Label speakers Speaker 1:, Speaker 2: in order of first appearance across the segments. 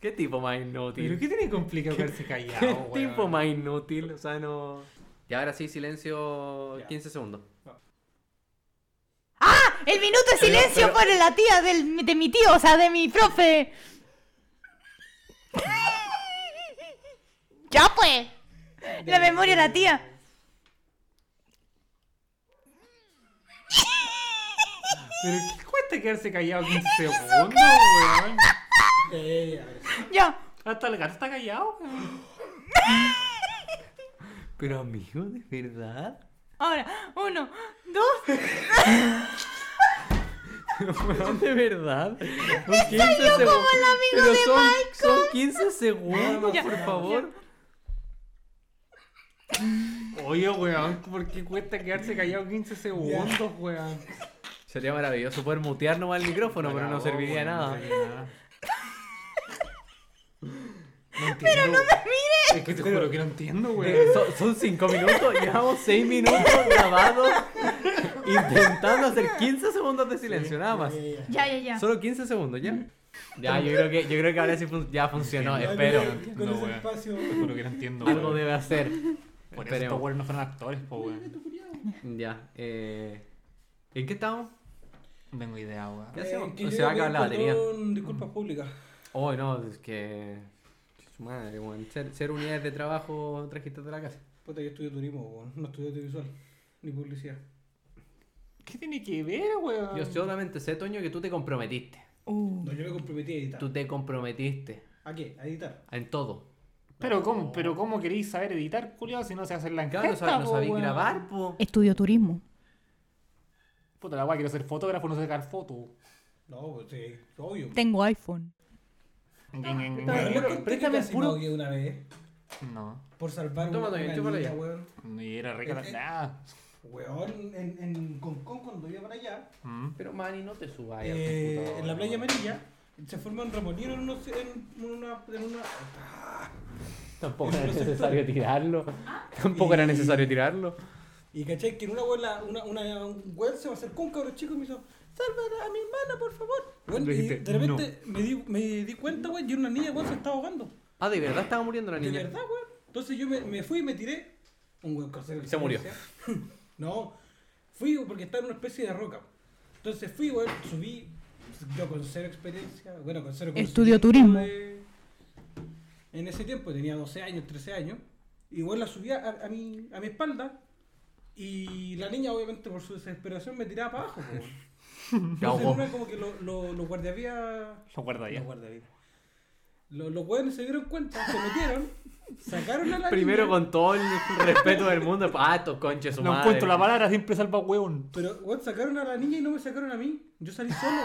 Speaker 1: ¿Qué tipo más inútil?
Speaker 2: ¿Pero qué tiene complicado quedarse callado,
Speaker 1: ¿Qué
Speaker 2: weón?
Speaker 1: tipo más inútil? O sea, no. Y ahora sí, silencio
Speaker 2: Ya.
Speaker 1: 15 segundos.
Speaker 3: ¡Ah! El minuto de silencio por la tía del- de mi tío, o sea, de mi profe. ya pues. La memoria de la tía.
Speaker 2: ¿Pero qué cuesta quedarse callado 15 segundos, weón?
Speaker 4: Eh, a ver.
Speaker 3: Ya.
Speaker 1: Hasta el gato está callado. Pero amigo, ¿de verdad?
Speaker 3: Ahora, uno, dos.
Speaker 1: ¿De verdad? Son 15 segundos.
Speaker 3: el amigo
Speaker 1: Pero
Speaker 3: de
Speaker 1: son, son 15 segundos,
Speaker 3: Ya,
Speaker 1: por
Speaker 3: ya.
Speaker 1: favor.
Speaker 2: Oye, weón, ¿por qué cuesta quedarse callado 15 segundos, weón?
Speaker 1: Sería maravilloso poder mutear nomás el micrófono, pero no
Speaker 2: Acabó,
Speaker 1: serviría
Speaker 2: weón, no
Speaker 1: nada.
Speaker 2: serviría nada. No entiendo. Pero no me mires. Es que te juro que no entiendo, weón.
Speaker 1: Eh, Son- Son 5 minutos, llevamos 6 minutos grabados intentando hacer 15 segundos de silencio, nada más.
Speaker 4: Eh, ya.
Speaker 3: Ya, ya, ya.
Speaker 1: Solo 15 segundos, ¿ya? Ya, yo creo que, yo creo que ahora sí fun- ya funcionó,
Speaker 2: Ay,
Speaker 4: Ay,
Speaker 1: espero.
Speaker 4: mira, Con
Speaker 2: No,
Speaker 4: ese
Speaker 2: weón.
Speaker 4: espacio.
Speaker 2: Te juro que no entiendo,
Speaker 1: Algo
Speaker 2: weón.
Speaker 1: debe hacer.
Speaker 2: Por eso estos
Speaker 1: Esperemos.
Speaker 2: weones no fueron actores, po, weón.
Speaker 1: Ya, eh... ¿En qué estamos?
Speaker 2: No tengo idea, weón.
Speaker 1: ¿Qué
Speaker 4: Eh,
Speaker 1: hacemos?
Speaker 4: que yo
Speaker 1: Se va a Mm. acabar la
Speaker 4: voy
Speaker 1: batería.
Speaker 4: Con disculpas públicas.
Speaker 1: Oh, no, es que... Su madre, weón. Ser, ser unidades de trabajo trajiste de la casa.
Speaker 4: Puta, yo estudio turismo, weón. No estudio audiovisual. Ni publicidad.
Speaker 2: ¿Qué tiene que ver, weón?
Speaker 1: Yo solamente sé, Toño, que tú te comprometiste.
Speaker 3: Uh.
Speaker 4: No, yo me comprometí a editar.
Speaker 1: Tú te comprometiste
Speaker 4: ¿A qué? A editar.
Speaker 1: en todo.
Speaker 2: Pero cómo, pero cómo queréis saber editar, culiado, si no se hacer la
Speaker 1: Claro,
Speaker 2: encuesta,
Speaker 1: no sabéis
Speaker 2: po, weón?
Speaker 1: grabar, po.
Speaker 3: Estudio turismo.
Speaker 2: Puta la weá, quiero ser fotógrafo, no sé sacar fotos.
Speaker 4: No, pues sí, obvio.
Speaker 3: Tengo iPhone.
Speaker 4: Weón, les
Speaker 1: Pero
Speaker 4: conté
Speaker 1: préstame
Speaker 4: que casi
Speaker 1: puro-
Speaker 4: me ahogué una vez
Speaker 2: No,
Speaker 4: por salvar
Speaker 1: Toma,
Speaker 4: una,
Speaker 1: Toño,
Speaker 4: una
Speaker 1: chúpalo
Speaker 4: niña,
Speaker 1: ya.
Speaker 4: weón.
Speaker 2: ni era rica la-
Speaker 4: Eh, eh.
Speaker 2: nada.
Speaker 4: Weón, en, en Hong Kong, cuando iba para allá,
Speaker 2: Mm.
Speaker 1: Pero, Manny, no te subas.
Speaker 4: eh, en la playa amarilla, se forma un remolino en, unos, en una... En una...
Speaker 1: Tampoco era necesario tirarlo. Tampoco era necesario tirarlo.
Speaker 4: Y cachai que en una abuela, una, una, un weón se me acercó un cabro chico y me hizo, salva a mi hermana, por favor. Weón,
Speaker 2: Le
Speaker 4: y
Speaker 2: dijiste,
Speaker 4: de repente me, di, me di cuenta, weón, y una niña, weón, se estaba ahogando.
Speaker 1: Ah, de verdad estaba muriendo la
Speaker 4: De
Speaker 1: niña.
Speaker 4: verdad, weón. Entonces yo me, me fui y me tiré. Un weón
Speaker 1: Y se murió.
Speaker 4: no, fui porque estaba en una especie de roca. Entonces fui, weón, subí, yo con cero experiencia, bueno, con cero
Speaker 3: Estudio
Speaker 4: conocimiento
Speaker 3: turismo.
Speaker 4: de- En ese tiempo tenía 12 años, 13 años, y weón la subía a, a mi, a mi espalda. Y la niña, obviamente, por su desesperación, me tiraba para abajo. po, weón.
Speaker 1: Te
Speaker 4: Entonces,
Speaker 1: ahogó.
Speaker 4: una como que los lo, lo guardiavías
Speaker 2: Lo guardo
Speaker 4: los
Speaker 2: ya.
Speaker 4: guardavidas. Lo- Los hueones se dieron cuenta, se metieron, sacaron a la
Speaker 1: Primero
Speaker 4: niña,
Speaker 1: con todo el respeto del mundo. Ah, estos conches su
Speaker 2: No
Speaker 1: madre.
Speaker 2: encuentro la palabra, siempre salva hueón.
Speaker 4: Pero, weón, sacaron a la niña y no me sacaron a mí. Yo salí solo.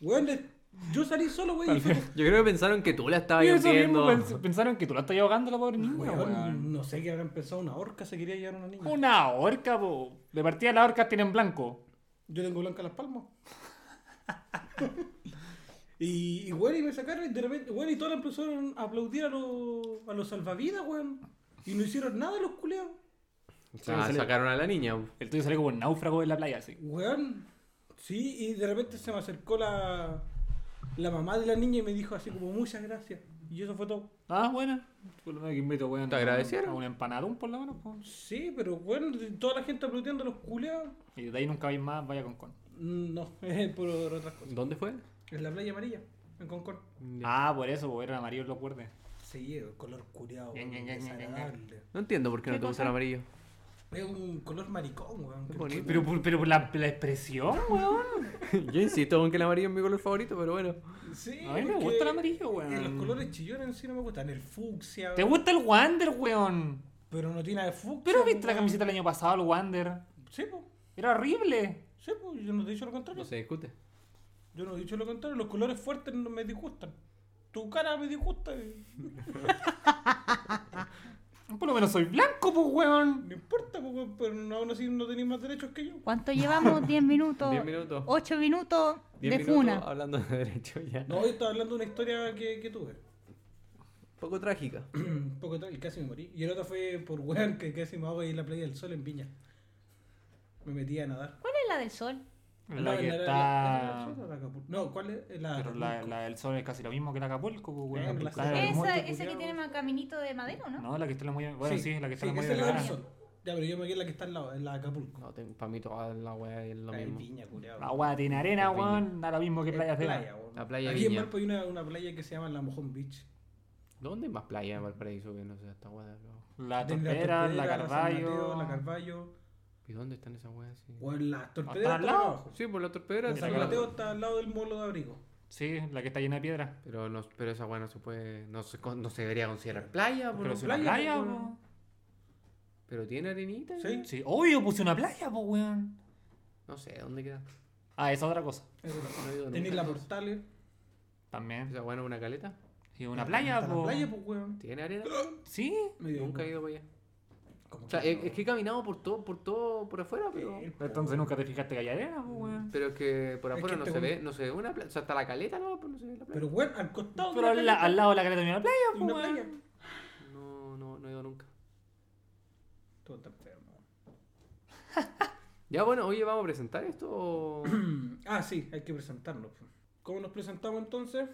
Speaker 4: weón, le- yo salí solo, weón. y fue como,
Speaker 1: Yo creo que pensaron que tú la estabas
Speaker 2: Y eso mismo
Speaker 1: hundiendo.
Speaker 2: pens- pensaron que tú la estás ahogando la pobre niña,
Speaker 4: Weón,
Speaker 2: weón.
Speaker 4: no sé qué habrá empezado una orca, se quería llevar a una niña.
Speaker 2: Una orca, po. De partida las orcas tienen blanco.
Speaker 4: Yo tengo blanca las palmas. y, y, weón, y me sacaron y de repente, weón, y todos empezaron a aplaudir a los, a los salvavidas, weón. Y no hicieron nada los culeados.
Speaker 1: Ah, sacaron a la niña.
Speaker 2: El tuyo salió como un náufrago de la playa, así.
Speaker 4: Weón. Sí, y de repente se me acercó la, la mamá de la niña y me dijo así como muchas gracias. Y eso fue todo.
Speaker 2: Ah, buena. Por lo menos que invito, weón.
Speaker 1: ¿Te
Speaker 2: a-
Speaker 1: agradecieron?
Speaker 2: A un empanadón, por lo menos, po.
Speaker 4: Sí, pero bueno, toda la gente aplaudiendo a los culeados.
Speaker 2: Y de ahí nunca vais más, vaya con con.
Speaker 4: Mm, No, es por otras cosas.
Speaker 1: ¿Dónde fue?
Speaker 4: En la playa amarilla, en Concord.
Speaker 2: Ah, por eso, porque eran amarillos los verdes.
Speaker 4: Sí, el color culeado.
Speaker 2: Ña, Ña, Ña, Ña, Ña, Ña.
Speaker 4: desagradable.
Speaker 1: No entiendo por qué no te gusta el amarillo.
Speaker 4: Es un color maricón, weón.
Speaker 1: Qué
Speaker 4: que-
Speaker 1: bonito.
Speaker 2: Pero, por- pero por la, la expresión, weón.
Speaker 1: Yo insisto en que el amarillo es mi color favorito, pero bueno.
Speaker 4: Sí,
Speaker 2: A mí me
Speaker 4: porque
Speaker 2: gusta el amarillo, weón.
Speaker 4: en Los colores chillones en sí no me gustan. El fucsia,
Speaker 2: ¿Te gusta el Wander, weón?
Speaker 4: pero no tiene nada de fucsia.
Speaker 2: ¿Pero viste la
Speaker 4: weón.
Speaker 2: camiseta del año pasado, el Wander?
Speaker 4: Sí, pues.
Speaker 2: Era horrible.
Speaker 4: Sí, pues. Yo no te he dicho lo contrario.
Speaker 1: No se discute.
Speaker 4: Yo no he dicho lo contrario, los colores fuertes no me disgustan. Tu cara me disgusta, y
Speaker 2: Por lo menos soy blanco, pues, weón.
Speaker 4: no importa, po, weón, pero aún así no tenéis más derechos que yo.
Speaker 3: ¿Cuánto llevamos? 10 minutos.
Speaker 1: 10 minutos.
Speaker 3: 8 minutos
Speaker 1: Diez
Speaker 3: Oh, de
Speaker 1: minutos
Speaker 3: funa.
Speaker 1: hablando de derecho ya.
Speaker 4: No, hoy estaba hablando de una historia que, que tuve.
Speaker 1: Poco trágica.
Speaker 4: Un poco atrás, y casi me morí. Y el otro fue por weón que casi me ahogo ahí en la playa del sol en Viña. Me metí a nadar.
Speaker 3: ¿Cuál es la del sol?
Speaker 4: No,
Speaker 2: La que
Speaker 4: la- la-
Speaker 2: está.
Speaker 4: la- la- la- Acapulco. No, ¿cuál es? La,
Speaker 2: Pero la,
Speaker 4: Acapulco.
Speaker 2: la del sol es casi lo mismo que la Acapulco, pues,
Speaker 4: Eh,
Speaker 2: weón.
Speaker 4: la
Speaker 2: La del Monte.
Speaker 4: Sol.
Speaker 3: Esa,
Speaker 4: muy
Speaker 3: esa que
Speaker 4: culiao.
Speaker 3: tiene más caminito de madero, ¿no?
Speaker 2: No, la que está en la muy. Bueno, sí, la que está en la muy.
Speaker 4: esa es la del
Speaker 2: delgada.
Speaker 4: sol. Ya, pero yo me quedé en la que está al lado, en la de Acapulco.
Speaker 1: No, tengo, para mí toda la weá es lo
Speaker 4: la de
Speaker 1: mismo.
Speaker 4: Viña, culiao.
Speaker 2: La weá tiene arena,
Speaker 1: Viña.
Speaker 2: weón. Da lo mismo que
Speaker 4: Es
Speaker 2: Ah, Playa Cera.
Speaker 4: playa, weón.
Speaker 1: La playa de
Speaker 4: Aquí en
Speaker 1: Viña.
Speaker 4: Valpo hay una, una playa que se llama La Mojón Beach.
Speaker 1: ¿Dónde hay más playa en Valparaíso que no sea esta weá? no?
Speaker 2: La
Speaker 4: Tiene la
Speaker 2: Torpera, la
Speaker 4: Torpedera, San Mateo,
Speaker 2: Carballo.
Speaker 4: La Carballo.
Speaker 1: ¿Y dónde están esas weas? Sí.
Speaker 4: O en la
Speaker 2: Hasta
Speaker 4: torpedera.
Speaker 2: al
Speaker 4: está
Speaker 2: lado.
Speaker 4: abajo.
Speaker 1: Sí, por la torpedera.
Speaker 2: Mira,
Speaker 1: está
Speaker 4: San
Speaker 1: al lado.
Speaker 4: Mateo está al lado del molo de abrigo.
Speaker 2: Sí, la que está llena de piedra.
Speaker 1: Pero, no, pero esa weá no se puede. No se, con- no se debería considerar playa,
Speaker 2: Pero
Speaker 1: pero,
Speaker 2: es una
Speaker 4: playa,
Speaker 2: playa,
Speaker 4: pues,
Speaker 2: weón.
Speaker 1: pero tiene arenita.
Speaker 4: Sí.
Speaker 2: Sí, obvio, puse una playa, pues, weón.
Speaker 1: No sé, ¿dónde queda?
Speaker 2: Ah, esa es otra cosa.
Speaker 4: Eso
Speaker 1: No he ido
Speaker 4: está. Tenéis
Speaker 1: nunca.
Speaker 4: la portales.
Speaker 2: También.
Speaker 1: ¿Esa weá no es una caleta?
Speaker 2: Y una playa,
Speaker 4: Está la playa,
Speaker 2: pues.
Speaker 4: pues, weón.
Speaker 1: ¿Tiene arena?
Speaker 2: Sí.
Speaker 4: Medio
Speaker 1: Nunca he
Speaker 4: igual.
Speaker 1: ido para allá.
Speaker 4: Como
Speaker 1: O sea,
Speaker 4: que
Speaker 1: es, es que he caminado por todo, por todo, por afuera, pero.
Speaker 4: El-
Speaker 2: Entonces nunca te fijaste que hay arena, pues, weón.
Speaker 1: Pero es que por
Speaker 4: Es que
Speaker 1: afuera no
Speaker 4: te
Speaker 1: se
Speaker 4: con-
Speaker 1: ve, no se ve una playa. O sea, hasta la caleta no, pues no se ve la playa.
Speaker 4: Pero, weón, al costado.
Speaker 2: Pero al, la- al lado de la caleta hay una playa, pues,
Speaker 4: Una
Speaker 2: weón.
Speaker 4: playa.
Speaker 1: No, no, no he ido nunca.
Speaker 4: Todo está enfermo.
Speaker 1: Ya bueno, oye, vamos a presentar esto o-
Speaker 4: Ah, sí, hay que presentarnos. pues. ¿Cómo nos presentamos entonces?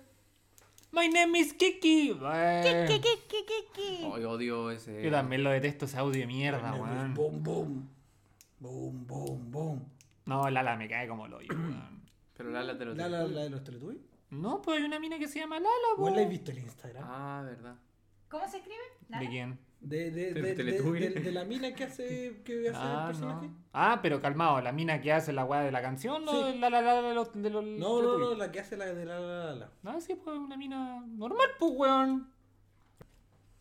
Speaker 2: My name is Kiki. Eh,
Speaker 3: ¿Qué, qué, qué, qué, qué, qué?
Speaker 1: Ay, odio ese.
Speaker 2: Yo también lo detesto ese audio de mierda,
Speaker 4: Boom,
Speaker 2: weón.
Speaker 4: Boom, boom. Boom, boom, boom.
Speaker 2: No, Lala me cae como el hoyo, weón.
Speaker 1: Pero Lala te Oh. lo
Speaker 4: La, la, la de los Teletubbies.
Speaker 2: No, pues hay una mina que se llama Lala,
Speaker 4: ¿Vos la has
Speaker 2: weón.
Speaker 4: visto en Instagram?
Speaker 1: Ah, verdad.
Speaker 3: ¿Cómo se escribe? ¿Nada?
Speaker 2: ¿De quién?
Speaker 4: De, de,
Speaker 1: Del
Speaker 4: de, de,
Speaker 1: Teletubby.
Speaker 4: de- de la mina que hace, que hace
Speaker 2: Ah,
Speaker 4: el personaje.
Speaker 2: no. Ah, pero calmado, la mina que hace la weá de la canción, no,
Speaker 4: Sí.
Speaker 2: la, la, la, la- los- de los.
Speaker 4: No, no, no, la que hace la de la la la la.
Speaker 2: Ah, sí, pues una mina normal, pues, weón.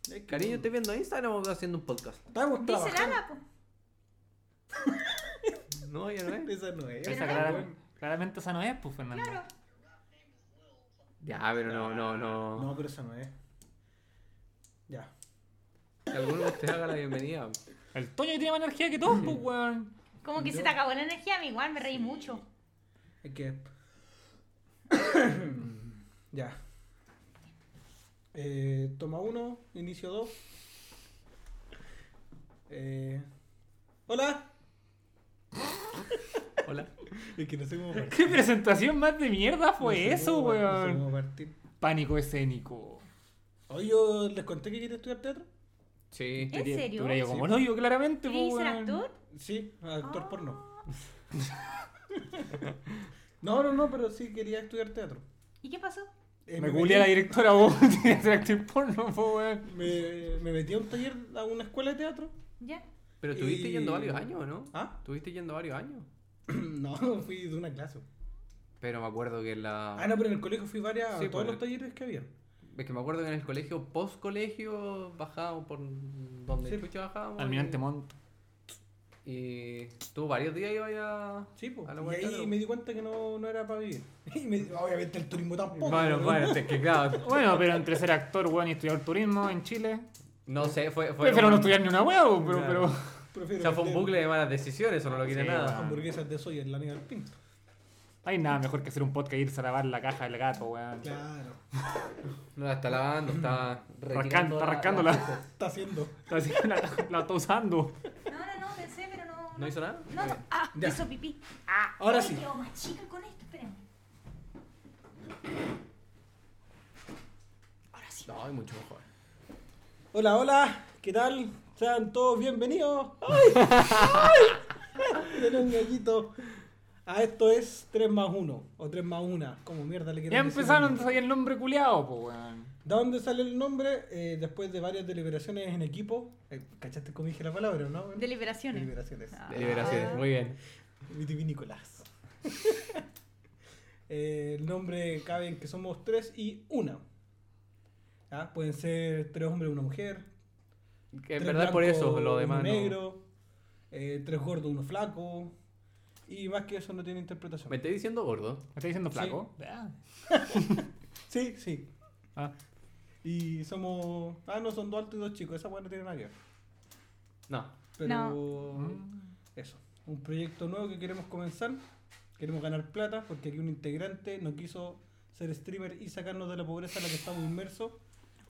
Speaker 4: Es que-
Speaker 1: Cariño, estoy viendo Instagram haciendo un podcast.
Speaker 4: Estamos
Speaker 3: Dice
Speaker 4: trabajando.
Speaker 3: Lala, po.
Speaker 1: No, ya no es.
Speaker 4: Esa no es. pues.
Speaker 2: Esa clara- claramente esa no es, pues, Fernando.
Speaker 3: Claro.
Speaker 1: Ya, pero no, no, no.
Speaker 4: No, pero esa no es. Ya.
Speaker 1: Que alguno de ustedes haga la bienvenida.
Speaker 2: El Toño tiene más energía que todos, pues, weón.
Speaker 3: Como que se te acabó la energía, a mí igual me reí mucho.
Speaker 4: Es que. ya. Eh, toma uno, inicio dos. Eh, Hola.
Speaker 1: Hola.
Speaker 4: Es que no sé cómo partir.
Speaker 2: ¿Qué presentación más de mierda
Speaker 4: No
Speaker 2: fue
Speaker 4: sé
Speaker 2: eso,
Speaker 4: cómo par- no sé
Speaker 2: weón?
Speaker 4: cómo partir.
Speaker 2: Pánico escénico.
Speaker 4: Hoy yo les conté que quería estudiar teatro.
Speaker 1: Sí.
Speaker 2: Este
Speaker 3: ¿En serio?
Speaker 2: Yo como el hoyo, claramente,
Speaker 3: ¿Quería
Speaker 2: pues,
Speaker 3: ser
Speaker 2: weón.
Speaker 3: actor?
Speaker 4: Sí, actor porno. no, no, no, pero sí quería estudiar teatro.
Speaker 3: ¿Y qué pasó?
Speaker 4: Eh,
Speaker 2: Me
Speaker 4: metí-
Speaker 2: googleé a la directora, vos, tenía que ser actriz porno, po, weón.
Speaker 4: me, me metí a un taller, a una escuela de teatro.
Speaker 3: ¿Ya?
Speaker 1: Pero estuviste
Speaker 4: Y-
Speaker 1: yendo varios años, ¿no?
Speaker 4: ¿Ah?
Speaker 1: Estuviste yendo varios años.
Speaker 4: no, fui de una clase.
Speaker 1: Pero me acuerdo que en la.
Speaker 4: Ah, no, pero en el colegio fui varias, a
Speaker 1: Sí,
Speaker 4: todos
Speaker 1: pues,
Speaker 4: los talleres que había.
Speaker 1: Es que me acuerdo que en el colegio, post colegio, bajábamos por donde
Speaker 4: Sí.
Speaker 1: chucha bajábamos.
Speaker 2: Almirante
Speaker 1: y-
Speaker 2: Montt.
Speaker 1: Y tú varios días ibas a...
Speaker 4: Sí, pues.
Speaker 1: A la
Speaker 4: Y
Speaker 1: wea
Speaker 4: ahí
Speaker 1: de teatro.
Speaker 4: me di cuenta que no, no era para vivir. Y me, obviamente el turismo tampoco.
Speaker 1: Bueno,
Speaker 4: pero-
Speaker 1: bueno, es que claro.
Speaker 2: Bueno, pero entre ser actor, weón, y estudiar turismo en Chile.
Speaker 1: No sé, fue... fue
Speaker 2: Prefiero
Speaker 1: un-
Speaker 2: no estudiar ni una weá, weón, pero,
Speaker 1: Claro.
Speaker 2: pero.
Speaker 1: O
Speaker 4: Prefiero
Speaker 1: sea, fue un
Speaker 4: vender
Speaker 1: bucle de malas decisiones, o no lo quita
Speaker 2: Sí,
Speaker 1: nada.
Speaker 2: weón.
Speaker 4: Hamburguesas de soya en la niña del pinto.
Speaker 2: Hay nada mejor que hacer un podcast e irse a lavar la caja del gato, weón.
Speaker 4: Claro.
Speaker 1: No la está lavando, está...
Speaker 2: Rascando, está rascándola.
Speaker 4: Está haciendo.
Speaker 2: Está así, la, la está usando.
Speaker 3: No, no, no, pensé, pero no.
Speaker 1: ¿No hizo nada?
Speaker 3: No, no. Ah,
Speaker 4: Ya.
Speaker 3: hizo pipí. Ah,
Speaker 4: Ahora
Speaker 3: ay,
Speaker 4: sí.
Speaker 3: quedó más chica con esto, espérame. Ahora sí.
Speaker 1: No, es mucho mejor.
Speaker 4: Hola, hola, ¿qué tal? Sean todos bienvenidos. ¡Ay! ¡Ay! Tenía un gallito. Ah, esto es 3 más 1 o 3 más 1, como mierda le
Speaker 2: Ya
Speaker 4: quieran decir.
Speaker 2: empezaron a salir el nombre culiado, po, weón.
Speaker 4: ¿De dónde sale el nombre? Eh, después de varias deliberaciones en equipo. Eh, ¿Cachaste cómo dije la palabra, no? Bueno,
Speaker 3: Deliberaciones.
Speaker 4: deliberaciones.
Speaker 3: Ah.
Speaker 1: Deliberaciones, muy bien.
Speaker 4: Vitivinícolas. Eh, el nombre cabe en que somos tres y una. Ah, Pueden ser tres hombres y una mujer.
Speaker 1: Que en
Speaker 4: Tres
Speaker 1: verdad por
Speaker 4: blancos,
Speaker 1: eso, lo
Speaker 4: uno
Speaker 1: demás no.
Speaker 4: negro, eh, tres gordos, uno flaco. Y más que eso no tiene interpretación.
Speaker 1: Me estoy diciendo gordo.
Speaker 2: ¿Me está diciendo flaco? Ah.
Speaker 4: Sí, sí.
Speaker 2: Ah.
Speaker 4: Y somos. Ah, no, son dos altos y dos chicos. Esa weá no tiene nada que ver.
Speaker 1: No.
Speaker 4: Pero.
Speaker 2: Mm.
Speaker 4: Eso. Un proyecto nuevo que queremos comenzar. Queremos ganar plata porque aquí un integrante no quiso ser streamer y sacarnos de la pobreza en la que estamos inmersos.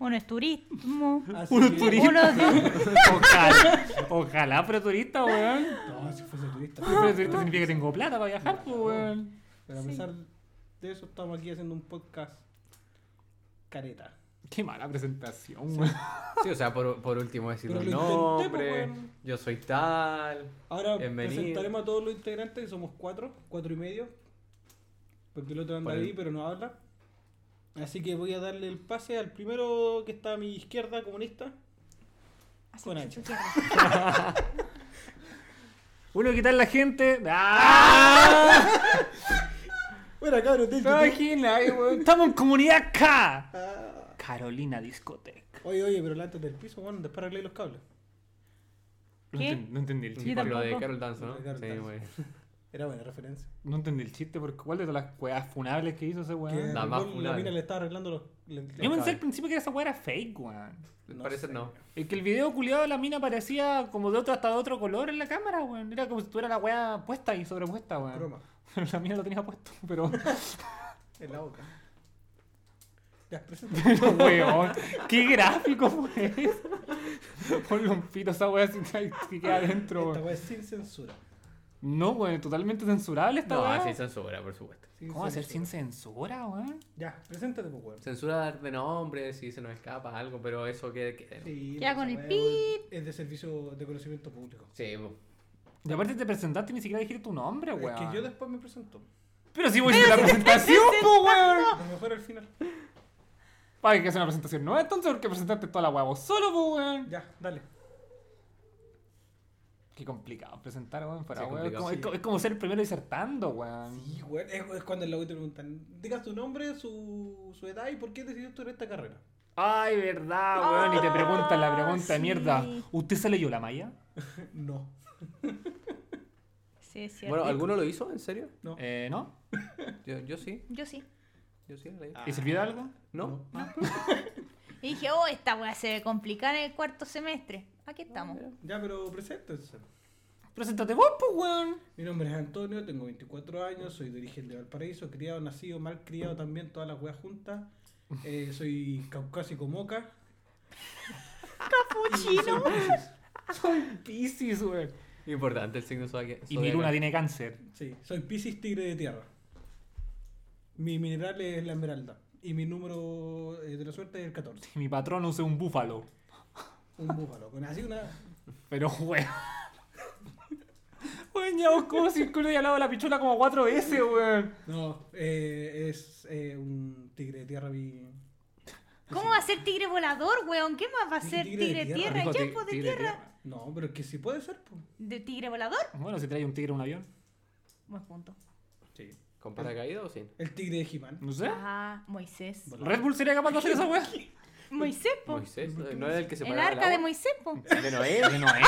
Speaker 3: Uno es turismo.
Speaker 4: Así
Speaker 2: Uno
Speaker 4: que-
Speaker 2: turista.
Speaker 3: Uno es de-
Speaker 2: Ojalá. Ojalá fuera turista, weón.
Speaker 4: No, si fuese turista.
Speaker 2: Si fuera turista significa que tengo plata para viajar, pues, weón.
Speaker 4: Pero a pesar de eso, estamos aquí haciendo un podcast careta.
Speaker 2: Qué mala presentación, weón.
Speaker 1: Sí, o sea, por, por último decir
Speaker 4: Pero
Speaker 1: los
Speaker 4: lo intenté, pues,
Speaker 1: nombres.
Speaker 4: weón.
Speaker 1: Yo soy tal.
Speaker 4: Ahora
Speaker 1: Bienvenido.
Speaker 4: presentaremos a todos los integrantes, que somos cuatro, cuatro y medio. Porque el otro anda
Speaker 1: Por el-
Speaker 4: ahí, pero no habla. Así que voy a darle el pase al primero que está a mi izquierda, comunista.
Speaker 3: Así
Speaker 4: Con
Speaker 3: que
Speaker 4: ancho.
Speaker 3: yo quiero.
Speaker 2: Uno, ¿qué tal la gente? ¡Ah!
Speaker 4: Bueno, cabrón, te
Speaker 2: Imagina, eh, weón. Estamos en comunidad K.
Speaker 4: Ah.
Speaker 2: Carolina Discoteca.
Speaker 4: Oye, oye, pero lánzate del piso, bueno, después arreglé los cables.
Speaker 2: No,
Speaker 3: ¿Qué?
Speaker 2: enten- no entendí el
Speaker 1: Sí,
Speaker 2: chiste.
Speaker 1: por lo de
Speaker 3: tampoco.
Speaker 1: Carol Dance,
Speaker 4: Lo
Speaker 1: ¿no?
Speaker 4: de Carol
Speaker 1: Sí,
Speaker 4: Dance.
Speaker 1: güey.
Speaker 4: Era buena referencia.
Speaker 2: No entendí el chiste, porque ¿cuál de todas las cuevas funables que hizo ese
Speaker 4: Que
Speaker 2: weón?
Speaker 1: La más
Speaker 4: la
Speaker 1: funable.
Speaker 4: mina le estaba arreglando los. le- le-
Speaker 2: Yo pensé al principio que esa weá era fake, weón.
Speaker 1: ¿Les
Speaker 4: No
Speaker 1: parece
Speaker 4: sé.
Speaker 1: no?
Speaker 2: Es que el video culiado de la mina parecía como de otro hasta de otro color en la cámara, weón. Era como si tuviera la weá puesta y sobrepuesta, weón.
Speaker 4: Broma.
Speaker 2: Pero la mina lo tenía puesto, pero.
Speaker 4: En la boca. Ya, presenta.
Speaker 2: pero, weón, qué gráfico fue eso? Ponle un pito a esa weá si si queda adentro,
Speaker 4: Esta
Speaker 2: weón.
Speaker 4: weá es sin censura.
Speaker 2: No, weón, totalmente censurable esta
Speaker 1: No,
Speaker 2: weá.
Speaker 1: sí, censura, por supuesto.
Speaker 4: Sin
Speaker 2: ¿Cómo hacer sin
Speaker 4: censura.
Speaker 2: censura, weón?
Speaker 4: Ya, preséntate, pues, weón.
Speaker 1: Censura de nombres, si se nos escapa algo, pero eso que. que- sí,
Speaker 4: Sí,
Speaker 3: Ya
Speaker 4: pues,
Speaker 3: con
Speaker 4: esa
Speaker 3: el
Speaker 4: weá, weón, Es de servicio de conocimiento público.
Speaker 1: bo.
Speaker 2: Y aparte te presentaste y ni siquiera dijiste tu nombre,
Speaker 4: Es
Speaker 2: weón.
Speaker 4: que yo después me presento.
Speaker 2: Pero si voy a hacer la presentación, po, weón.
Speaker 4: A lo mejor al final.
Speaker 2: Para que hacer una presentación nueva entonces, porque presentaste toda la huevo solo, po, weón.
Speaker 4: Ya, dale.
Speaker 2: Qué complicado presentar, weón, para
Speaker 1: Sí,
Speaker 2: weón.
Speaker 1: complicado,
Speaker 2: Como-
Speaker 1: sí.
Speaker 2: es, co- es como ser el primero disertando, weón.
Speaker 4: Sí, weón. Es, es cuando en la web te preguntan, diga su nombre, su, su edad y por qué decidió estudiar esta carrera.
Speaker 2: Ay, verdad, Ah, weón.
Speaker 1: Ah,
Speaker 2: Y te preguntan la pregunta de
Speaker 3: sí.
Speaker 2: mierda. ¿Usted se leyó la malla?
Speaker 4: No.
Speaker 3: Sí, es cierto.
Speaker 1: Bueno, ¿alguno lo hizo? ¿En serio?
Speaker 4: No.
Speaker 2: Eh, ¿no?
Speaker 1: Yo, yo sí,
Speaker 3: Yo sí.
Speaker 1: yo sí. la leí.
Speaker 4: Ah,
Speaker 2: ¿Y sirvió de algo?
Speaker 1: ¿No?
Speaker 3: Y dije, oh, esta weá se debe complicar en el cuarto semestre. Aquí estamos.
Speaker 4: Ya, pero preséntense.
Speaker 2: Preséntate vos, po, weón.
Speaker 4: Mi nombre es Antonio, tengo 24 años, soy de origen de Valparaíso, criado, nacido, mal criado también, todas las weas juntas. Eh, soy caucásico moca.
Speaker 3: Capuchino.
Speaker 2: Soy Pisces, weón.
Speaker 1: Importante el signo zodiac-
Speaker 2: Y mi luna
Speaker 1: zodiacal.
Speaker 2: tiene cáncer.
Speaker 4: Sí, soy Piscis Tigre de Tierra. Mi mineral es la esmeralda. Y mi número eh, de la suerte es el 14.
Speaker 2: Y mi patrón usa un búfalo.
Speaker 4: Un búfalo. Con así una.
Speaker 2: Pero, weón. Weón, ya vos como círculo y al lado de la pichula como cuatro veces, weón.
Speaker 4: No, eh, es eh, un tigre de tierra. Mi...
Speaker 3: ¿Cómo va a ser tigre volador, weón? ¿Qué más va a
Speaker 4: Dije
Speaker 3: ser
Speaker 4: tigre de
Speaker 3: tigre,
Speaker 4: tierra.
Speaker 3: tierra?
Speaker 1: Dijo
Speaker 3: Ya,
Speaker 1: ti-
Speaker 3: pues, de
Speaker 1: tigre de
Speaker 3: tierra.
Speaker 1: tierra.
Speaker 4: No, pero que sí puede ser. po.
Speaker 3: ¿De tigre volador?
Speaker 2: Bueno, si trae un tigre en un avión.
Speaker 3: Buen punto.
Speaker 1: ¿Con paracaídas o sin?
Speaker 4: El tigre de He-Man.
Speaker 2: No sé.
Speaker 3: Ah, Moisés.
Speaker 2: Red Bull sería capaz de hacer esa weá.
Speaker 3: Moisés, po.
Speaker 1: Moisés, ¿no ¿No era el que se
Speaker 3: El
Speaker 1: paraba
Speaker 3: arca de
Speaker 1: agua?
Speaker 3: Moisés, po.
Speaker 1: De Noé.
Speaker 2: De Noé.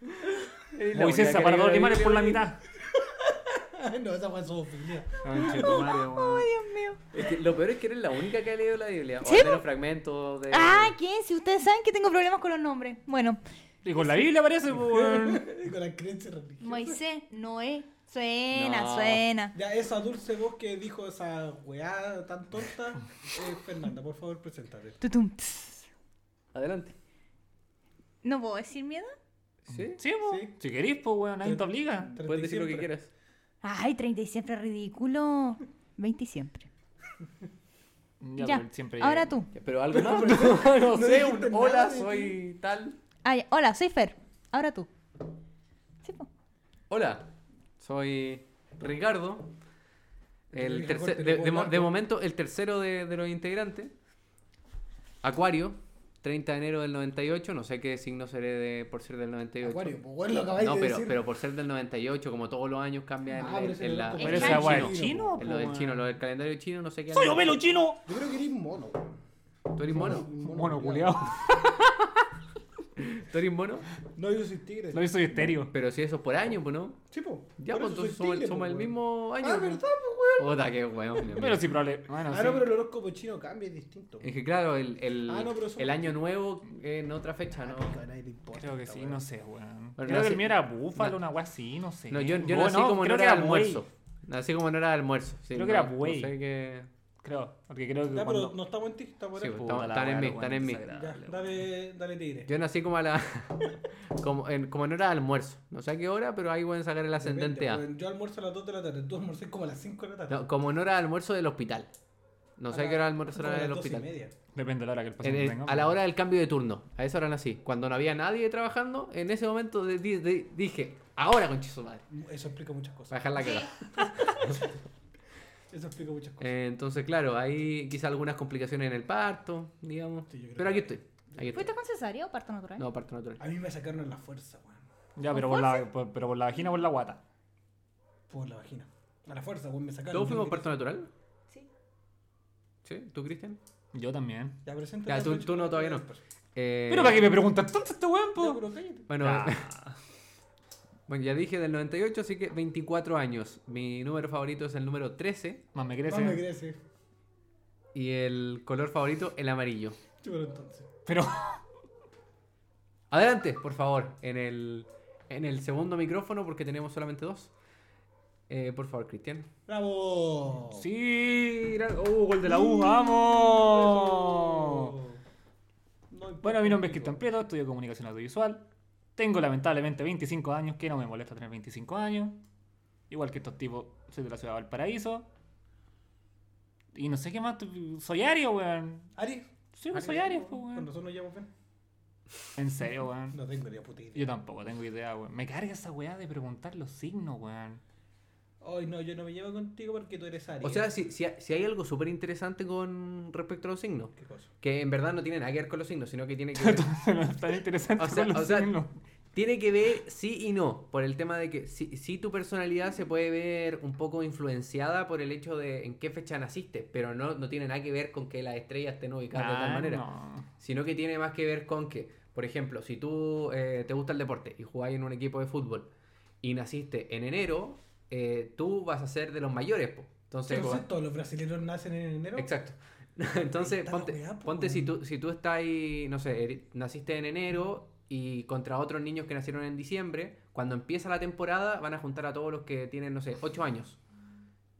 Speaker 2: Moisés
Speaker 1: única que
Speaker 2: separó
Speaker 1: leí
Speaker 2: dos
Speaker 1: la
Speaker 2: animales
Speaker 1: Biblia,
Speaker 2: por la
Speaker 1: güey.
Speaker 2: mitad.
Speaker 4: no, esa fue zoofilia.
Speaker 3: Oh, Dios mío.
Speaker 1: Es que lo peor es que eres la única que ha leído la Biblia. O
Speaker 3: Sí,
Speaker 1: al
Speaker 3: po.
Speaker 1: menos fragmentos de.
Speaker 3: Ah, ¿quién? Si ustedes saben que tengo problemas con los nombres. Bueno,
Speaker 2: Y con la Biblia parece, pues, weón.
Speaker 4: Con la creencia religiosa.
Speaker 3: Moisés, Noé. Suena,
Speaker 1: No.
Speaker 3: suena.
Speaker 4: Ya, esa dulce voz que dijo esa weá tan tonta. eh, Fernanda, por favor, preséntate.
Speaker 3: Tutum, tss.
Speaker 1: Adelante.
Speaker 3: ¿No puedo decir miedo?
Speaker 1: Sí.
Speaker 2: Sí, pues.
Speaker 4: Sí.
Speaker 2: Si querís, pues, weón, nadie te obliga.
Speaker 1: Puedes decir lo que
Speaker 4: 37.
Speaker 1: quieras.
Speaker 3: Ay, 30 y siempre es ridículo. 20 y siempre.
Speaker 2: Ya,
Speaker 3: Ya,
Speaker 2: pero siempre
Speaker 3: ahora tú.
Speaker 1: Ya, Pero algo más, pero no,
Speaker 4: no
Speaker 1: sé.
Speaker 4: dijiste
Speaker 1: Un hola,
Speaker 4: nada de
Speaker 1: soy tal.
Speaker 3: Ah, ya. Hola, soy Fer. Ahora tú. Sí, po.
Speaker 1: Hola, soy Ricardo. El
Speaker 4: Ricardo,
Speaker 1: tercer-
Speaker 4: te
Speaker 1: de,
Speaker 4: lo
Speaker 1: de mo-
Speaker 4: guardo.
Speaker 1: de momento, el tercero de, de los integrantes. Acuario, 30 de enero del 98. No sé qué signo seré de, por ser del 98.
Speaker 4: Acuario, pues bueno, lo acabáis
Speaker 1: no,
Speaker 4: de
Speaker 1: pero,
Speaker 4: decir.
Speaker 1: pero por ser del 98, como todos los años cambia en,
Speaker 4: Ah, pero
Speaker 1: en-
Speaker 4: ese
Speaker 1: en
Speaker 4: me lo
Speaker 1: la-
Speaker 4: toco.
Speaker 1: en
Speaker 2: Pero
Speaker 1: el
Speaker 2: esa weá
Speaker 1: chino.
Speaker 2: es chino,
Speaker 1: En lo del chino, lo del calendario chino, no sé qué.
Speaker 2: ¡Soy
Speaker 1: año.
Speaker 2: Omelo Chino!
Speaker 4: Yo creo que eres mono. weón.
Speaker 1: ¿Tú eres mono?
Speaker 2: Mono culiao.
Speaker 1: ¿Tú eres mono?
Speaker 4: No, yo soy tigre.
Speaker 2: Lo hizo estéreo.
Speaker 1: Pero si eso es por año, pues no.
Speaker 4: Sí, po.
Speaker 1: Ya,
Speaker 4: Por
Speaker 1: pues
Speaker 4: eso soy
Speaker 1: entonces somos,
Speaker 4: tigre,
Speaker 1: somos
Speaker 4: po,
Speaker 1: el
Speaker 4: weón.
Speaker 1: mismo año.
Speaker 4: Ah,
Speaker 1: pues.
Speaker 4: verdad, pues
Speaker 1: Puta, qué weón.
Speaker 2: Pero sí, probable. Bueno,
Speaker 4: weón.
Speaker 2: sí.
Speaker 4: Ah, no, pero el horóscopo chino cambia, es distinto.
Speaker 1: Es que claro, el, el,
Speaker 4: Ah, no, pero eso-
Speaker 1: el año nuevo en otra fecha, ¿no?
Speaker 4: Pica, a nadie le importa
Speaker 2: Creo que
Speaker 4: esta
Speaker 2: sí,
Speaker 4: weá.
Speaker 2: no sé, weón.
Speaker 1: Pero
Speaker 2: creo que el
Speaker 1: nací-
Speaker 2: mío era búfalo, una weá así, no sé.
Speaker 1: No, yo, yo
Speaker 2: Oh,
Speaker 1: nací como en
Speaker 2: creo que
Speaker 1: hora de
Speaker 2: buey.
Speaker 1: almuerzo. Así como no era almuerzo. sí,
Speaker 2: Creo que era
Speaker 1: no- no
Speaker 2: buey.
Speaker 1: sé qué-
Speaker 2: Creo. Porque creo que.
Speaker 4: Ya,
Speaker 2: cuando...
Speaker 4: Ah, pero no estamos en ti, estamos
Speaker 1: Sí,
Speaker 4: en
Speaker 1: pues,
Speaker 4: el-
Speaker 1: estamos- están en mí, están en mí.
Speaker 4: Ya, dale, dale tigre.
Speaker 1: Yo nací como a la. como, en, como en hora de almuerzo. No sé a qué hora, pero ahí pueden sacar el ascendente
Speaker 4: Depende,
Speaker 1: A.
Speaker 4: weón. Yo almuerzo a las 2 de la tarde, tú almuerces como a las 5 de la tarde.
Speaker 1: No, como en hora de almuerzo del hospital. No sé a qué hora almuerzo
Speaker 4: Ah, Como a
Speaker 1: del
Speaker 4: las 12 y
Speaker 1: hospital.
Speaker 4: media.
Speaker 2: Depende de la hora que el
Speaker 1: En
Speaker 2: paciente
Speaker 1: el-
Speaker 2: tenga.
Speaker 1: Eh, a la
Speaker 2: pero-
Speaker 1: hora del cambio de turno. A esa hora nací. Cuando no había nadie trabajando, en ese momento de- di- di- dije, ahora con su madre.
Speaker 4: Eso explica muchas cosas.
Speaker 1: Bajar la cagada.
Speaker 4: Eso explica muchas cosas.
Speaker 1: Ah. Eh, entonces, claro, hay quizá algunas complicaciones en el parto, digamos.
Speaker 4: Sí, yo creo
Speaker 1: Pero
Speaker 4: que-
Speaker 1: aquí estoy. Aquí estoy.
Speaker 3: ¿Fuiste con cesárea o parto natural?
Speaker 1: No, parto natural.
Speaker 4: A mí me sacaron en la fuerza, weón.
Speaker 2: Ya, pero por, la, por- pero por la vagina o por la guata.
Speaker 4: Por la vagina. A la fuerza, weón, me sacaron.
Speaker 1: ¿Todos
Speaker 4: Yo
Speaker 1: fuimos
Speaker 4: me-
Speaker 1: parto natural?
Speaker 3: Sí.
Speaker 1: ¿Sí? ¿Tú, Cristian?
Speaker 2: Yo también.
Speaker 4: Ya, preséntate.
Speaker 1: Ya, tú,
Speaker 4: Pancho.
Speaker 1: tú no, todavía no. Eh,
Speaker 2: Pero para qué me preguntas tonto este weón,
Speaker 4: Ya,
Speaker 2: po.
Speaker 4: pero cállate.
Speaker 1: Bueno,
Speaker 2: Ah.
Speaker 1: bueno, ya dije del 98, así que 24 años. Mi número favorito es el número 13
Speaker 2: Más me
Speaker 4: Más
Speaker 2: crece.
Speaker 4: me crece.
Speaker 1: y el color favorito el amarillo.
Speaker 4: Chúpalo entonces.
Speaker 2: Pero.
Speaker 1: Adelante, por favor, en el, en el segundo micrófono porque tenemos solamente dos. Eh, por favor, Cristian.
Speaker 4: ¡Bravo!
Speaker 2: Sí. gra- Oh, gol de la U, vamos.
Speaker 4: No importa
Speaker 2: Bueno, mi nombre es
Speaker 4: contigo.
Speaker 2: Cristian Prieto, estudio comunicación audiovisual. Tengo lamentablemente 25 años, que no me molesta tener 25 años. Igual que estos tipos, soy de la ciudad de Valparaíso. Y no sé qué más, soy Ario, weón.
Speaker 4: Ari.
Speaker 2: Sí, pues, soy
Speaker 4: Ari,
Speaker 2: Aries,
Speaker 4: weón.
Speaker 2: pues,
Speaker 4: Con
Speaker 2: weón.
Speaker 4: nosotros nos llamamos Ben.
Speaker 2: En serio, weón.
Speaker 4: No tengo ni puta idea.
Speaker 2: Yo tampoco tengo idea, weón. Me carga esa weá de preguntar los signos, weón.
Speaker 4: Ay, no, yo no me llevo contigo porque tú eres Ari.
Speaker 1: O sea, si, si, ha- si hay algo súper interesante con respecto a los signos,
Speaker 4: ¿Qué cosa?
Speaker 1: que en verdad no tiene nada que ver con los signos, sino que tiene que ver,
Speaker 2: Tan interesante
Speaker 1: O sea,
Speaker 2: con los
Speaker 1: o sea,
Speaker 2: signos.
Speaker 1: tiene que ver sí y no, por el tema de que sí, sí tu personalidad se puede ver un poco influenciada por el hecho de en qué fecha naciste, pero no, no tiene nada que ver con que las estrellas estén ubicadas de
Speaker 2: Ah,
Speaker 1: tal manera.
Speaker 2: no.
Speaker 1: sino que tiene más que ver con que, por ejemplo, si tú eh, te gusta el deporte y jugáis en un equipo de fútbol y naciste en enero, eh, tú vas a ser de los mayores, po. Entonces,
Speaker 2: pues,
Speaker 4: Entonces,
Speaker 1: po-
Speaker 4: todos los brasileños nacen en enero.
Speaker 1: exacto. Entonces,
Speaker 4: Está la
Speaker 1: ponte,
Speaker 4: weá, po,
Speaker 1: ponte si
Speaker 4: weón.
Speaker 1: tú, si tú estás, ahí, no sé, eri- naciste en enero y contra otros niños que nacieron en diciembre, cuando empieza la temporada van a juntar a todos los que tienen, no sé, 8 años.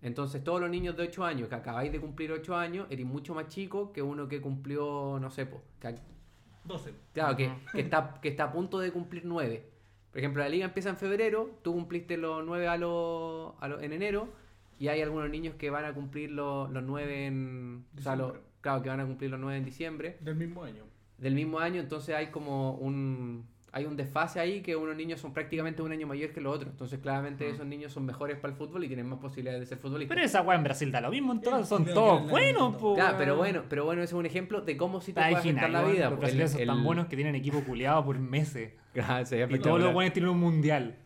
Speaker 1: Entonces, todos los niños de 8 años que acabáis de cumplir 8 años, eres mucho más chico que uno que cumplió, no sé, po, que ac-
Speaker 4: 12.
Speaker 1: Claro, que,
Speaker 2: Ujú.
Speaker 1: que está, que está a punto de cumplir nueve. Por ejemplo, la liga empieza en febrero, tú cumpliste los nueve a los a lo- en enero, y hay algunos niños que van a cumplir los, los nueve en. O sea, lo-
Speaker 4: Diciembre.
Speaker 1: claro, que van a cumplir los nueve en diciembre
Speaker 4: Del mismo año.
Speaker 1: del mismo año, entonces hay como un. Hay un desfase ahí que unos niños son prácticamente un año mayor que los otros. Entonces, claramente, esos niños son mejores para el fútbol y tienen más posibilidades de ser futbolistas.
Speaker 2: Pero esa weá en Brasil da lo mismo, entonces son
Speaker 4: Creo que
Speaker 2: todos
Speaker 4: la-
Speaker 2: buenos, po.
Speaker 1: Claro,
Speaker 2: weón.
Speaker 1: pero bueno, pero bueno, ese es un ejemplo de cómo sí te
Speaker 2: Está
Speaker 1: puede
Speaker 2: original,
Speaker 1: afectar la
Speaker 2: weón.
Speaker 1: vida.
Speaker 2: Los
Speaker 1: po. El-
Speaker 2: brasileños son tan
Speaker 1: el-
Speaker 2: buenos que tienen equipo culeado por meses.
Speaker 1: Sí,
Speaker 2: Y todos los buenos tienen un mundial.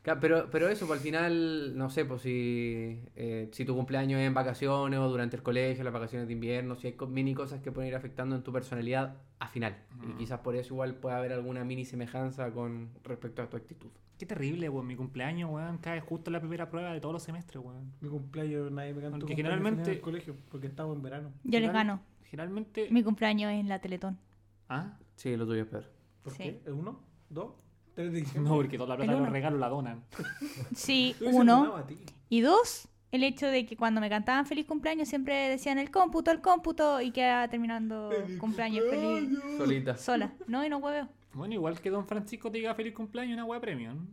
Speaker 1: Claro, pero, pero eso, pues, al final, no sé, pues si, eh, si tu cumpleaños es en vacaciones o durante el colegio, las vacaciones de invierno, si hay co- mini cosas que pueden ir afectando en tu personalidad a final. Y quizás por eso igual puede haber alguna mini semejanza con respecto a tu actitud.
Speaker 2: Qué terrible, weón. Mi cumpleaños, weón, cae justo en la primera prueba de todos los semestres, weón.
Speaker 4: Mi cumpleaños nadie me canta.
Speaker 2: Porque
Speaker 4: cumpleaños
Speaker 2: generalmente-
Speaker 4: en el colegio, porque estamos en verano.
Speaker 3: Yo les gano.
Speaker 2: Generalmente.
Speaker 3: Mi cumpleaños es en la Teletón.
Speaker 2: ¿Ah?
Speaker 1: Sí, lo tuyo es peor.
Speaker 4: ¿Por
Speaker 3: Sí.
Speaker 4: qué? ¿Es uno? ¿Dos? ¿Tres de diciembre?
Speaker 2: No, porque toda la plata
Speaker 3: El
Speaker 2: de los
Speaker 3: uno.
Speaker 2: regalos la donan.
Speaker 3: Sí,
Speaker 4: Tú hubieses donado
Speaker 3: uno.
Speaker 4: a ti.
Speaker 3: Y dos, el hecho de que cuando me cantaban feliz cumpleaños siempre decían el cómputo, el cómputo y quedaba terminando
Speaker 4: Feliz
Speaker 3: Oh, cumpleaños feliz
Speaker 1: Solita.
Speaker 3: sola. No, y no hueveo.
Speaker 2: Bueno, igual que Don Francisco te diga feliz cumpleaños, una weá premium.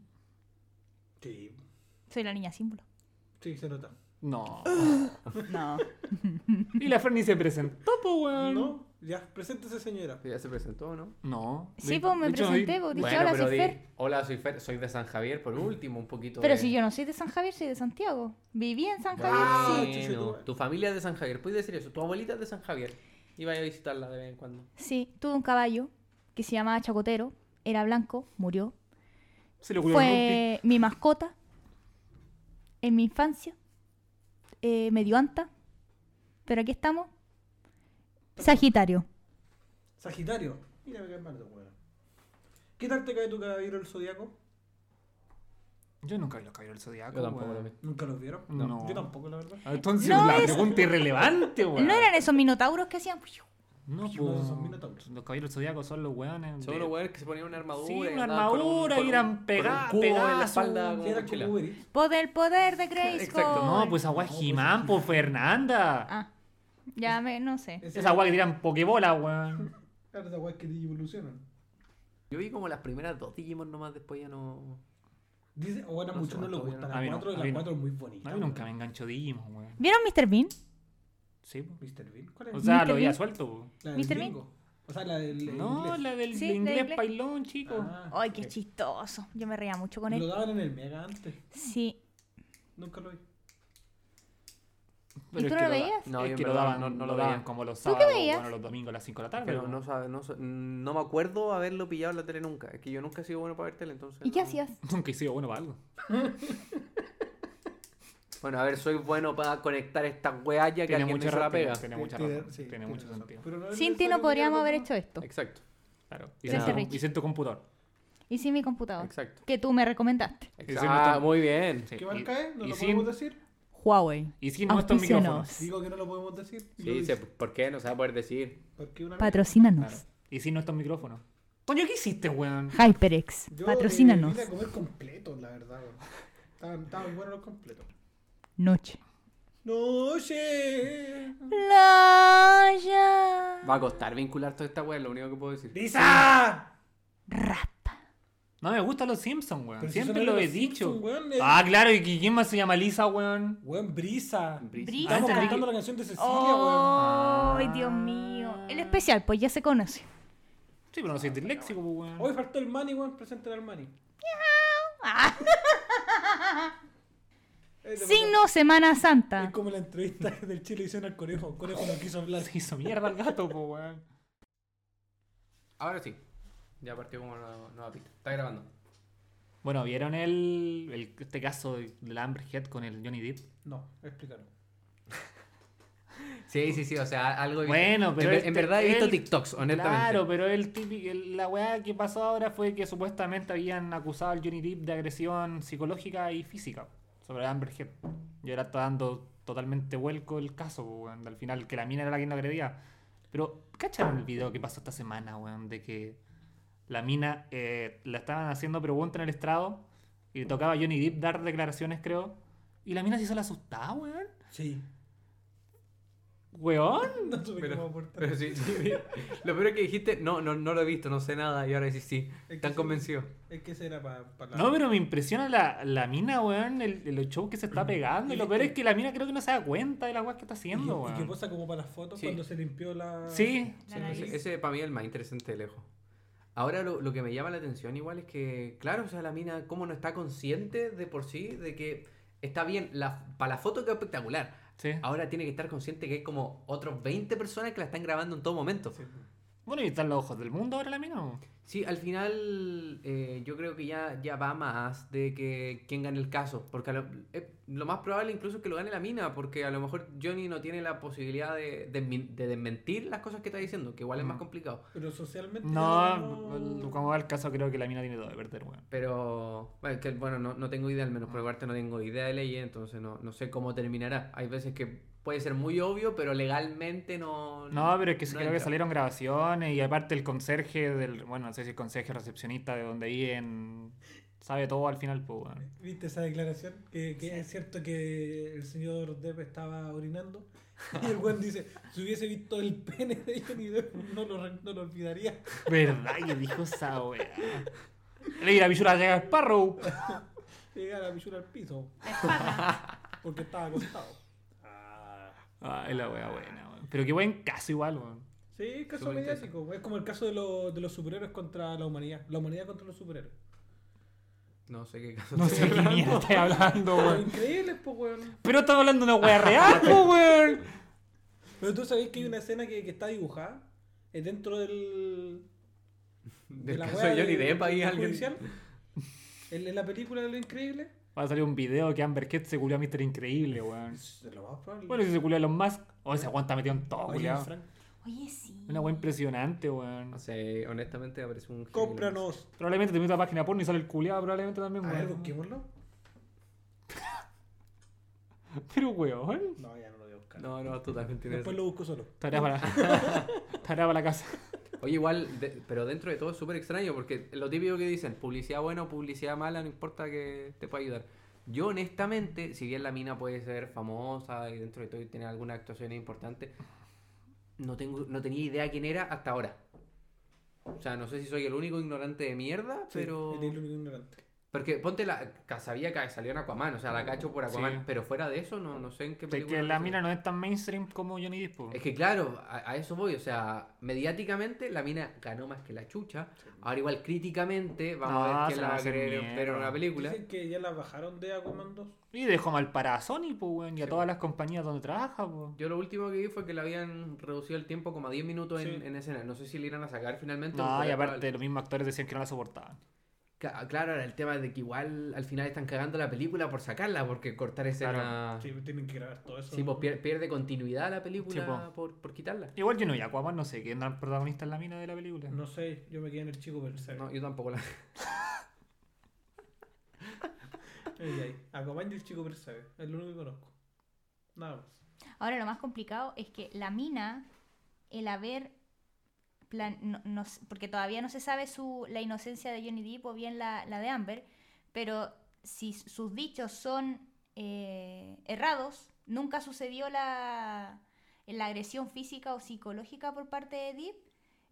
Speaker 4: Sí,
Speaker 3: Soy la niña símbolo.
Speaker 4: sí, se nota.
Speaker 2: No.
Speaker 3: No.
Speaker 2: Y la Ferni se presentó, po, weón.
Speaker 4: No, ya, preséntese señora.
Speaker 1: Ya se presentó, ¿no?
Speaker 2: No.
Speaker 3: Sí,
Speaker 2: De-
Speaker 3: pues me
Speaker 2: de hecho, no di-
Speaker 3: presenté, pues dije,
Speaker 1: Bueno,
Speaker 3: hola,
Speaker 1: pero
Speaker 3: soy
Speaker 1: di-
Speaker 3: Fer.
Speaker 1: Hola, soy Fer. Soy de San Javier, por último, un poquito
Speaker 3: Pero
Speaker 1: de-
Speaker 3: si yo no soy de San Javier, soy de Santiago. Viví en San Javier,
Speaker 4: Ah,
Speaker 3: sí.
Speaker 1: Bueno,
Speaker 4: sí, sí, tú-
Speaker 1: tu familia es de San Javier. Puedes decir eso. Tu abuelita es de San Javier. Y vaya a visitarla de vez en cuando.
Speaker 3: Sí, tuve un caballo que se llamaba Chacotero, era blanco, murió.
Speaker 2: Se le ocurrió un
Speaker 3: Fue mi mascota en mi infancia. Eh, me dio anta. Pero aquí estamos. Sagitario.
Speaker 4: Sagitario. Mira, me cae mal, weón. ¿Qué tal te cae tu caballero el zodiaco?
Speaker 2: rugby. Yo nunca vi los caballeros del
Speaker 3: Ah,
Speaker 2: zodiaco.
Speaker 1: Yo tampoco
Speaker 2: weón.
Speaker 1: lo vi.
Speaker 4: ¿Nunca los vieron?
Speaker 2: No.
Speaker 4: Yo tampoco, la verdad.
Speaker 2: Ah, Entonces,
Speaker 3: No
Speaker 2: la
Speaker 3: es-
Speaker 2: pregunta irrelevante, weón.
Speaker 3: ¿No eran esos minotauros que hacían?
Speaker 2: No,
Speaker 4: Los
Speaker 2: pues,
Speaker 4: son minotauros.
Speaker 2: Los caballeros zodíacos son los weones.
Speaker 1: Son
Speaker 2: de-
Speaker 1: los weones que se ponían una armadura.
Speaker 2: Sí,
Speaker 1: y
Speaker 2: una
Speaker 1: andaban con un-
Speaker 2: armadura,
Speaker 1: con
Speaker 2: y
Speaker 1: un-
Speaker 2: eran
Speaker 1: con un
Speaker 2: pega-
Speaker 1: cubo en la
Speaker 2: pegazo.
Speaker 1: espalda.
Speaker 4: Sí, era
Speaker 1: como mochila.
Speaker 4: como Uber Eats.
Speaker 3: Poder, poder de Grayskull.
Speaker 1: Exacto,
Speaker 2: No, pues agua
Speaker 4: No,
Speaker 2: es
Speaker 4: pues,
Speaker 2: Jimán, pues Fernanda.
Speaker 3: Ah, ya me, no sé.
Speaker 4: Ese-
Speaker 2: Esa agua que tiran pokebola, weón.
Speaker 4: Claro, esa weá que evolucionan.
Speaker 1: Yo vi como las primeras dos Digimon nomás, después ya no.
Speaker 4: Dice, oh, bueno, a
Speaker 1: No
Speaker 4: muchos
Speaker 1: sé,
Speaker 4: no les
Speaker 1: todavía
Speaker 4: gustan.
Speaker 2: no. A mí
Speaker 4: Las
Speaker 2: no,
Speaker 4: cuatro,
Speaker 2: a
Speaker 4: las
Speaker 2: mí no.
Speaker 4: cuatro es muy bonitas.
Speaker 2: A mí nunca me enganchó Digimon, weón.
Speaker 3: ¿Vieron Mr. Bean?
Speaker 2: Sí, po.
Speaker 4: Mr. Bean, ¿cuál es?
Speaker 2: O sea, lo
Speaker 3: Mr.
Speaker 2: había
Speaker 3: Bean.
Speaker 2: suelto, po.
Speaker 4: la
Speaker 3: Mr.
Speaker 4: del
Speaker 3: Bean.
Speaker 4: gringo. O sea, la del el
Speaker 2: No,
Speaker 4: inglés.
Speaker 2: la del
Speaker 3: Sí,
Speaker 2: de
Speaker 3: de
Speaker 2: inglés,
Speaker 3: inglés.
Speaker 2: pailón, chico.
Speaker 4: Ah,
Speaker 3: Ay, qué
Speaker 4: ok.
Speaker 3: chistoso. Yo me reía mucho con
Speaker 4: Lo
Speaker 3: él.
Speaker 4: daban en el Mega antes.
Speaker 3: Sí.
Speaker 4: Nunca lo vi.
Speaker 3: ¿Y
Speaker 2: Pero
Speaker 3: tú
Speaker 2: es
Speaker 3: no
Speaker 2: que
Speaker 3: lo veías?
Speaker 2: No,
Speaker 1: No,
Speaker 2: es
Speaker 1: yo en
Speaker 2: que lo
Speaker 1: verdad
Speaker 2: daban,
Speaker 1: no- no
Speaker 2: lo
Speaker 1: lo
Speaker 2: daban
Speaker 1: veía.
Speaker 2: como los
Speaker 3: ¿Tú qué
Speaker 2: sábados,
Speaker 3: veías?
Speaker 2: bueno, los domingos a las 5 de la tarde.
Speaker 1: Pero
Speaker 2: weón.
Speaker 1: no, sabe- no, sa- no me acuerdo haberlo pillado en la tele nunca. Es que yo nunca he sido bueno para ver tele, entonces.
Speaker 3: ¿Y qué
Speaker 1: no-
Speaker 3: hacías?
Speaker 2: Nunca he sido bueno para algo.
Speaker 1: Bueno, a ver, soy bueno para conectar estas weas ya que
Speaker 2: Tiene
Speaker 1: alguien me
Speaker 2: mucha
Speaker 1: hizo la
Speaker 2: razón.
Speaker 1: pega.
Speaker 2: Tiene mucha
Speaker 4: Tiene-
Speaker 2: razón.
Speaker 4: sí,
Speaker 2: Tiene mucho
Speaker 4: razón.
Speaker 2: sentido.
Speaker 4: Pero no es
Speaker 3: Sin ti no
Speaker 4: necesario
Speaker 3: podríamos
Speaker 4: que
Speaker 3: haber
Speaker 4: hagamos
Speaker 3: hecho esto.
Speaker 1: Exacto,
Speaker 2: Claro. Y
Speaker 1: Tiene
Speaker 2: sin tu-
Speaker 3: razón.
Speaker 2: y sin tu computador.
Speaker 3: Y sin mi
Speaker 2: Ah.
Speaker 3: computador.
Speaker 1: exacto.
Speaker 3: Que tú me recomendaste.
Speaker 2: sí, no
Speaker 1: Ah,
Speaker 2: está-
Speaker 1: muy bien.
Speaker 2: Sí,
Speaker 4: ¿Qué
Speaker 2: y-
Speaker 4: marca es? ¿No
Speaker 2: y
Speaker 4: lo
Speaker 2: sin-
Speaker 4: podemos decir?
Speaker 3: Huawei.
Speaker 2: Y sin nuestros
Speaker 3: Auspícianos.
Speaker 2: micrófonos.
Speaker 4: Digo que no lo podemos decir. y lo
Speaker 1: Sí,
Speaker 4: dice.
Speaker 2: pues.
Speaker 1: se- ¿por qué? No se va a poder decir.
Speaker 4: Porque una
Speaker 2: Claro.
Speaker 3: Patrocínanos.
Speaker 2: Y sin nuestros micrófonos. Toño, ¿qué hiciste, weón?
Speaker 3: HyperX.
Speaker 4: Yo, eh,
Speaker 3: Patrocínanos.
Speaker 4: vine a comer completos, la verdad. weón. Estaban, estaban buenos los completos.
Speaker 3: Noche.
Speaker 4: No, che.
Speaker 3: Playa.
Speaker 1: Va a costar vincular toda esta wea, es lo único que puedo decir.
Speaker 4: ¡Lisa!
Speaker 2: Ah, No me gustan los Simpsons, weón.
Speaker 4: Pero si
Speaker 2: Siempre
Speaker 4: son
Speaker 2: lo
Speaker 4: los
Speaker 2: he dicho.
Speaker 4: Simpsons, weón, eh.
Speaker 2: Ah, claro, ¿y quién más se llama Lisa, weón?
Speaker 4: Weón, brisa.
Speaker 3: Brisa.
Speaker 4: Estamos
Speaker 2: Ah,
Speaker 4: cantando la canción de Cecilia, weón.
Speaker 3: Oh, Dios mío. El especial, pues ya se conoce.
Speaker 2: Sí, pero no soy disléxico, weón.
Speaker 4: Hoy faltó el Manny, Ah, weón. Presenten al Manny.
Speaker 3: Ah,
Speaker 4: Eh, te pasa-
Speaker 3: Signo Semana
Speaker 4: Es
Speaker 3: Santa.
Speaker 4: como la entrevista del chile hicieron al conejo. El conejo no quiso hablar.
Speaker 2: Se hizo mierda el gato, po, weón.
Speaker 1: Ahora sí. Ya partió como nueva, nueva pista. Está grabando.
Speaker 2: Bueno, ¿vieron el, el- este caso de- del Amber Heard con el Johnny Depp?
Speaker 4: No, explícalo.
Speaker 1: Sí, sí, sí, o sea, algo he visto.
Speaker 2: Bueno, pero
Speaker 1: En,
Speaker 2: este-
Speaker 1: en verdad he visto
Speaker 2: él-
Speaker 1: TikToks, honestamente.
Speaker 2: Claro, pero el típico, el- la weá que pasó ahora fue que supuestamente habían acusado al Johnny Depp de agresión psicológica y física sobre Amber Heard. Y ahora está dando totalmente vuelco el caso, po, weón. Al final, que la mina era la que no agredía. Pero, ¿cacharon el video que pasó esta semana, weón? De que la mina eh, la estaban haciendo preguntas en el estrado y le tocaba a Johnny Depp dar declaraciones, creo. Y la mina se hizo la asustada, weón.
Speaker 4: Sí.
Speaker 2: Weón.
Speaker 4: No supe
Speaker 1: Pero-
Speaker 4: cómo aportar.
Speaker 1: Pero sí, sí, sí. Lo peor es que dijiste, no, no, no lo he visto, no sé nada, y ahora decís sí.
Speaker 4: que
Speaker 1: Están
Speaker 4: sí.
Speaker 1: convencidos.
Speaker 4: Es que ese era para la.
Speaker 2: No, pero me impresiona la, la mina, weón, el, el show que se está pegando. Y lo peor es que la mina creo que no se da cuenta de la weá que está
Speaker 4: Y,
Speaker 2: haciendo,
Speaker 4: y que
Speaker 2: weón.
Speaker 4: posa como para las fotos
Speaker 1: Sí.
Speaker 4: cuando se limpió la.
Speaker 2: Sí.
Speaker 3: La
Speaker 4: Sí,
Speaker 3: nariz.
Speaker 1: Ese, ese para mí es el más interesante de lejos. Ahora lo, lo que me llama la atención igual es que, claro, o sea, la mina, cómo no está consciente de por sí de que está bien, la, para la foto quedó espectacular.
Speaker 2: Sí.
Speaker 1: Ahora tiene que estar consciente que hay como otros 20 personas que la están grabando en todo momento.
Speaker 4: Sí.
Speaker 2: Bueno, y están los ojos del mundo ahora la mina, weón.
Speaker 1: Sí, al final eh, yo creo que ya, ya va más de que quién gane el caso, porque a lo, eh, lo más probable incluso es que lo gane la mina, porque a lo mejor Johnny no tiene la posibilidad de, desmin- de desmentir las cosas que está diciendo, que igual es más
Speaker 2: Mm.
Speaker 1: complicado.
Speaker 4: Pero socialmente.
Speaker 2: No,
Speaker 4: no-
Speaker 2: como va el caso, creo que la mina tiene todo de perder, weón.
Speaker 1: Pero, bueno, que, bueno no, no tengo idea, al
Speaker 4: Ah.
Speaker 1: menos por mi parte no tengo idea de ley, entonces no, no sé cómo terminará. Hay veces que puede ser muy obvio, pero legalmente no...
Speaker 2: No, pero es que sí
Speaker 1: no
Speaker 2: creo que
Speaker 1: entra.
Speaker 2: salieron grabaciones y aparte el conserje del. Bueno, no sé si el conserje recepcionista de donde viven. Sabe todo al final, pues, weón.
Speaker 4: ¿Viste esa declaración? Que, que es cierto que el señor Depp estaba orinando. Y el weón dice: Si hubiese visto el pene de Johnny Depp, no lo, re- no lo olvidaría.
Speaker 2: ¿Verdad? que dijo esa weá. Leí la visura llega Sparrow.
Speaker 4: Llega la pichura al piso. Porque estaba acostado.
Speaker 2: Ay, la weá buena, weón. Pero qué buen caso igual, weón.
Speaker 4: Sí, caso
Speaker 1: Súper
Speaker 4: mediático. Es como el caso de, los- de los superhéroes contra la humanidad. La humanidad contra los superhéroes.
Speaker 1: No sé qué caso.
Speaker 2: No sé qué mierda estoy hablando, weón.
Speaker 4: Increíble, pues, weón.
Speaker 2: Pero estaba hablando de una wea real, po, weón.
Speaker 4: Pero tú sabés que hay una escena que, que está dibujada eh, dentro del.
Speaker 1: Del
Speaker 4: la
Speaker 1: caso
Speaker 4: wea
Speaker 1: de Johnny
Speaker 4: del-
Speaker 1: Depp ahí
Speaker 4: del
Speaker 1: alguien...
Speaker 4: judicial. En, en la película de lo increíble.
Speaker 2: Va a salir un video que Amber Heard se culió a Mr. Increíble, weón.
Speaker 4: Es lo más probable.
Speaker 2: Bueno, si se culió a Elon Musk. Oh, ese weón está metido en todo,
Speaker 4: Oye,
Speaker 2: culiao.
Speaker 4: Frank,
Speaker 3: Oye, sí.
Speaker 2: Una wea impresionante, weón.
Speaker 1: No sé, honestamente me parece un... genio.
Speaker 4: cómpranos.
Speaker 2: Probablemente te metes a la página porno y sale el culiao, probablemente también,
Speaker 4: A ver,
Speaker 2: weón.
Speaker 4: busquémoslo.
Speaker 2: Pero, weón.
Speaker 4: No, ya no lo veo. buscar.
Speaker 1: No, no, totalmente
Speaker 4: Después lo busco solo.
Speaker 2: Tarea para, tarea para la casa.
Speaker 1: Oye, igual, de- pero dentro de todo es súper extraño porque lo típico que dicen, publicidad buena o publicidad mala, no importa que te pueda ayudar. Yo honestamente, si bien la mina puede ser famosa y dentro de todo tiene alguna actuación importante, no, tengo, no tenía idea quién era hasta ahora. O sea, no sé si soy el único ignorante de mierda,
Speaker 4: Sí,
Speaker 1: pero...
Speaker 4: eres el único ignorante.
Speaker 1: Porque ponte la... ca- Sabía que salió en Aquaman, o sea, la cacho por Aquaman,
Speaker 2: Sí.
Speaker 1: pero fuera de eso no, no sé en qué
Speaker 2: De
Speaker 1: película...
Speaker 2: que la
Speaker 1: aparece.
Speaker 2: mina no es tan mainstream como Johnny Depp. po.
Speaker 1: Es que claro, a, a eso voy, o sea, mediáticamente la mina ganó más que la chucha, ahora igual críticamente vamos a
Speaker 2: Ah,
Speaker 1: ver
Speaker 2: se
Speaker 1: quién la
Speaker 2: la va
Speaker 1: va
Speaker 2: a
Speaker 1: a
Speaker 2: hacer
Speaker 1: querer ver en
Speaker 2: mierda.
Speaker 1: una película.
Speaker 4: Dicen que ya la bajaron de Aquaman 2.
Speaker 2: Y dejó mal para a Sony, po, weón, y a todas las compañías donde trabaja. po.
Speaker 1: Yo lo último que vi fue que le habían reducido el tiempo como a 10 minutos en,
Speaker 4: Sí.
Speaker 1: en escena, no sé si le irán a sacar finalmente.
Speaker 2: No,
Speaker 1: porque
Speaker 2: y
Speaker 1: era-
Speaker 2: aparte los mismos actores decían que no la soportaban.
Speaker 1: Ca- Claro, era el tema de que igual al final están cagando la película por sacarla, porque cortar escena...
Speaker 4: Sí, tienen que grabar todo eso.
Speaker 1: Ah. Sí, pues pier- pierde continuidad la película
Speaker 2: po.
Speaker 1: por, por quitarla.
Speaker 2: Igual yo no, y Aquaman no sé, que era el protagonista en la mina de la película.
Speaker 4: No sé, yo me quedé en el chico Berserk.
Speaker 1: No, yo tampoco la...
Speaker 4: Ey, ey, Aquaman y el chico Berserk. Es lo único que conozco. Nada más.
Speaker 3: Ahora lo más complicado es que la mina, el haber, plan- no- no s- porque todavía no se sabe su, la inocencia de Johnny Depp o bien la, la de Amber, pero si s- sus dichos son eh, errados, nunca sucedió la, la agresión física o psicológica por parte de Depp,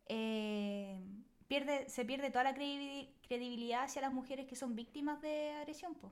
Speaker 3: eh, pierde, se pierde toda la credibil- credibilidad hacia las mujeres que son víctimas de agresión, po.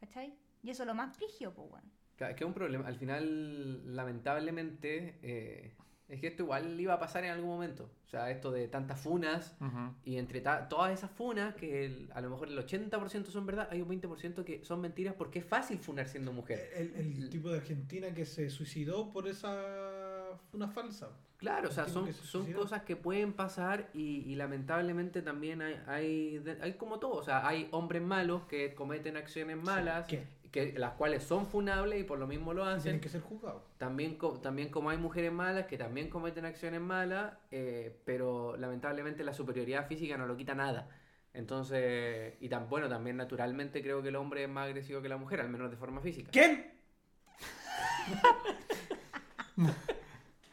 Speaker 3: ¿cachai? Y eso es lo más frigio, po, weón.
Speaker 1: Claro, es que es un problema. Al final, lamentablemente, eh, es que esto igual iba a pasar en algún momento. O sea, esto de tantas funas
Speaker 2: Ujú.
Speaker 1: y entre ta- todas esas funas, que el- a lo mejor el 80% son verdad, hay un 20% que son mentiras porque es fácil funar siendo mujer.
Speaker 4: El, el tipo de Argentina que se suicidó por esa. una falsa.
Speaker 1: Claro, o sea, son,
Speaker 4: entiendo que se
Speaker 1: son
Speaker 4: suicidan.
Speaker 1: cosas que pueden pasar y, y lamentablemente también hay, hay, de- hay como todo. O sea, hay hombres malos que cometen acciones malas,
Speaker 4: ¿Qué?
Speaker 1: que, las cuales son funables y por lo mismo lo hacen.
Speaker 4: Tienen que ser juzgados.
Speaker 1: También, co- también como hay mujeres malas que también cometen acciones malas, eh, pero lamentablemente la superioridad física no lo quita nada. Entonces, y tan bueno, también naturalmente creo que el hombre es más agresivo que la mujer, al menos de forma física.
Speaker 4: ¿Quién?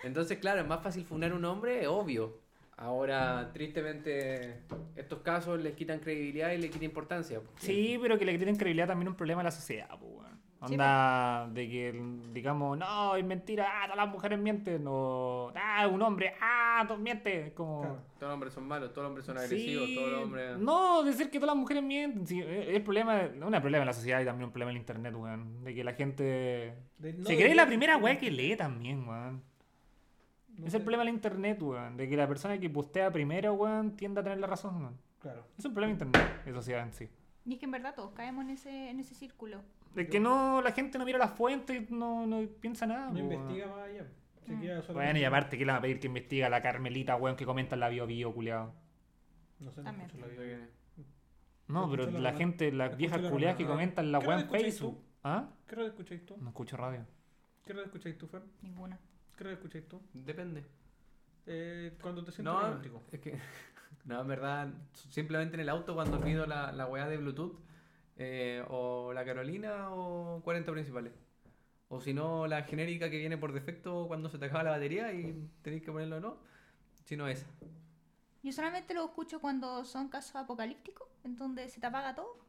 Speaker 1: Entonces, claro, es más fácil funar a un hombre, es obvio. Ahora, tristemente, estos casos les quitan credibilidad y le quitan importancia.
Speaker 2: Sí, pero que le tienen credibilidad también es un problema a la sociedad, po, weón. Onda de que, digamos, no, es mentira, ah, todas las mujeres mienten, o, ah, un hombre, ah, todos mienten, es como...
Speaker 4: Claro.
Speaker 1: Todos los hombres son malos, todos los hombres son
Speaker 2: Sí,
Speaker 1: agresivos, todos los hombres...
Speaker 2: No, decir que todas las mujeres mienten. sí, es es problema, no es un problema de la sociedad y también un problema del internet, weón. De que la gente.
Speaker 4: De- no
Speaker 2: se cree
Speaker 4: debería-
Speaker 2: la primera weá que lee también, weón.
Speaker 4: no
Speaker 2: es
Speaker 4: sé.
Speaker 2: el problema del internet, weón. De que la persona que postea primero, weón, tiende a tener la razón, weón.
Speaker 4: Claro.
Speaker 2: Es un problema de internet, de sociedad en sí.
Speaker 3: Y es que en verdad todos caemos en ese, en ese círculo.
Speaker 2: De que no, la gente no mira las fuentes, no, no piensa nada,
Speaker 4: No
Speaker 2: weón.
Speaker 4: investiga más allá. Se
Speaker 3: Mm.
Speaker 4: queda
Speaker 2: Bueno,
Speaker 4: solamente-
Speaker 2: y aparte, ¿qué le van a pedir que investiga a la Carmelita, weón, que comenta en la bio bio, culiao?
Speaker 4: No sé, no
Speaker 3: También.
Speaker 4: escucho la vida.
Speaker 2: No, pero
Speaker 4: Escucha la
Speaker 2: la
Speaker 4: radio.
Speaker 2: gente, las
Speaker 4: Escucha
Speaker 2: viejas
Speaker 4: la
Speaker 2: culiadas que
Speaker 4: radio.
Speaker 2: comentan la
Speaker 4: ¿Qué
Speaker 2: weá
Speaker 4: radio
Speaker 2: en
Speaker 4: escucháis
Speaker 2: Facebook.
Speaker 4: tú?
Speaker 2: ¿Ah?
Speaker 4: ¿Qué radio escucháis tú?
Speaker 2: No escucho radio.
Speaker 4: ¿Qué radio escucháis tú, Fer?
Speaker 3: Ninguna.
Speaker 4: ¿Qué radio escucháis tú?
Speaker 1: Depende.
Speaker 4: Eh, cuando te sientes
Speaker 1: No,
Speaker 4: romántico.
Speaker 1: es que. No, en verdad, simplemente en el auto cuando pido la, la weá de Bluetooth, eh, o la Carolina o 40 principales. O si no, la genérica que viene por defecto cuando se te acaba la batería y tenéis que ponerlo o no. Si no, esa.
Speaker 3: Yo solamente lo escucho cuando son casos apocalípticos, en donde se te apaga todo.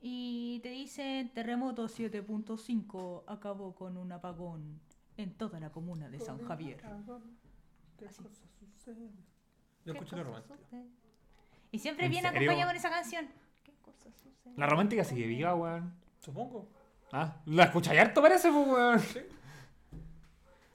Speaker 3: Y te dicen, terremoto 7.5 acabó con un apagón en toda la comuna de San Javier.
Speaker 4: ¿Qué
Speaker 3: Así.
Speaker 4: cosas suceden? Yo escucho la romántica.
Speaker 3: Y siempre
Speaker 2: ¿En
Speaker 3: viene
Speaker 2: serio?
Speaker 3: acompañado con esa canción. ¿Qué cosas suceden?
Speaker 2: La romántica sigue viva, weón.
Speaker 4: Supongo.
Speaker 2: Ah, la escucháis harto parece, pues, weón.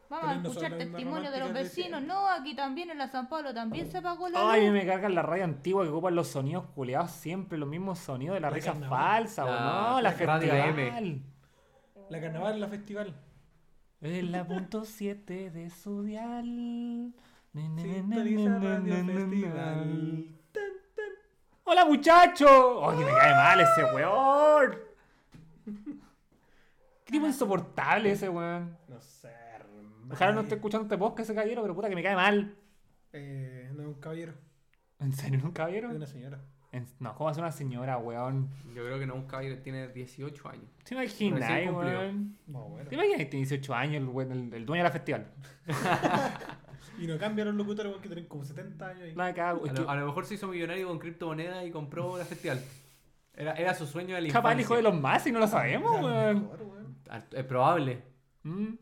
Speaker 3: Vamos a
Speaker 4: Pero no son
Speaker 3: escuchar
Speaker 4: las mismas
Speaker 3: testimonios de los
Speaker 4: románticas de
Speaker 3: vecinos. No, aquí también en la San Pablo también se apagó la
Speaker 2: Ay, a mí
Speaker 3: luz.
Speaker 2: me cargan la radio antigua que ocupan los sonidos culeados siempre, los mismos sonidos de la
Speaker 4: La
Speaker 2: risa
Speaker 4: carnaval.
Speaker 2: falsa, weón.
Speaker 1: La-
Speaker 2: No, la,
Speaker 1: la radio
Speaker 2: festival.
Speaker 4: La carnaval, la festival.
Speaker 2: Es la punto 7 de su dial. Ne, ne, ne, ne,
Speaker 4: Sintoniza
Speaker 2: ne,
Speaker 4: Radio
Speaker 2: ne, ne, ne.
Speaker 4: Festival.
Speaker 2: ¡Hola, muchacho! ¡Ay, que me cae mal ese weón! Qué tipo insoportable ese weón.
Speaker 4: No sé, hermano.
Speaker 2: Ojalá no esté escuchando este podcast ese caballero, pero puta que me cae mal.
Speaker 4: Eh, no, un caballero.
Speaker 2: ¿En serio, un
Speaker 4: Es
Speaker 2: caballero?
Speaker 4: una señora.
Speaker 2: En- No, ¿cómo hace una señora, weón?
Speaker 1: Yo creo que no, un caballero tiene 18 años.
Speaker 2: ¿Te imaginas,
Speaker 1: cumplió.
Speaker 2: weón?
Speaker 4: No, bueno.
Speaker 2: ¿Te imaginas que tiene 18 años el, weón, el, el dueño de la festival?
Speaker 4: Y no cambian los locutores porque tienen como 70 años. y-
Speaker 2: La cago.
Speaker 1: A
Speaker 2: es
Speaker 1: lo,
Speaker 2: que-
Speaker 1: a lo mejor se hizo millonario con criptomonedas y compró la festival. Era, era su sueño de la
Speaker 2: Capaz el hijo
Speaker 1: infancia.
Speaker 2: de los más y no lo sabemos,
Speaker 4: O sea,
Speaker 2: weón.
Speaker 4: mejor, weón.
Speaker 1: Al- Es probable.
Speaker 2: Mm.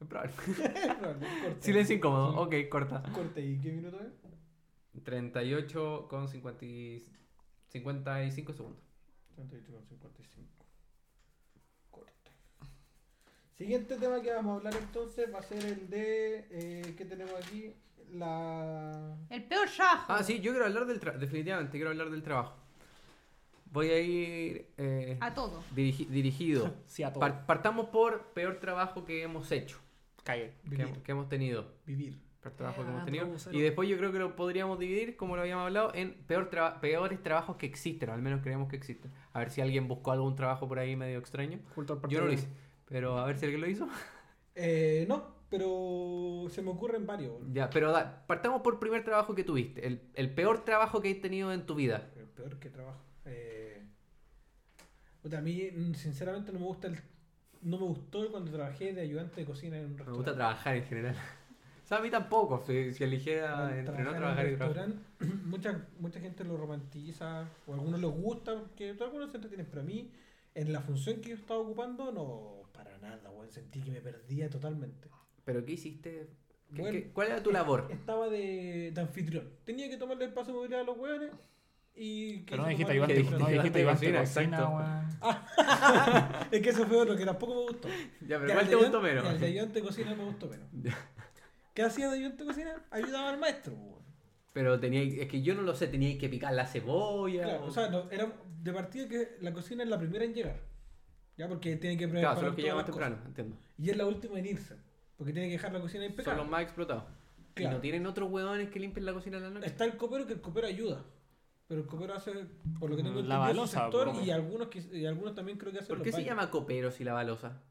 Speaker 1: Es probable.
Speaker 4: Corte.
Speaker 1: Silencio incómodo. Ok, corta.
Speaker 4: Corte, ¿y qué minuto es?
Speaker 1: 38 con 50 y- 55 segundos.
Speaker 4: 38,55. Corte. Siguiente tema que vamos a hablar entonces va a ser el de. Eh, ¿Qué tenemos aquí? La.
Speaker 3: El peor trabajo.
Speaker 1: Ah, sí, yo quiero hablar del trabajo. Definitivamente quiero hablar del trabajo. Voy a ir eh,
Speaker 2: Ah.
Speaker 3: A todo.
Speaker 1: dirigi- dirigido.
Speaker 2: Sí, a todo.
Speaker 1: Par- partamos por peor trabajo que hemos hecho,
Speaker 2: Calle.
Speaker 1: que,
Speaker 4: Vivir.
Speaker 1: que hemos tenido.
Speaker 4: Vivir.
Speaker 1: Peor trabajo que
Speaker 2: Ah,
Speaker 1: hemos tenido.
Speaker 2: vamos a hacerlo.
Speaker 1: Y después yo creo que lo podríamos dividir, como lo habíamos hablado, en peor traba- peores trabajos que existen, o al menos creemos que existen. A ver si alguien buscó algún trabajo por ahí medio extraño.
Speaker 2: Junto al
Speaker 1: Yo no
Speaker 2: partido.
Speaker 1: lo hice, pero a ver si alguien lo hizo.
Speaker 4: Eh, no, pero se me ocurren varios. weón.
Speaker 1: Ya, pero da- partamos por primer trabajo que tuviste, el, el peor trabajo que has tenido en tu vida.
Speaker 4: El peor que trabajo. Eh, puta, a mí, mm, sinceramente, no me gusta el. No me gustó cuando trabajé de ayudante de cocina en un
Speaker 1: Me
Speaker 4: restaurante.
Speaker 1: gusta trabajar en general. O sea, a mí tampoco, si, si eligiera
Speaker 4: Al
Speaker 1: entre no trabajar
Speaker 4: trabajar en
Speaker 1: y
Speaker 4: un
Speaker 1: trabajar.
Speaker 4: restaurante, mucha, mucha gente lo romantiza, o a algunos les gusta, porque a algunos se entretienen, pero a mí, en la función que yo estaba ocupando, no, para nada, weón, sentí que me perdía totalmente.
Speaker 1: ¿Pero qué hiciste? ¿Qué-
Speaker 4: Bueno,
Speaker 1: qué- ¿Cuál era tu labor?
Speaker 4: Estaba de, de anfitrión, tenía que tomarle el paso de movilidad a los weones, y...
Speaker 2: Pero no
Speaker 4: quise
Speaker 2: dijiste
Speaker 4: tomarle el
Speaker 2: ayudante,
Speaker 1: Que
Speaker 4: paso de
Speaker 2: no
Speaker 1: dijiste
Speaker 2: dijiste
Speaker 1: cocina,
Speaker 2: ayudante de cocina,
Speaker 1: exacto.
Speaker 2: weón.
Speaker 4: movilidad. Es que eso fue otro que tampoco me gustó.
Speaker 1: Ya, pero ¿cuál
Speaker 4: Ya, el
Speaker 1: te
Speaker 4: de
Speaker 1: gustó
Speaker 4: ayudante-
Speaker 1: menos?
Speaker 4: El de ayudante de cocina me gustó menos. ¿Qué hacía de ayudante de cocina? Ayudaba al maestro, weón.
Speaker 1: Pero tenía, es que yo no lo sé, tenía que picar la cebolla.
Speaker 4: Claro,
Speaker 1: o-
Speaker 4: o sea, no, era de partida que la cocina es la primera en llegar. Ya, porque tiene que preparar
Speaker 1: Claro, son los que
Speaker 4: todas
Speaker 1: llegan más
Speaker 4: las cosas.
Speaker 1: temprano, entiendo.
Speaker 4: Y es la última en irse. Porque tiene que dejar la cocina
Speaker 1: Son
Speaker 4: impecable.
Speaker 1: los más explotados.
Speaker 4: Claro.
Speaker 1: Y no tienen otros hueones que limpien la cocina en la noche.
Speaker 4: Está el copero que el copero ayuda. Pero el copero hace, por lo que
Speaker 2: La
Speaker 4: tengo entendido, su
Speaker 2: balosa,
Speaker 4: sector
Speaker 2: como.
Speaker 4: y algunos, que, y algunos también creo que hacen
Speaker 1: ¿Por
Speaker 4: los
Speaker 1: qué se
Speaker 4: baños.
Speaker 1: llama copero si la balosa?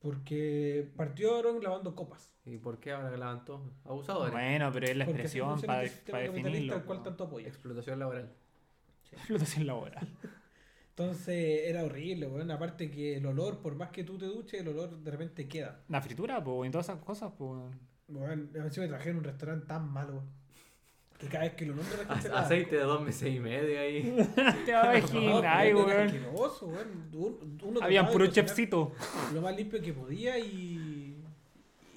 Speaker 4: Porque partió Aaron lavando copas.
Speaker 1: ¿Y por qué ahora que lavan todos? Abusadores.
Speaker 2: Bueno, pero es la
Speaker 4: Porque así
Speaker 2: expresión
Speaker 4: funciona
Speaker 2: para,
Speaker 4: este sistema
Speaker 2: para
Speaker 4: capitalista
Speaker 2: definirlo.
Speaker 4: al cual
Speaker 2: weón.
Speaker 4: tanto apoya.
Speaker 1: Explotación laboral.
Speaker 2: Explotación laboral.
Speaker 4: Entonces era horrible, weón. Aparte que el olor, por más que tú te duches, el olor de repente queda.
Speaker 2: La fritura, pues, y todas esas cosas, pues.
Speaker 4: Weón, encima trabajé en un restaurante tan malo, weón, que cada vez que lo nombro la
Speaker 1: A-
Speaker 4: gente le da
Speaker 1: aceite de dos meses y medio ahí.
Speaker 2: Te vas a
Speaker 4: No, pero
Speaker 2: imaginar,
Speaker 4: era
Speaker 2: weón.
Speaker 4: asqueroso, weón. Un- uno
Speaker 2: Habían
Speaker 4: trataba de
Speaker 2: puro
Speaker 4: cocinar
Speaker 2: chefcito.
Speaker 4: Lo más limpio que podía y,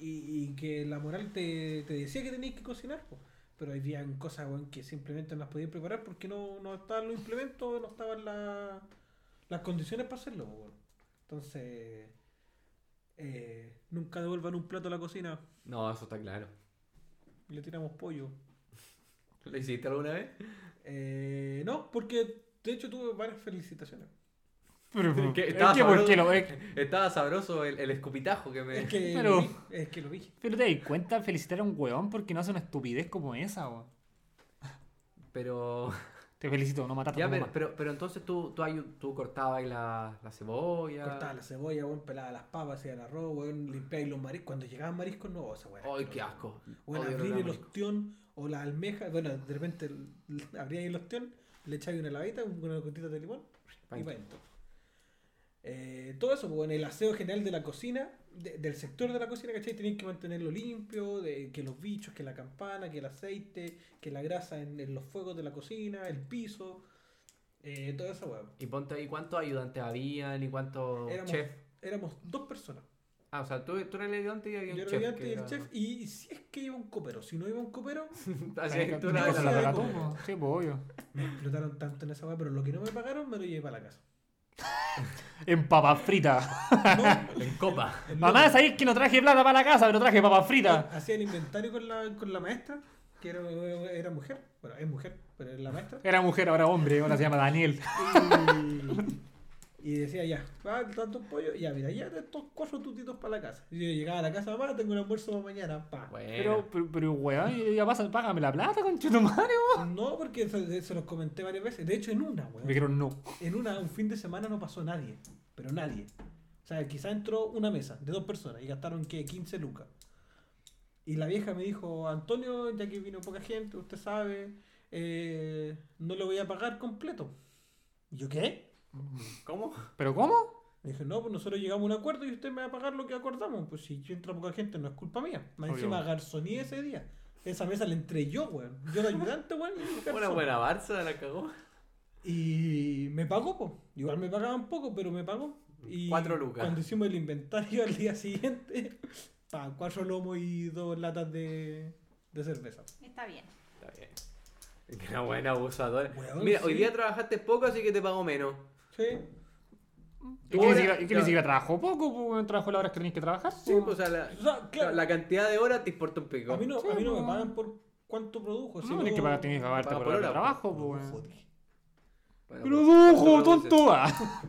Speaker 4: y, y que la moral te, te decía que tenías que cocinar, po. pero habían cosas weón, que simplemente no las podías preparar porque no, no estaban los implementos, no estaban la- las condiciones para hacerlo. po, weón. Entonces, eh, nunca devuelvan un plato a la cocina,
Speaker 1: No, eso está claro.
Speaker 4: le tiramos pollo.
Speaker 1: ¿Lo hiciste alguna vez?
Speaker 4: Eh, no, porque de hecho tuve varias felicitaciones.
Speaker 2: Pero,
Speaker 1: Es
Speaker 2: pero,
Speaker 1: que
Speaker 2: es
Speaker 1: estaba
Speaker 2: que, ¿por
Speaker 1: sabroso.
Speaker 2: qué lo es-
Speaker 1: Estaba sabroso el, el escupitajo que
Speaker 4: Es
Speaker 1: me.
Speaker 4: que,
Speaker 2: Pero-
Speaker 4: lo vi, es que lo vi.
Speaker 2: Pero te das cuenta felicitar a un weón porque no hace una estupidez como esa, weón.
Speaker 1: Pero.
Speaker 2: Te felicito, no mataste
Speaker 1: Ya,
Speaker 2: a tu
Speaker 1: pero,
Speaker 2: mamá.
Speaker 1: pero, pero entonces tú, tú, ayu- tú cortabas ahí la, la cebolla.
Speaker 4: Cortaba la cebolla, weón, pelaba las papas, hacía el arroz, weón, limpiaba y los mariscos. Cuando llegaban mariscos, no, esa weá.
Speaker 1: ¡Ay, qué asco!
Speaker 4: Bueno,
Speaker 1: Odio el
Speaker 4: abrir
Speaker 1: olor a
Speaker 4: el
Speaker 1: marisco.
Speaker 4: ostión o la almeja, bueno, de repente l- abría ahí el ostión, le echaba ahí una lavadita, una gotita de limón y
Speaker 1: Pancho.
Speaker 4: para adentro. Eh, todo eso, pues, en el aseo general de la cocina, de- del sector de la cocina, ¿cachai? Tenían que mantenerlo limpio, de, que los bichos, que la campana, que el aceite, que la grasa en, en los fuegos de la cocina, el piso, eh, toda esa weón.
Speaker 1: Y ponte ahí cuántos ayudantes habían y cuántos
Speaker 4: Éramos-
Speaker 1: chefs.
Speaker 4: Éramos dos personas.
Speaker 1: Ah, o sea, tú, tú eras el ayudante y había
Speaker 4: Yo
Speaker 1: un
Speaker 4: era
Speaker 1: chef.
Speaker 4: ayudante
Speaker 1: que
Speaker 4: y el
Speaker 1: era-
Speaker 4: chef, y si es que iba un copero, si no iba un copero,
Speaker 1: Así
Speaker 2: Ay,
Speaker 1: que tú
Speaker 2: ¿qué
Speaker 1: eras
Speaker 4: cosa
Speaker 2: cosa
Speaker 1: la-
Speaker 2: la
Speaker 4: la-
Speaker 2: traga tú, weón? Sí, pues obvio.
Speaker 4: me explotaron tanto en esa weá, pero lo que no me pagaron me lo llevé para la casa.
Speaker 2: En papas fritas.
Speaker 4: No,
Speaker 1: en copa.
Speaker 4: el
Speaker 2: Mamá,
Speaker 4: loco
Speaker 2: ¿sabéis que no traje plata para la casa, pero traje papas fritas?
Speaker 4: Hacía el inventario con la, con la maestra, que era, era mujer, bueno, es mujer, pero es la maestra.
Speaker 2: Era mujer, ahora hombre, ahora se llama Daniel.
Speaker 4: Y, y decía ya, ah, tanto pollo, ya mira, ya de estos cuatro tutitos para la casa. Y yo llegaba a la casa, mamá, tengo un almuerzo para mañana, pa.
Speaker 1: Bueno.
Speaker 2: Pero, pero, pero, weón, ya pasa, págame la plata, conchetumare, weón.
Speaker 4: No, porque se, se los comenté varias veces. De hecho, en una, weón.
Speaker 2: Me dijeron no.
Speaker 4: En una, un fin de semana no pasó nadie, pero nadie. O sea, quizá entró una mesa de dos personas y gastaron que 15 lucas. Y la vieja me dijo, Antonio, ya que vino poca gente, usted sabe, eh, no lo voy a pagar completo. ¿Yo qué?
Speaker 1: ¿Cómo?
Speaker 2: ¿Pero cómo?
Speaker 4: Me dije, no, pues nosotros llegamos a un acuerdo y usted me va a pagar lo que acordamos. Pues si entra poca gente, no es culpa mía. Más
Speaker 2: Obvio.
Speaker 4: encima garzoní ese día. Esa mesa la entré yo, weón. Yo era ayudante, weón. y garzón.
Speaker 1: Una buena Barça la cagó.
Speaker 4: Y me pagó, po. Igual me pagaban poco, pero me pagó. Y
Speaker 1: Cuatro lucas.
Speaker 4: Cuando hicimos el inventario al día siguiente, pa, cuatro lomos y dos latas de, de cerveza.
Speaker 3: Está bien.
Speaker 1: Está bien. Es Una buena abusadora.
Speaker 4: Weón,
Speaker 1: Mira, hoy
Speaker 4: sí.
Speaker 1: día trabajaste poco, así que te pago menos.
Speaker 4: Sí.
Speaker 2: ¿Y que ni
Speaker 1: Ahora-
Speaker 2: siquiera, y que ni
Speaker 1: ya.
Speaker 2: siquiera trabajó poco? pues, bueno, ¿Trabajó las horas que tenéis que trabajar?
Speaker 1: Sí,
Speaker 2: pues.
Speaker 1: pues o sea, la,
Speaker 4: O sea, claro,
Speaker 1: la cantidad de horas te importa un pico.
Speaker 4: a mí no,
Speaker 2: Sí,
Speaker 4: a mí no
Speaker 2: po.
Speaker 4: me pagan por cuánto produjo.
Speaker 2: No,
Speaker 4: sino-
Speaker 2: tenés que pagar, tenés que pagarte
Speaker 1: Paga
Speaker 2: por
Speaker 1: por
Speaker 2: hora de
Speaker 1: hora,
Speaker 2: trabajo, pues. bueno.
Speaker 4: Joder.
Speaker 1: Bueno, pues,
Speaker 2: ¡Produjo,
Speaker 1: ¿cuánto
Speaker 2: tonto!
Speaker 1: produces?
Speaker 2: Ah.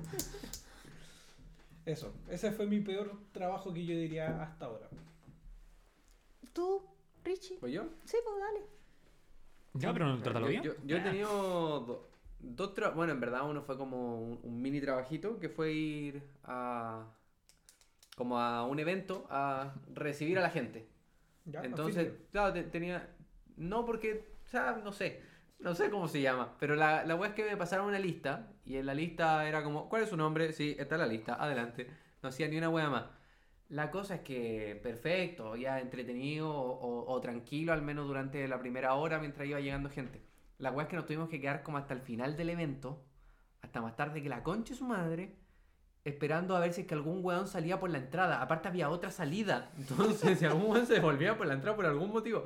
Speaker 4: Eso, ese fue mi peor trabajo que yo diría hasta ahora.
Speaker 3: ¿Tú, Richie?
Speaker 1: ¿Pues yo?
Speaker 3: Sí, pues dale.
Speaker 2: Ya, pero no, trátalo
Speaker 1: yo,
Speaker 2: bien.
Speaker 1: Yo, yo he tenido do- dos trabajos. Bueno, en verdad uno fue como un, un mini trabajito que fue ir a. como a un evento a recibir a la gente.
Speaker 4: Ya,
Speaker 1: Entonces,
Speaker 4: así
Speaker 1: claro, te- tenía. No, porque. O sea, no sé. No sé cómo se llama. Pero la, la wea es que me pasaron una lista. Y en la lista era como. ¿Cuál es su nombre? Sí, está la lista. Adelante. No hacía ni una wea más. La cosa es que perfecto, ya entretenido o, o- o tranquilo, al menos durante la primera hora mientras iba llegando gente. La wea es que nos tuvimos que quedar como hasta el final del evento, hasta más tarde que la concha de su madre, esperando a ver si es que algún weón salía por la entrada. Aparte había otra salida. Entonces, si algún weón se volvía por la entrada por algún motivo.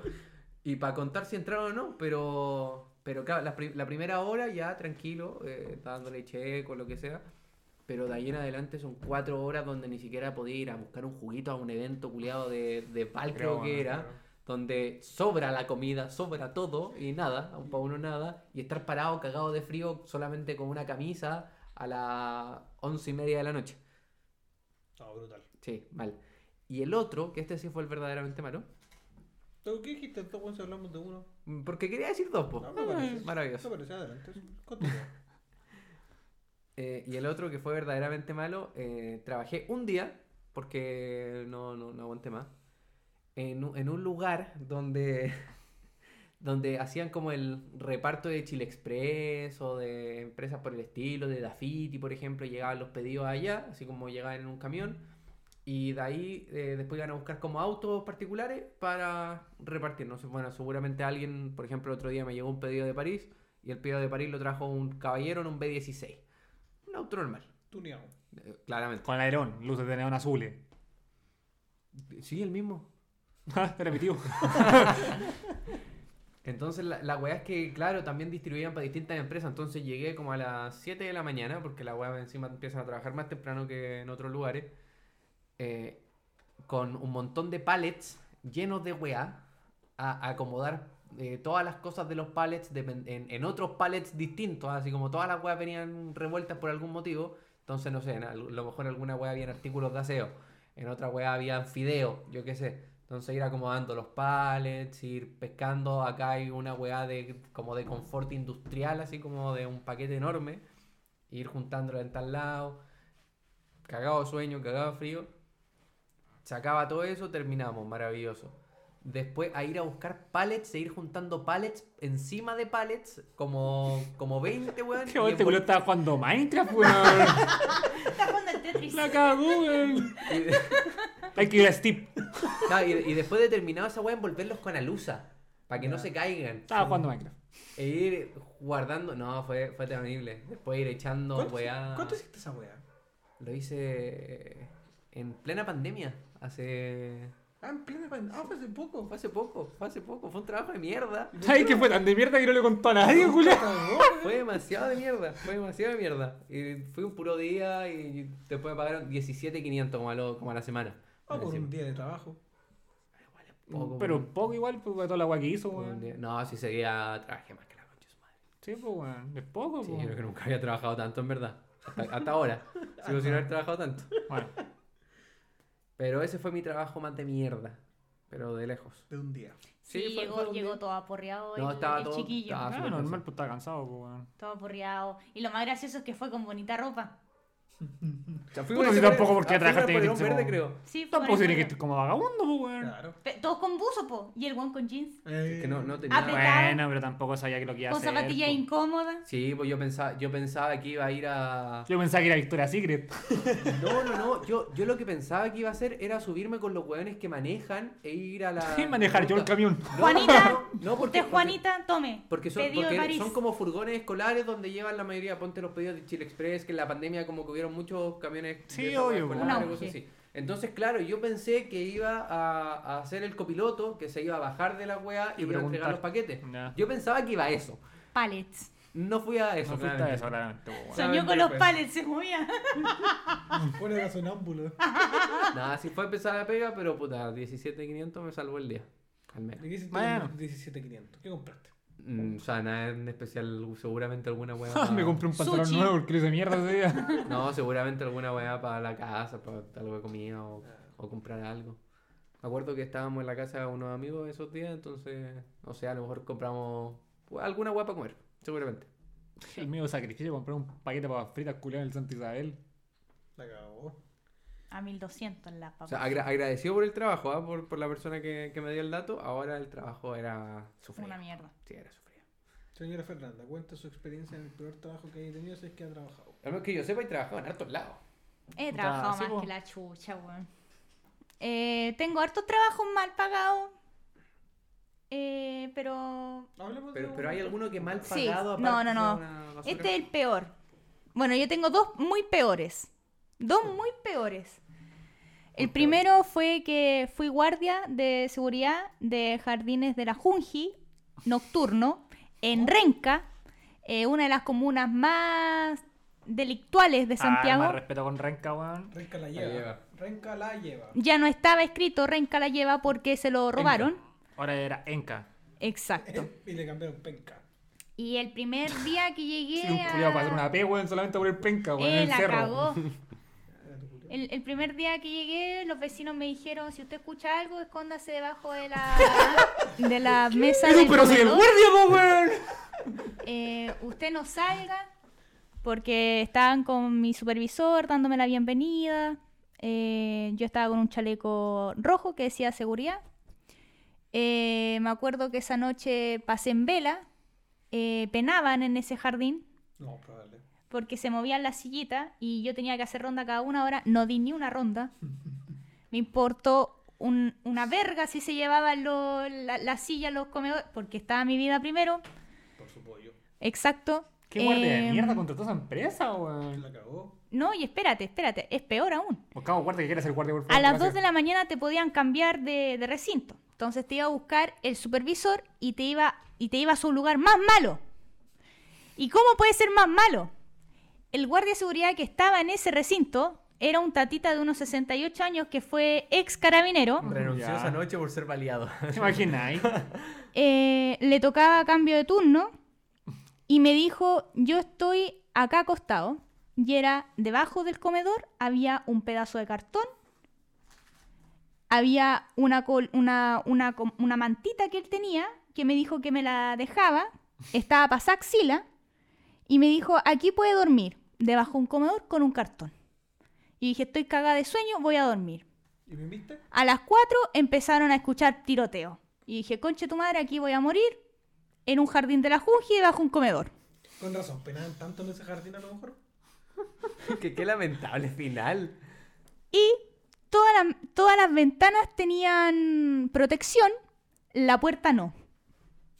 Speaker 1: Y para contar si entraron o no, pero, pero claro, la, pri- la primera hora ya tranquilo, eh, dándole checo, lo que sea. Pero de ahí en adelante son cuatro horas donde ni siquiera podía ir a buscar un juguito a un evento culiado de, de pal, creo
Speaker 2: Creo,
Speaker 1: que
Speaker 2: bueno,
Speaker 1: era. Donde sobra la comida, sobra todo y nada, aún para uno nada. Y estar parado, cagado de frío, solamente con una camisa a las once y media de la noche.
Speaker 4: que- No, brutal.
Speaker 1: Sí, mal. Y el otro, que este sí fue el verdaderamente malo,
Speaker 4: ¿Tú qué dijiste entonces si hablamos de uno?
Speaker 1: porque quería decir dos, po.
Speaker 4: No, me parece.
Speaker 1: Oh. Maravilloso.
Speaker 4: Me parece, adelante. Continúa.
Speaker 1: Eh, y el otro que fue verdaderamente malo, eh, trabajé un día, porque no, no, no aguanté más, en, un- en un lugar donde, donde hacían como el reparto de Chile Express o de empresas por el estilo, de Dafiti, por ejemplo, y llegaban los pedidos allá, así como llegaban en un camión, y de ahí eh, después iban a buscar como autos particulares para repartir. No sé, bueno, seguramente alguien, por ejemplo, el otro día me llegó un pedido de París, y el pedido de París lo trajo un caballero en un B16. Un auto normal,
Speaker 4: Tuneado.
Speaker 1: eh, claramente.
Speaker 2: Con aerón, luces de neón azules.
Speaker 1: Sí, el mismo.
Speaker 2: Ah, Era mi tío.
Speaker 1: Entonces la, la weá es que, claro, también distribuían para distintas empresas. Entonces llegué como a las 7 de la mañana, porque la weá encima empiezan a trabajar más temprano que en otros lugares, eh, con un montón de pallets llenos de weá, a acomodar eh, todas las cosas de los pallets depen- en, en otros pallets distintos, así como todas las weas venían revueltas por algún motivo. Entonces, no sé, en al- a lo mejor en alguna wea habían artículos de aseo, en otra wea habían fideo, yo qué sé. Entonces ir acomodando los pallets, ir pescando. Acá hay una weá de, como de confort industrial, así como de un paquete enorme. Ir juntándolo en tal lado. Cagado de sueño, cagado de frío. Sacaba todo eso, terminamos, maravilloso. Después a ir a buscar pallets, e ir juntando pallets encima de pallets, como, como 20, weón.
Speaker 2: Qué
Speaker 1: y
Speaker 2: bueno, este
Speaker 1: envol-
Speaker 2: culo estaba jugando Minecraft, weón.
Speaker 3: Estás jugando el Tetris.
Speaker 2: La cagó, weón.
Speaker 1: y-
Speaker 2: Hay que ir a Steve.
Speaker 1: No, y, y después de terminado esa weá, envolverlos con alusa. Para que no
Speaker 4: Ya.
Speaker 1: se caigan.
Speaker 2: Estaba jugando Minecraft.
Speaker 1: E ir guardando. No, fue, fue terrible. Después ir echando
Speaker 4: ¿Cuánto,
Speaker 1: weá.
Speaker 4: cuánto hiciste esa weá?
Speaker 1: Lo hice eh, en plena pandemia. Hace.
Speaker 4: Ah, en plena pandemia. Ah, fue hace poco.
Speaker 1: Fue hace poco, fue hace poco. Fue un trabajo de mierda.
Speaker 2: ¿Sabes que fue tan de mierda que no le contó a nadie, culo?
Speaker 1: Fue demasiado de mierda. Fue demasiado de mierda. Y fue un puro día y después me pagaron 17.500 como, a lo- como a la semana.
Speaker 4: Ah, por
Speaker 1: Encima.
Speaker 4: un día de trabajo.
Speaker 1: Poco,
Speaker 2: Pero
Speaker 1: weón.
Speaker 2: poco igual, pues, para toda la agua que hizo,
Speaker 1: Por un
Speaker 2: weón.
Speaker 1: día. No, si ese día trabajé más que la concha de su madre.
Speaker 2: Sí, pues, weón. Es
Speaker 4: Oh.
Speaker 2: poco,
Speaker 1: Sí, yo creo que
Speaker 2: pues.
Speaker 1: nunca había trabajado tanto, en verdad. Hasta, hasta ahora. Sigo sin haber trabajado tanto.
Speaker 2: Bueno,
Speaker 1: Pero ese fue mi trabajo más de mierda. Pero de lejos.
Speaker 4: De un día.
Speaker 3: Sí,
Speaker 1: Sí, fue-
Speaker 3: llegó,
Speaker 1: fue un
Speaker 3: llegó
Speaker 1: día.
Speaker 3: todo aporreado
Speaker 1: No,
Speaker 3: el,
Speaker 1: estaba
Speaker 3: el
Speaker 1: todo-
Speaker 3: chiquillo.
Speaker 1: estaba- Ah,
Speaker 2: ah,
Speaker 1: súper
Speaker 2: normal,
Speaker 1: cansado.
Speaker 2: pues estaba cansado, pues, weón.
Speaker 3: Todo aporreado. Y lo más gracioso es que fue con bonita ropa.
Speaker 2: Puta, si tampoco porque
Speaker 1: trabaja
Speaker 2: trabajaste en
Speaker 1: verde,
Speaker 2: Tixeco.
Speaker 1: creo.
Speaker 3: Sí, fue
Speaker 2: Tampoco tiene que
Speaker 3: Venezuela.
Speaker 2: estar como vagabundo, pues, weón.
Speaker 4: Claro.
Speaker 3: Pe- Todos con buzo, po. Y el guan con jeans.
Speaker 1: Es que no, no tenía.
Speaker 3: Ah, pero-
Speaker 2: Bueno, pero tampoco sabía que lo que iba a
Speaker 3: Con
Speaker 2: hacer.
Speaker 3: zapatillas
Speaker 2: po.
Speaker 3: incómodas.
Speaker 1: Sí, pues yo pensaba, yo pensaba que iba a ir a.
Speaker 2: Yo pensaba que era Victoria Secret.
Speaker 1: No, no, no. Yo, yo lo que pensaba que iba a hacer era subirme con los hueones que manejan e ir a la.
Speaker 2: Sin manejar yo el
Speaker 1: puta.
Speaker 2: camión.
Speaker 1: No, no,
Speaker 3: Juanita,
Speaker 1: no, no, porque,
Speaker 3: Usted, Juanita, tome.
Speaker 1: Porque, son,
Speaker 3: Pedido de
Speaker 1: porque
Speaker 3: París.
Speaker 1: son como furgones escolares donde llevan la mayoría, ponte los pedidos de Chile Express, que en la pandemia como que hubieron muchos camiones
Speaker 2: Sí,
Speaker 1: de esa hueá
Speaker 2: obvio,
Speaker 1: escolar,
Speaker 3: bueno.
Speaker 1: y cosas
Speaker 3: Sí.
Speaker 1: así. Entonces, claro, yo pensé que iba a, a ser el copiloto, que se iba a bajar de la weá y,
Speaker 2: Y
Speaker 1: iba a entregar
Speaker 2: preguntar.
Speaker 1: los paquetes.
Speaker 2: Ya.
Speaker 1: Yo pensaba que iba a eso.
Speaker 3: Pallets.
Speaker 1: No fui a eso.
Speaker 2: No fuiste a
Speaker 1: claramente.
Speaker 2: eso, claramente, po,
Speaker 1: Saben pues,
Speaker 2: weón.
Speaker 3: Soñó
Speaker 1: de
Speaker 3: con los
Speaker 1: repente.
Speaker 3: pallets, se movía.
Speaker 4: Pone a sonámbulo.
Speaker 1: Ah. Nada, sí fue pesada la pega, pero puta, 17.500 me salvó el día. Al menos.
Speaker 4: ¿Y qué hiciste
Speaker 2: Bueno.
Speaker 4: con 17.500? ¿Qué compraste?
Speaker 1: Mm, o sea, nada en especial, seguramente alguna weá.
Speaker 2: Ah,
Speaker 1: pa-
Speaker 2: Me compré un pantalón
Speaker 3: Sushi.
Speaker 2: nuevo porque lo hice mierda ese día.
Speaker 1: No, seguramente alguna weá para la casa, para algo de comida o, o comprar algo. Me acuerdo que estábamos en la casa de unos amigos esos días, entonces, no sé, a lo mejor compramos pues, alguna weá para comer, seguramente.
Speaker 2: El mío sacrificio compré un paquete de papas fritas culiado en el Santa Isabel.
Speaker 4: La cagó.
Speaker 3: A 1200 en la papa.
Speaker 1: O sea, agra- agradecido por el trabajo, ¿ah? por, por la persona que, que me dio el dato, ahora el trabajo era sufrido.
Speaker 3: Una mierda.
Speaker 1: Sí, era sufrido.
Speaker 4: Señora Fernanda, cuente su experiencia en el peor trabajo que haya tenido si es que ha trabajado.
Speaker 1: Al menos que yo sepa, he trabajado en hartos lados.
Speaker 3: He
Speaker 2: Puta,
Speaker 3: trabajado
Speaker 2: sí,
Speaker 3: más
Speaker 2: po.
Speaker 3: que la chucha, weón. Eh, tengo hartos trabajos mal pagados. Eh, pero
Speaker 4: Hablemos de
Speaker 1: Pero,
Speaker 4: un-
Speaker 1: pero hay alguno que mal
Speaker 3: Sí.
Speaker 1: pagado
Speaker 3: No,
Speaker 1: aparte sea
Speaker 3: no, no.
Speaker 1: una basura?
Speaker 3: este es el peor. Bueno, yo tengo dos muy peores. Dos muy peores. El primero fue que fui guardia de seguridad de Jardines de la Junji, nocturno, en Renca, eh, una de las comunas más delictuales de Santiago.
Speaker 2: Ah, más respeto con Renca, weón.
Speaker 4: Renca la
Speaker 1: La
Speaker 4: lleva.
Speaker 1: lleva.
Speaker 4: Renca la lleva.
Speaker 3: ya no estaba escrito Renca la lleva porque se lo robaron.
Speaker 2: Ahora era Enca.
Speaker 3: Exacto.
Speaker 4: Y le cambiaron penca.
Speaker 3: Y el primer día que llegué
Speaker 2: ¿Eh? Sí, un
Speaker 3: a-
Speaker 2: culiado para hacer una P, weón, solamente por el penca, weón.
Speaker 3: Eh,
Speaker 2: en el
Speaker 3: la
Speaker 2: cerro.
Speaker 3: cagó.
Speaker 4: Ah, tu culiao.
Speaker 3: El, el primer día que llegué, los vecinos me dijeron, si usted escucha algo, escóndase debajo de la, de la mesa
Speaker 2: Pero,
Speaker 3: del
Speaker 2: pero si el
Speaker 3: comedor.
Speaker 2: guardia, po, weón.
Speaker 3: Eh, usted no salga, porque estaban con mi supervisor dándome la bienvenida. Eh, yo estaba con un chaleco rojo que decía seguridad. Eh, me acuerdo que esa noche pasé en vela, eh, penaban en ese jardín
Speaker 4: No, probable.
Speaker 3: porque se movían las sillitas y yo tenía que hacer ronda cada una hora. No di ni una ronda. Me importó un- una verga si se llevaban lo- la, la silla, los comedores, porque estaba mi vida primero.
Speaker 4: Por su pollo.
Speaker 3: Exacto.
Speaker 2: ¿Qué guardia de
Speaker 3: Em,
Speaker 2: mierda contrató esa empresa, weón?
Speaker 4: La cagó.
Speaker 3: No, y espérate, espérate, es peor aún.
Speaker 2: Buscamos guardia que quiera ser guardia, por favor.
Speaker 3: A las 2
Speaker 2: gracias.
Speaker 3: de la mañana te podían cambiar de, de recinto. Entonces te iba a buscar el supervisor y te iba, y te ibas a un lugar más malo. ¿Y cómo puede ser más malo? El guardia de seguridad que estaba en ese recinto era un tatita de unos 68 años que fue ex carabinero.
Speaker 1: Renunció
Speaker 2: Ya.
Speaker 1: esa noche por ser baleado.
Speaker 2: ¿Te imagináis?
Speaker 3: Eh, le tocaba cambio de turno y me dijo, yo estoy acá acostado. Y era debajo del comedor, había un pedazo de cartón, había una, col- una, una, com- una mantita que él tenía, que me dijo que me la dejaba, estaba pasada axila, y me dijo, aquí puede dormir, debajo de un comedor con un cartón. Y dije, estoy cagada de sueño, voy a dormir.
Speaker 4: ¿Y me viste?
Speaker 3: A las 4 empezaron a escuchar tiroteo. Y dije, conche tu madre, aquí voy a morir. En un jardín de la Junji y bajo un comedor.
Speaker 4: Con razón, penaban tanto en ese jardín a lo mejor.
Speaker 1: que qué lamentable final.
Speaker 3: Y todas las- todas las ventanas tenían protección, la puerta no.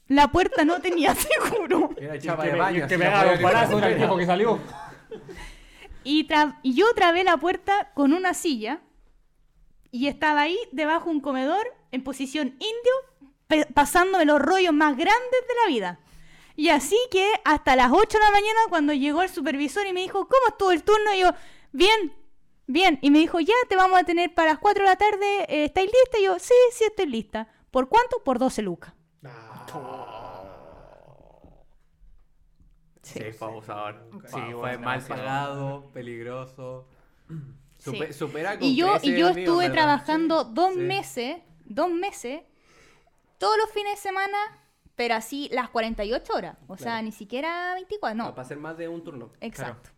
Speaker 3: La puerta no tenía seguro.
Speaker 1: Era
Speaker 2: Y el
Speaker 1: chapa
Speaker 2: que
Speaker 1: de
Speaker 2: me- y
Speaker 1: baño.
Speaker 2: el
Speaker 1: así
Speaker 2: que
Speaker 1: la
Speaker 2: pegaba los
Speaker 1: puede-
Speaker 2: balazos era el viejo que salió.
Speaker 3: Y, tra- y yo trabé la puerta con una silla y estaba ahí debajo un comedor en posición indio, pe- pasándome los rollos más grandes de la vida. Y así que hasta las 8 de la mañana cuando llegó el supervisor y me dijo, ¿cómo estuvo el turno? Y yo, bien, bien. Y me dijo, ya, te vamos a tener para las 4 de la tarde, eh, ¿estáis lista? Y yo, sí, sí, estoy lista. ¿Por cuánto? Por 12 lucas.
Speaker 1: Sí, fue abusador.
Speaker 2: Sí,
Speaker 1: Fue-
Speaker 2: bueno,
Speaker 1: fue mal
Speaker 2: demasiado.
Speaker 1: pagado, peligroso. Supe-
Speaker 3: Sí.
Speaker 1: Supera con
Speaker 3: Y yo,
Speaker 1: creces,
Speaker 3: y yo
Speaker 1: amigo,
Speaker 3: estuve
Speaker 1: ¿verdad?
Speaker 3: trabajando dos
Speaker 1: sí.
Speaker 3: meses, dos meses, todos los fines de semana, pero así las 48 horas. O sea,
Speaker 1: Claro.
Speaker 3: ni siquiera 24,
Speaker 1: No,
Speaker 3: no.
Speaker 1: para hacer más de un turno.
Speaker 3: Exacto.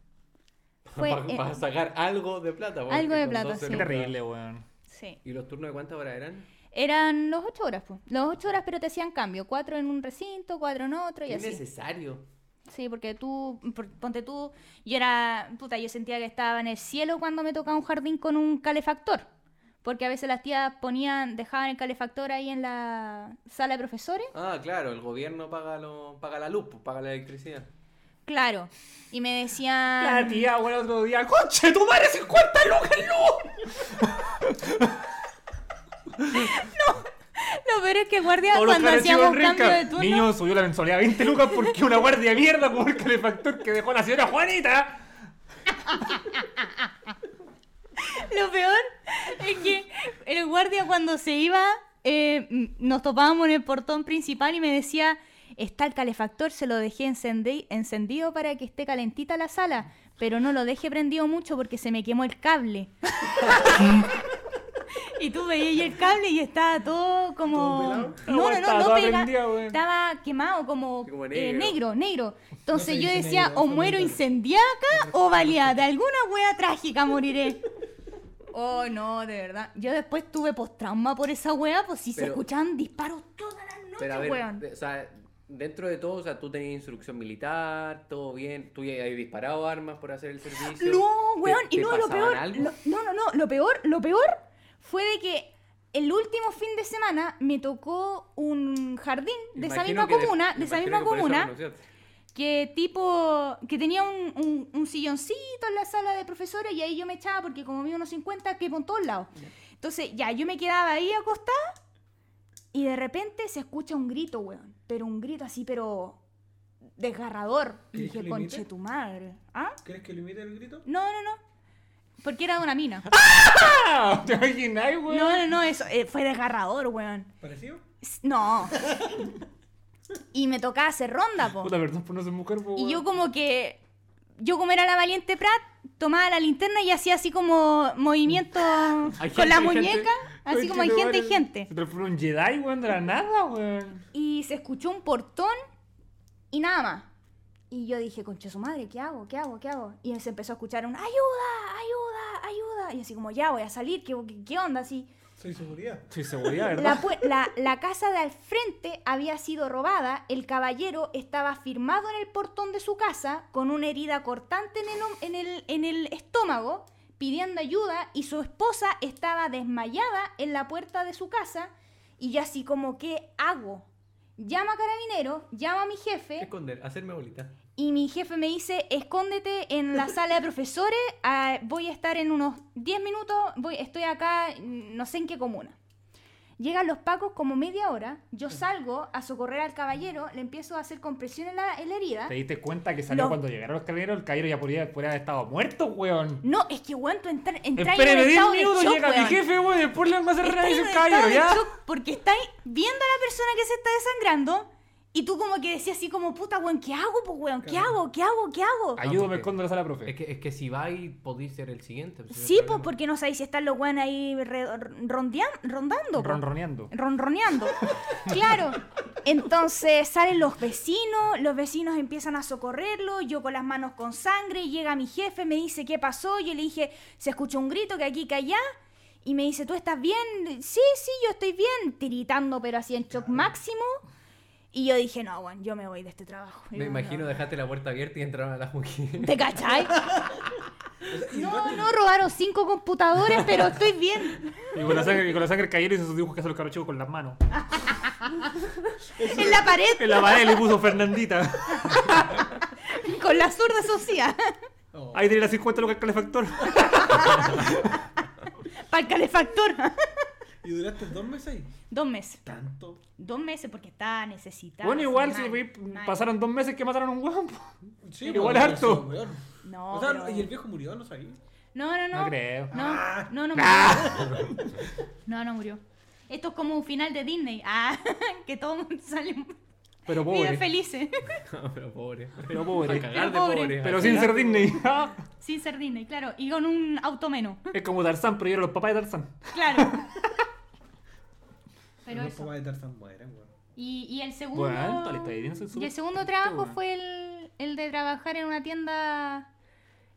Speaker 3: Fue,
Speaker 1: para,
Speaker 3: eh,
Speaker 1: sacar algo de plata. porque
Speaker 3: algo de
Speaker 1: con
Speaker 3: plata,
Speaker 1: 12
Speaker 3: sí.
Speaker 2: Qué
Speaker 1: lucas-
Speaker 2: terrible, weón.
Speaker 3: Sí.
Speaker 1: ¿Y los turnos de cuántas horas eran?
Speaker 3: Eran los ocho horas, pues. Los ocho horas, pero te hacían cambio. Cuatro en un recinto, cuatro en otro y
Speaker 1: Es
Speaker 3: así.
Speaker 1: necesario.
Speaker 3: Sí, porque tú, por- ponte tú, yo era, puta, yo sentía que estaba en el cielo cuando me tocaba un jardín con un calefactor. Porque a veces las tías ponían, dejaban el calefactor ahí en la sala de profesores.
Speaker 1: Ah, claro, el gobierno paga, lo, paga la luz, pues, paga la electricidad.
Speaker 3: Claro. Y me
Speaker 2: La
Speaker 3: decían,
Speaker 2: tía, weón, otro día. ¡Conche, tu madre 50 lucas, no!
Speaker 3: lo peor es que guardia,
Speaker 2: Todos los
Speaker 3: cuando
Speaker 2: cabros
Speaker 3: hacíamos
Speaker 2: chicos
Speaker 3: cambio de
Speaker 2: ricas.
Speaker 3: turno,
Speaker 2: Niño, subió la mensualidad a 20 lucas porque una guardia de mierda por el calefactor que dejó la señora Juanita.
Speaker 3: Lo peor es que el guardia cuando se iba, eh, m- nos topábamos en el portón principal y me decía, está el calefactor, se lo dejé encende- encendido para que esté calentita la sala, pero no lo dejé prendido mucho porque se me quemó el cable. y tú veías ahí el cable y estaba todo como...
Speaker 4: ¿Todo pelado?
Speaker 3: no, no,
Speaker 2: Estaba
Speaker 3: no, no
Speaker 2: toda
Speaker 3: pega-
Speaker 2: prendida, weón.
Speaker 3: Estaba quemado como,
Speaker 1: Como
Speaker 3: eh, negro.
Speaker 1: negro.
Speaker 3: negro, Entonces
Speaker 4: No se
Speaker 3: yo
Speaker 4: dice
Speaker 3: decía,
Speaker 4: negro,
Speaker 3: o
Speaker 4: eso no
Speaker 3: muero
Speaker 4: es negro.
Speaker 3: incendiaca o baleada. De alguna wea trágica moriré. Oh, no, de verdad. Yo después tuve postrauma por esa wea, pues si se
Speaker 1: Pero-
Speaker 3: escuchaban disparos todas las noches,
Speaker 1: Pero a ver,
Speaker 3: weón.
Speaker 1: de- o sea, dentro de todo, o sea, tú tenías instrucción militar, todo bien, tú ya habías disparado armas por hacer el servicio.
Speaker 3: No,
Speaker 1: ¿Te-
Speaker 3: weón. Y
Speaker 1: te
Speaker 3: no, lo
Speaker 1: pasaban
Speaker 3: peor.
Speaker 1: algo?
Speaker 3: lo- no, no, no. Lo peor, lo peor fue de que el último fin de semana me tocó un jardín de esa
Speaker 1: Imagino
Speaker 3: misma
Speaker 1: que
Speaker 3: comuna, de esa
Speaker 1: imagino
Speaker 3: misma
Speaker 1: que por eso
Speaker 3: comuna.
Speaker 1: renunciaste.
Speaker 3: que tipo, que tenía un, un- un silloncito en la sala de profesores y ahí yo me echaba porque como mío unos 50 que por todos lados. Entonces ya, yo me quedaba ahí acostada y de repente se escucha un grito, weón. Pero un grito así, pero desgarrador. Y
Speaker 4: ¿Quieres que
Speaker 3: dije,
Speaker 4: lo
Speaker 3: conche
Speaker 4: imite?
Speaker 3: tu madre. ¿Ah?
Speaker 4: ¿Crees que lo imite el grito?
Speaker 3: No, no, no. Porque era de una mina.
Speaker 2: Ah, ¿Te imagináis, weón?
Speaker 3: No, no, no, eso eh, fue desgarrador, weón.
Speaker 4: ¿Parecido?
Speaker 3: S- No. Y me tocaba hacer ronda, po.
Speaker 2: Puta, perdón por no ser mujer, pues, po,
Speaker 3: Y yo
Speaker 2: weón.
Speaker 3: como que, yo como era la valiente Pratt, tomaba la linterna y hacía así como movimientos
Speaker 2: Hay
Speaker 3: con la
Speaker 2: gente, hay
Speaker 3: muñeca,
Speaker 2: gente.
Speaker 3: así
Speaker 2: Conche
Speaker 3: como hay
Speaker 2: tu
Speaker 3: gente y
Speaker 2: madre,
Speaker 3: gente.
Speaker 2: Se transformó en Jedi, weón, de la nada, weón.
Speaker 3: Y se escuchó un portón y nada más. Y yo dije, conche su madre, ¿qué hago? ¿Qué hago? ¿Qué hago? Y se empezó a escuchar un, ayuda, ayuda, ayuda. Y así como, ya voy a salir, ¿qué, qué- qué onda? Así.
Speaker 4: Soy seguridad.
Speaker 2: Sí, seguridad, ¿verdad?
Speaker 3: La, pu- la- la casa de al frente había sido robada, el caballero estaba firmado en el portón de su casa con una herida cortante en el, hom- en el, en el estómago, pidiendo ayuda y su esposa estaba desmayada en la puerta de su casa y yo así como, ¿qué hago? Llama a carabinero, llama a mi jefe
Speaker 1: Esconder, hacerme bolita.
Speaker 3: y mi jefe me dice, escóndete en la sala de profesores, ah, voy a estar en unos 10 minutos, voy, estoy acá, mm, no sé en qué comuna. Llegan los pacos como media hora, yo salgo a socorrer al caballero, le empiezo a hacer compresión en la, en la herida.
Speaker 2: ¿Te diste cuenta que salió
Speaker 3: No.
Speaker 2: cuando llegaron los carreros? El caballero ya podría, podría haber estado muerto, weón.
Speaker 3: No, es que weón, tú entras entra en
Speaker 2: Espérame 10
Speaker 3: estado de
Speaker 2: minutos,
Speaker 3: shock,
Speaker 2: llega
Speaker 3: weón.
Speaker 2: mi jefe, weón, y después le vamos a hacer
Speaker 3: Estáis
Speaker 2: reír
Speaker 3: en
Speaker 2: el
Speaker 3: un
Speaker 2: caballero,
Speaker 3: estado de
Speaker 2: ¿ya?
Speaker 3: shock porque estáis viendo a la persona que se está desangrando y tú como que decías así como, puta, weón, ¿qué hago, pues, weón? ¿Qué hago? ¿Qué hago? ¿Qué hago?
Speaker 2: Ayúdame,
Speaker 1: porque-
Speaker 2: escondo la sala, profe.
Speaker 1: Es que, es que si vais, podéis ser el siguiente. pues,
Speaker 3: Sí,
Speaker 1: no hay
Speaker 3: pues
Speaker 1: problema.
Speaker 3: porque no sabéis si están los weones ahí re- rondean- rondando. po.
Speaker 2: Ronroneando.
Speaker 3: Ronroneando. claro. Entonces salen los vecinos, los vecinos empiezan a socorrerlo, yo con las manos con sangre, llega mi jefe, me dice qué pasó, yo le dije, se escuchó un grito que aquí, que allá, y me dice, ¿tú estás bien? Sí, sí, yo estoy bien, tiritando pero así en shock máximo, y yo dije, no, bueno, yo me voy de este trabajo.
Speaker 1: Me imagino, dejaste la puerta abierta y entraron a las mujeres.
Speaker 3: ¿Te cachai? No, no, robaron cinco computadores, pero estoy bien.
Speaker 2: Y con la sangre, y con la sangre cayeron y hizo sus dibujos que hacen los cabros chicos con las manos.
Speaker 3: En la pared,
Speaker 2: En la pared le puso Fernandita.
Speaker 3: con la zurda social.
Speaker 2: Ahí tiene las 50 lucas al calefactor.
Speaker 3: Para el calefactor.
Speaker 4: ¿Y duraste dos meses ahí?
Speaker 3: Dos meses.
Speaker 4: Tanto.
Speaker 3: Dos meses porque estaba necesitada.
Speaker 2: Bueno,
Speaker 3: así,
Speaker 2: igual
Speaker 3: mal,
Speaker 2: si
Speaker 3: mal.
Speaker 2: pasaron dos meses que mataron a un huevón. po.
Speaker 4: Sí,
Speaker 2: Igual
Speaker 4: pero
Speaker 2: harto.
Speaker 4: sí, weón.
Speaker 3: No,
Speaker 4: o sea,
Speaker 3: pero-
Speaker 4: y el viejo murió, no sabía.
Speaker 3: no, no, no.
Speaker 2: No creo. Ah.
Speaker 3: No, no, no murió. No, no murió. Esto es como un final de Disney. Ah, que todos salen
Speaker 2: Pero
Speaker 3: viven
Speaker 2: pobre.
Speaker 3: felices.
Speaker 1: Pero pobre.
Speaker 2: Pero
Speaker 1: A
Speaker 2: pobre.
Speaker 1: cagar de
Speaker 3: pobre.
Speaker 1: pobre. a
Speaker 2: Pero sin
Speaker 1: cagar
Speaker 2: ser
Speaker 1: de-
Speaker 2: Disney.
Speaker 3: Sin ser Disney, claro. Y con un auto menos.
Speaker 2: Es como Tarzán, pero yo era los papás de Tarzán.
Speaker 3: Claro. Pero
Speaker 4: los
Speaker 3: eso.
Speaker 4: papás de Tarzán mueren, weón.
Speaker 3: Y, y el segundo.
Speaker 2: Bueno, tal, está bien, eso es
Speaker 3: y
Speaker 2: súper
Speaker 3: el segundo
Speaker 2: triste,
Speaker 3: trabajo
Speaker 2: bueno.
Speaker 3: fue el, el de trabajar en una tienda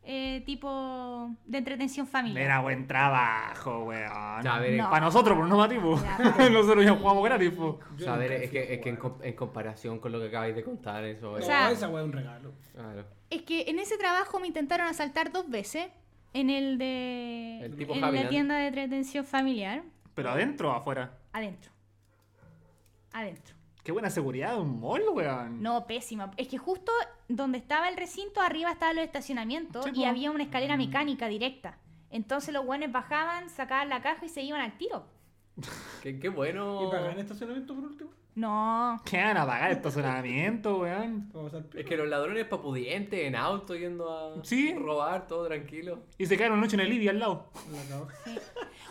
Speaker 3: eh, tipo de entretención familiar.
Speaker 2: Era buen trabajo, weón.
Speaker 1: Ya, a ver,
Speaker 3: No.
Speaker 2: Para nosotros, pero no para ti, po.
Speaker 3: Ya, pero-
Speaker 2: Nosotros ya jugamos gratis, po.
Speaker 1: o sea, a ver,
Speaker 4: nunca
Speaker 1: es
Speaker 4: fui a
Speaker 1: que, es que en,
Speaker 4: jugar.
Speaker 1: com- en comparación con lo que acabáis de contar, eso
Speaker 4: No,
Speaker 1: es.
Speaker 3: O sea-
Speaker 4: esa weá es un regalo.
Speaker 1: claro.
Speaker 3: Es que en ese trabajo me intentaron asaltar dos veces. En el de.
Speaker 1: El tipo
Speaker 3: en
Speaker 1: Haviland.
Speaker 3: la tienda de entretención familiar.
Speaker 2: Pero adentro o afuera.
Speaker 3: Adentro. Adentro.
Speaker 2: Qué buena seguridad de un mall, weón.
Speaker 3: No, pésima. Es que justo donde estaba el recinto, arriba estaban los estacionamientos
Speaker 2: Sí,
Speaker 3: y
Speaker 2: po. Mm.
Speaker 3: había una escalera mecánica directa. Entonces los buenos bajaban, sacaban la caja y se iban al tiro.
Speaker 1: Qué, qué bueno.
Speaker 4: ¿Y pagan estacionamiento por último?
Speaker 3: No.
Speaker 2: ¿Qué van a pagar estacionamiento, weón?
Speaker 4: Vamos al
Speaker 1: Es que los ladrones papudientes en auto yendo a
Speaker 2: Sí.
Speaker 1: robar, todo tranquilo.
Speaker 2: Y se quedaron noche en el IBI al lado.
Speaker 4: La cagó.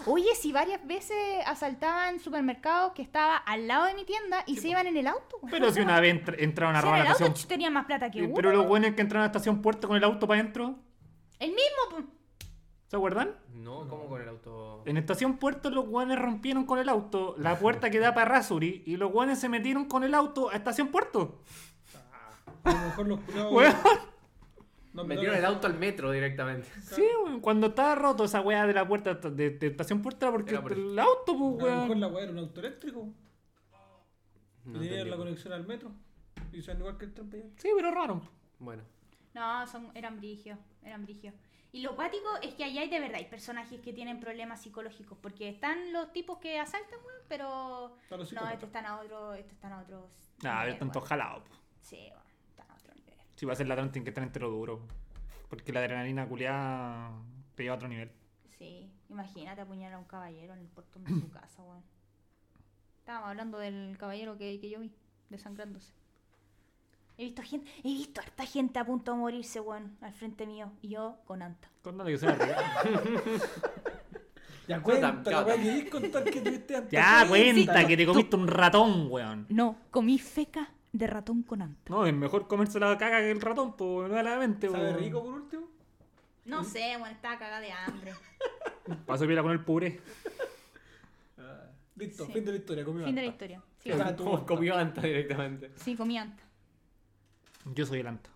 Speaker 3: Oye, si varias veces asaltaban supermercados que estaba al lado de mi tienda y se iban en el auto. güey.
Speaker 2: Pero si una vez entr- entraron a
Speaker 3: Si en
Speaker 2: robar
Speaker 3: el
Speaker 2: la
Speaker 3: auto
Speaker 2: estación.
Speaker 3: ch, tenía más plata que
Speaker 2: Eh,
Speaker 3: uno.
Speaker 2: Pero los buenos que entraron a la estación puerta con el auto para adentro,
Speaker 3: El mismo. po.
Speaker 2: ¿se acuerdan?
Speaker 1: No, como con el auto.
Speaker 2: En estación puerto los guanes rompieron con el auto la puerta que da para Rasuri y los guanes se metieron con el auto a estación puerto.
Speaker 4: A lo mejor los culiados.
Speaker 2: Weón.
Speaker 4: no,
Speaker 1: Metieron el auto al metro directamente.
Speaker 2: Sí, weón. Cuando estaba roto esa weá de la puerta de, de estación puerto era porque
Speaker 1: Era por
Speaker 2: el auto, pues,
Speaker 4: A lo mejor
Speaker 2: weón.
Speaker 4: la weá era un auto eléctrico.
Speaker 1: No
Speaker 4: y tenía
Speaker 1: entendí.
Speaker 4: la conexión al metro. Y son igual que el trampa
Speaker 2: Sí, pero raro.
Speaker 1: Bueno.
Speaker 3: No, son, eran brigios, eran brigios. Y lo cuático es que allá hay de verdad, hay personajes que tienen problemas psicológicos, porque están los tipos que asaltan, weón, pero...
Speaker 4: Están los
Speaker 3: no, este
Speaker 4: psicópatas.
Speaker 3: estos están a otro, estos están a otros...
Speaker 2: Ah, a ver,
Speaker 3: nivel,
Speaker 2: tanto
Speaker 3: weón.
Speaker 2: jalado. po.
Speaker 3: Sí, weón, están a otro nivel.
Speaker 2: Si va a ser ladrón, tiene que estar entre lo duro. pues. Porque la adrenalina culiada te lleva a otro nivel.
Speaker 3: Sí, imagínate apuñalar a un caballero en el portón de su casa, weón. Estábamos hablando del caballero que, que yo vi, desangrándose. He visto gente, he visto harta gente a punto de morirse, weón, al frente mío, y yo con anta.
Speaker 2: Contando que sea real.
Speaker 4: Ya
Speaker 1: cuenta,
Speaker 4: cuenta,
Speaker 1: ya.
Speaker 4: la weá querés contar que tuviste antes.
Speaker 2: Ya,
Speaker 4: Sí,
Speaker 2: cuenta
Speaker 4: sí.
Speaker 2: que te comiste un ratón, weón.
Speaker 3: No, comí feca de ratón con anta.
Speaker 2: No, es mejor comerse la caca que el ratón, pues, nuevamente,
Speaker 4: ¿Sabe rico por último?
Speaker 3: No sé, bueno, estaba cagada de hambre.
Speaker 2: Para servirla con el puré.
Speaker 1: Ah.
Speaker 4: Listo,
Speaker 3: Sí.
Speaker 4: fin de la historia, comió.
Speaker 3: fin de la historia. Sí,
Speaker 4: O sea, tú-
Speaker 1: Como comió anta directamente.
Speaker 3: sí, comí anta.
Speaker 2: Yo soy el anta.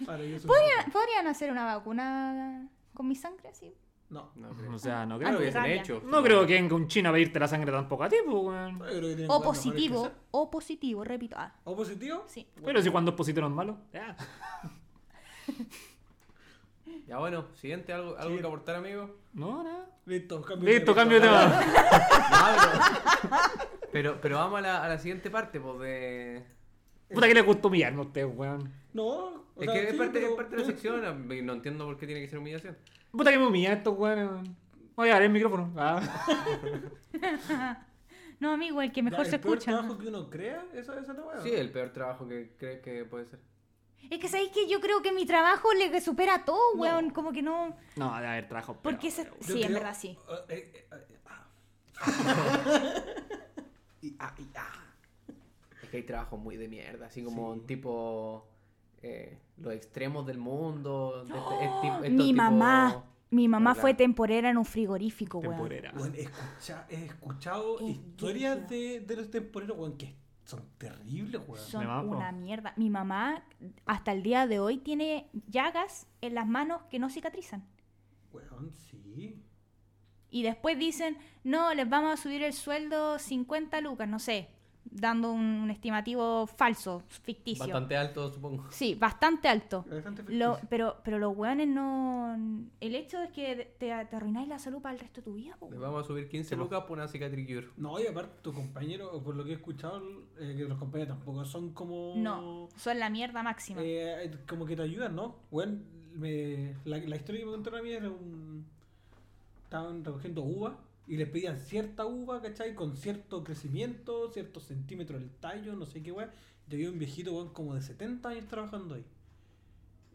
Speaker 4: Vale, yo soy-
Speaker 3: ¿Podrían, podrían hacer una vacuna con mi sangre así?
Speaker 4: No,
Speaker 1: No
Speaker 2: O
Speaker 1: creo.
Speaker 2: sea, no
Speaker 1: Creo
Speaker 2: creo.
Speaker 3: Ante
Speaker 1: que se
Speaker 3: rabia.
Speaker 1: hecho.
Speaker 2: No creo que venga un chino a pedirte la sangre tampoco a ti, pues, weón.
Speaker 4: yo creo que tienen
Speaker 3: O
Speaker 4: weas mejores que
Speaker 3: positivo,
Speaker 4: hacer.
Speaker 3: o positivo, repito. Ah,
Speaker 4: ¿O positivo?
Speaker 3: sí.
Speaker 2: Pero si cuando es positivo no es malo. Ya.
Speaker 1: Ya bueno, siguiente, algo, algo
Speaker 4: Sí.
Speaker 1: que aportar, amigo.
Speaker 2: No, nada.
Speaker 4: Listo, cambio
Speaker 2: Listo, cambio de tema.
Speaker 1: Pero, pero vamos a la, a la siguiente parte, pues de.
Speaker 2: Puta que le gustó humillarme a ustedes, weón.
Speaker 4: No, o
Speaker 1: Es
Speaker 4: sea,
Speaker 1: que es
Speaker 4: sí,
Speaker 1: parte, es
Speaker 4: pero-
Speaker 1: parte de la sección, a- y no entiendo por qué tiene que ser humillación.
Speaker 2: Puta que me humillan estos weón. Voy a llevar el micrófono. Ah.
Speaker 3: No, amigo, el que mejor
Speaker 4: Ya,
Speaker 3: se
Speaker 4: el peor
Speaker 3: escucha.
Speaker 4: trabajo que uno crea, esa, esa es la wea.
Speaker 1: Sí, el peor trabajo que crees que puede ser.
Speaker 3: Es que sabéis que yo creo que mi trabajo le supera a todo, weón. Como que no.
Speaker 2: No, debe haber trabajo. pero-
Speaker 3: Porque esa-
Speaker 4: Yo
Speaker 3: Sí, en
Speaker 4: creo-
Speaker 3: verdad sí.
Speaker 4: Ah, eh, eh, eh, ah. Y, ah, y, ah.
Speaker 1: Es que hay trabajos muy de mierda, así como un tipo. eh, los extremos del mundo. de este- es tip- estos
Speaker 3: ¡Oh! Mi
Speaker 1: tipo-
Speaker 3: mamá. Mi mamá
Speaker 1: Claro.
Speaker 3: fue temporera en un frigorífico, weón.
Speaker 2: Temporera.
Speaker 4: Weón, he escucha- he escuchado
Speaker 3: Es
Speaker 4: historias de, de los temporeros, weón, que son terribles, weón.
Speaker 3: Son
Speaker 2: Me bajo.
Speaker 3: una mierda. Mi mamá hasta el día de hoy tiene llagas en las manos que no cicatrizan.
Speaker 4: Weón, sí.
Speaker 3: Y después dicen, no, les vamos a subir el sueldo 50 lucas, no sé, dando un, un estimativo falso, ficticio.
Speaker 1: Bastante alto, supongo.
Speaker 3: Sí, bastante alto.
Speaker 4: Bastante
Speaker 3: Lo-
Speaker 4: ficticio.
Speaker 3: pero, pero los weones no... El hecho es que te, te arruináis la salud para el resto de tu vida. po,
Speaker 1: Le
Speaker 3: weón.
Speaker 1: vamos a subir
Speaker 4: pues.
Speaker 1: 15 lucas por una cicatricure.
Speaker 4: No, y aparte, tus compañeros, o por lo que he escuchado, eh, que los compañeros tampoco son como.
Speaker 3: No, son la mierda máxima.
Speaker 4: Eh, como que te ayudan, ¿no? Bueno, me- la, la historia que me contaron a mí era un... Estaban recogiendo uva y les pedían cierta uva, ¿cachai? Con cierto crecimiento, ciertos centímetros del tallo, no sé qué, weón. Y había un viejito, weón, como de 70 años trabajando ahí.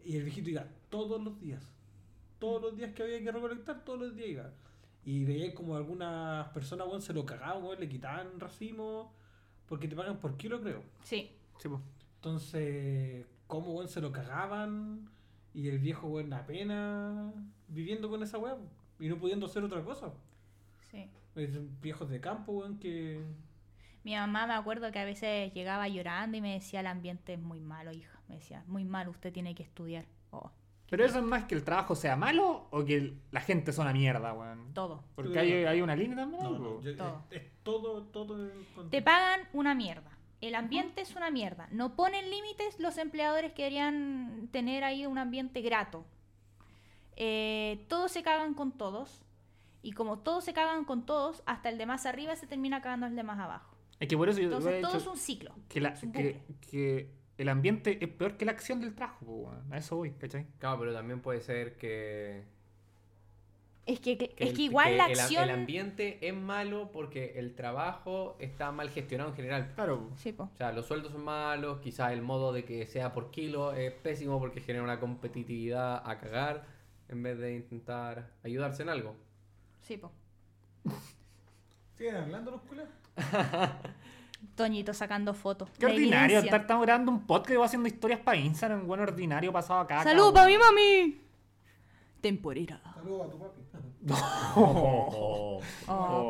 Speaker 4: Y el viejito iba todos los días. Todos los días que había que recolectar, todos los días iba. Y veía como algunas personas, weón, se lo cagaban, weón, le quitaban racimos. Porque te pagan por kilo, creo.
Speaker 3: Sí.
Speaker 2: Sí, po.
Speaker 4: Entonces, ¿cómo weón se lo cagaban? Y el viejo weón apenas viviendo con esa weá po, y no pudiendo hacer otra cosa.
Speaker 3: Sí.
Speaker 4: Es viejos de campo, weón, que.
Speaker 3: Mi mamá me acuerdo que a veces llegaba llorando y me decía, el ambiente es muy malo, hija. Me decía, muy malo, usted tiene que estudiar. Oh,
Speaker 2: Pero eso es más que el trabajo sea malo o que el- la gente sea una mierda, weón.
Speaker 3: todo.
Speaker 2: Porque hay, hay una línea también.
Speaker 4: No,
Speaker 2: ahí,
Speaker 4: no,
Speaker 2: po.
Speaker 4: yo-
Speaker 3: Todo.
Speaker 4: Es, es todo, todo. el contexto.
Speaker 3: Te pagan una mierda. El ambiente es una mierda. No ponen límites los empleadores que deberían tener ahí un ambiente grato. Eh, todos se cagan con todos. Y como todos se cagan con todos, hasta el de más arriba se termina cagando el de más abajo.
Speaker 2: Es que por eso yo
Speaker 3: Entonces
Speaker 2: he
Speaker 3: todo
Speaker 2: dicho
Speaker 3: es un ciclo.
Speaker 2: que, la-
Speaker 3: es un
Speaker 2: que, que el ambiente es peor que la acción del trabajo, po, weón. A eso voy, ¿cachai?
Speaker 1: Claro, pero también puede ser que.
Speaker 3: Es que, que- es
Speaker 1: el-
Speaker 3: que igual la
Speaker 1: el a-
Speaker 3: acción...
Speaker 1: El ambiente es malo porque el trabajo está mal gestionado en general.
Speaker 2: Claro.
Speaker 3: Sí, po.
Speaker 1: O sea, los sueldos son malos, quizás el modo de que sea por kilo es pésimo porque genera una competitividad a cagar en vez de intentar ayudarse en algo.
Speaker 3: Sí, po.
Speaker 4: ¿Siguen hablando los culas?
Speaker 3: Toñito sacando fotos.
Speaker 2: Qué
Speaker 3: La
Speaker 2: ordinario
Speaker 3: evidencia.
Speaker 2: estar estamos grabando un podcast y voy haciendo historias para Instagram, weón, ordinario pasado acá.
Speaker 3: ¡Salud para mi mami! Temporera.
Speaker 4: Saludos a tu papi.
Speaker 3: Oh,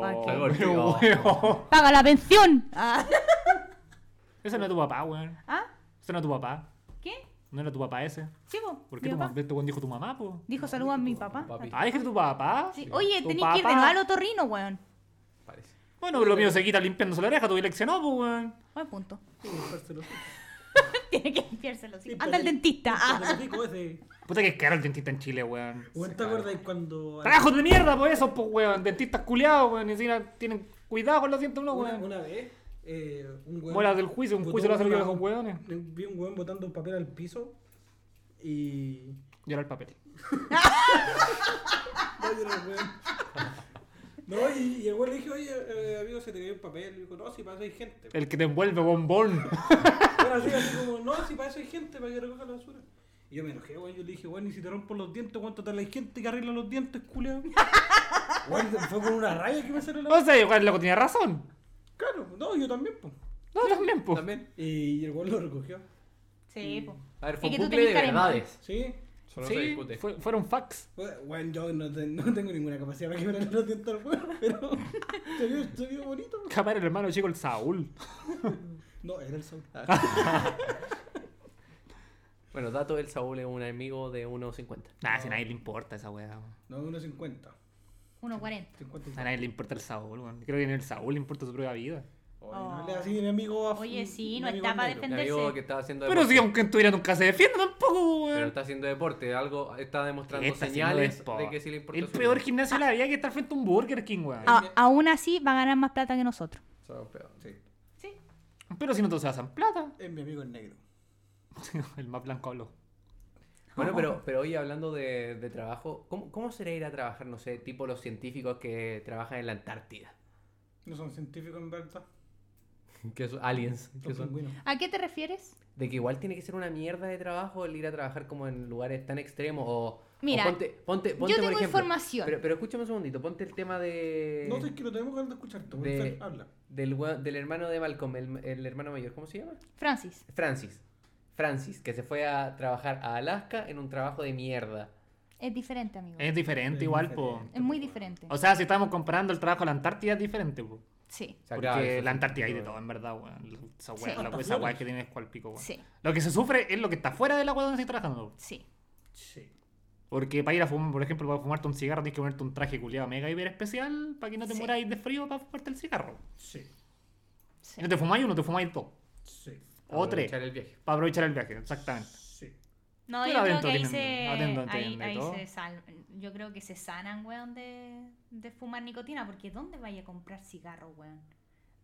Speaker 3: pa' qué.
Speaker 1: Algo así,
Speaker 2: Pero,
Speaker 1: oh.
Speaker 2: weón.
Speaker 3: ¡Paga la pensión! Ah.
Speaker 2: Ese no es tu papá, weón.
Speaker 3: ¿Ah?
Speaker 2: Ese no es tu papá.
Speaker 3: ¿Qué?
Speaker 2: No era tu papá ese.
Speaker 3: Sí, po.
Speaker 2: ¿Por qué
Speaker 3: Mi
Speaker 2: tu
Speaker 3: papá.
Speaker 2: mamá, este weón dijo tu mamá, po?
Speaker 3: Dijo saludos a mi papá.
Speaker 1: Papi.
Speaker 2: Ah, dije tu papá.
Speaker 3: Sí. Oye,
Speaker 2: Tu
Speaker 3: tenéis que ir de
Speaker 2: papá.
Speaker 3: nuevo al otorrino, weón.
Speaker 1: Parece.
Speaker 2: Bueno, pero lo mío se quita limpiándose la oreja, tu elección no, pues, weón.
Speaker 3: Buen punto.
Speaker 4: Disperselo.
Speaker 3: Tiene que limpiárselo. sí.
Speaker 4: Sí,
Speaker 3: Anda al
Speaker 4: pero-
Speaker 3: dentista. Ah.
Speaker 4: Disperselo, ese.
Speaker 2: Puta que es caro el dentista en Chile, weón.
Speaker 4: Weón, ¿Te acuerdas cuando
Speaker 2: Trabajos de mierda, pues eso, pues, weón. Dentistas culiados, weón. Ni siquiera tienen cuidado con los dientes, uno,
Speaker 4: una,
Speaker 2: weón.
Speaker 4: una vez eh, un weón.
Speaker 2: Muelas del juicio, un
Speaker 4: botó
Speaker 2: juicio lo hacen
Speaker 4: una-
Speaker 2: los weones.
Speaker 4: Vi un weón botando un papel al piso y.
Speaker 2: Y ahora el papel.
Speaker 4: No, yo era el weón. No, y, y el weón le dije, oye, eh, amigo, se te cayó el papel. Y dijo, no, si para eso hay gente.
Speaker 2: El que te envuelve, bombón.
Speaker 4: Era así, así como, no, si para eso hay gente, para que recoja la basura. Y yo me enojé, weón. Yo le dije, weón, y si te rompo los dientes, ¿cuánto tal hay gente que arregla los dientes, culiao? Weón, fue con una raya que me salió la.
Speaker 2: O sea, igual el loco tenía razón.
Speaker 4: Claro, no, yo también, pues.
Speaker 2: No, también, pues.
Speaker 1: También.
Speaker 4: Y el weón lo recogió.
Speaker 3: Sí, pues, po.
Speaker 1: A ver, fue un
Speaker 3: Es que tú
Speaker 1: bucle de
Speaker 3: tenés cara de
Speaker 1: verdades.
Speaker 4: Sí.
Speaker 1: Solo se
Speaker 2: Sí,
Speaker 1: discute.
Speaker 2: fue- fueron fax.
Speaker 4: Bueno, yo no, te- no tengo ninguna capacidad para quebrar los dientes al weón, pero se vio, se vio bonito.
Speaker 2: Capaz era el hermano chico, el Saúl.
Speaker 4: No, era el sol.
Speaker 1: Bueno, dato del Saúl es un amigo de 1.50.
Speaker 2: Nah, si a nadie le importa esa weá. weón.
Speaker 4: No, unos 50.
Speaker 3: 1.40.
Speaker 4: 50 y
Speaker 2: A nadie le importa el Saúl, weón. Creo que ni el Saúl le importa su propia vida.
Speaker 4: Oye, no le así mi amigo a-
Speaker 3: Oh. Oye, sí,
Speaker 4: mi
Speaker 3: no
Speaker 4: amigo
Speaker 3: está pa'
Speaker 4: negro.
Speaker 1: El
Speaker 3: defender-
Speaker 1: amigo
Speaker 3: Entenderse.
Speaker 1: que estaba haciendo
Speaker 2: Pero si
Speaker 1: deporte.
Speaker 2: aunque estuviera nunca se defiende tampoco,
Speaker 1: Pero
Speaker 2: weón.
Speaker 1: está haciendo deporte, algo está demostrando
Speaker 2: Está haciendo
Speaker 1: señales
Speaker 2: deporte.
Speaker 1: de que sí le importa.
Speaker 2: El
Speaker 1: su
Speaker 2: peor
Speaker 1: vida.
Speaker 2: gimnasio de la vida que estar frente a un Burger King, weón.
Speaker 3: A- aún así va a ganar más plata que nosotros.
Speaker 1: O sea, peor, sí.
Speaker 3: Sí.
Speaker 2: Pero si no todos se hacen plata.
Speaker 4: Es mi amigo el negro.
Speaker 2: el más blanco habló.
Speaker 1: Bueno, pero, pero hoy hablando de, de trabajo, ¿cómo, ¿cómo será ir a trabajar, no sé, tipo los científicos que trabajan en la Antártida?
Speaker 4: No son científicos en verdad.
Speaker 1: Que son aliens. Que
Speaker 4: Son
Speaker 1: son-
Speaker 4: pingüinos.
Speaker 3: ¿A qué te refieres?
Speaker 1: de que igual tiene que ser una mierda de trabajo el ir a trabajar como en lugares tan extremos o... o
Speaker 3: Mira,
Speaker 1: ponte, ponte, ponte, por
Speaker 3: tengo
Speaker 1: ejemplo-
Speaker 3: información.
Speaker 1: Pero, pero escúchame un segundito, ponte el tema de...
Speaker 4: No, es que no tenemos ganas de escucharte.
Speaker 1: Eh, de-
Speaker 4: De... Habla.
Speaker 1: del, hue- del hermano de Malcolm, el, el hermano mayor, ¿cómo se llama?
Speaker 3: Francis.
Speaker 1: Francis. Francis, que se fue a trabajar a Alaska en un trabajo de mierda.
Speaker 3: Es diferente, amigo. Es,
Speaker 2: Es diferente
Speaker 4: Es
Speaker 2: igual,
Speaker 4: diferente.
Speaker 3: muy diferente.
Speaker 2: po. O sea, si estamos comparando el trabajo a la Antártida, es diferente, po.
Speaker 3: Sí.
Speaker 1: O sea,
Speaker 2: Porque
Speaker 1: claro, eso es
Speaker 2: la Antártida hay de
Speaker 1: sentido.
Speaker 2: todo, en verdad, weón. Esa weá,
Speaker 3: Sí.
Speaker 2: la- esa weá que tiene es cual pico, weón.
Speaker 3: Sí.
Speaker 2: Lo que se sufre es lo que está fuera del agua donde estoy trabajando. po.
Speaker 3: Sí.
Speaker 4: Sí.
Speaker 2: Porque para ir a fumar, por ejemplo, para fumarte un cigarro tienes que ponerte un traje culiado mega hiper especial para que no te
Speaker 3: Sí.
Speaker 2: muráis de frío para fumarte el cigarro.
Speaker 4: Sí.
Speaker 3: sí.
Speaker 2: Y no te fumáis uno, te fumáis dos.
Speaker 4: Sí.
Speaker 2: O
Speaker 1: Aprovechar
Speaker 2: tres.
Speaker 1: el viaje.
Speaker 2: Para aprovechar el viaje, exactamente.
Speaker 4: Sí.
Speaker 3: No,
Speaker 2: Pero
Speaker 3: yo creo
Speaker 2: adentro
Speaker 3: que ahí
Speaker 2: tienen-
Speaker 3: se,
Speaker 2: adentro
Speaker 3: ahí,
Speaker 2: tienen de
Speaker 3: ahí
Speaker 2: todo.
Speaker 3: se sal- yo creo que se sanan, weón, de, de fumar nicotina, porque ¿dónde vaya a comprar cigarro, weón?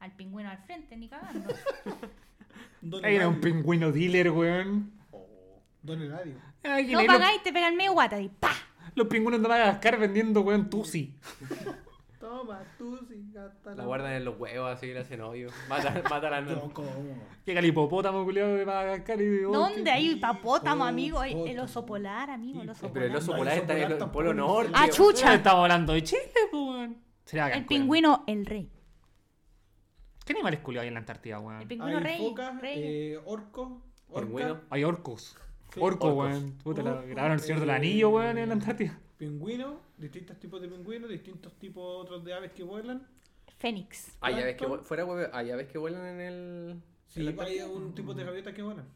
Speaker 3: Al pingüino al frente, ni cagando.
Speaker 4: Don
Speaker 2: Ahí era un
Speaker 4: Eladio.
Speaker 2: pingüino dealer, weón.
Speaker 4: Don Eladio.
Speaker 2: Ay,
Speaker 3: no
Speaker 2: ahí los-
Speaker 3: pagáis, te pegan medio guata y ¡pa!
Speaker 2: Los pingüinos de Madagascar vendiendo, weón, tusi.
Speaker 4: Toma, tú sí, gata.
Speaker 1: La guardan en los huevos, así, la hacen hoyo. Mata, mata a la...
Speaker 4: No, ¿cómo?
Speaker 2: Llega el hipopótamo culiado de Madagascar y... oh,
Speaker 3: ¿Dónde
Speaker 2: qué-
Speaker 3: hay hipopótamo,
Speaker 4: hipopótamo.
Speaker 3: amigo? El, el oso polar, amigo, el oso
Speaker 1: Pero el
Speaker 3: polar.
Speaker 1: oso
Speaker 4: No, el
Speaker 1: polar
Speaker 4: oso
Speaker 1: está en
Speaker 4: polar
Speaker 1: el
Speaker 4: tampoco
Speaker 1: Polo
Speaker 4: es
Speaker 1: Norte.
Speaker 3: Ah,
Speaker 1: weón.
Speaker 3: chucha.
Speaker 2: Estamos hablando de Chile, po, weón. Sería bacán, weón.
Speaker 3: El pingüino, el rey.
Speaker 2: ¿Qué animales culiados hay en la Antártida,
Speaker 3: El
Speaker 2: weón?
Speaker 3: pingüino
Speaker 4: Hay
Speaker 3: rey.
Speaker 4: focas,
Speaker 3: rey.
Speaker 4: eh, orco, orca,
Speaker 1: Pingüino.
Speaker 2: Hay orcos.
Speaker 4: Sí,
Speaker 2: Orco,
Speaker 1: orcos.
Speaker 2: weón. Puta, la-
Speaker 4: Orcos,
Speaker 2: grabaron el Señor del
Speaker 4: eh,
Speaker 2: Anillo, weón, en la Antártida.
Speaker 4: pingüino, distintos tipos de pingüinos, distintos tipos otros de aves que vuelan.
Speaker 3: Fénix.
Speaker 1: Ah, ya ves que,
Speaker 4: Plancton.
Speaker 1: vu- fuera hueve, ah, ya ves que vuelan en el...
Speaker 4: Sí,
Speaker 1: en la
Speaker 4: hay
Speaker 1: Antártida.
Speaker 4: un tipo de gaviotas que vuelan.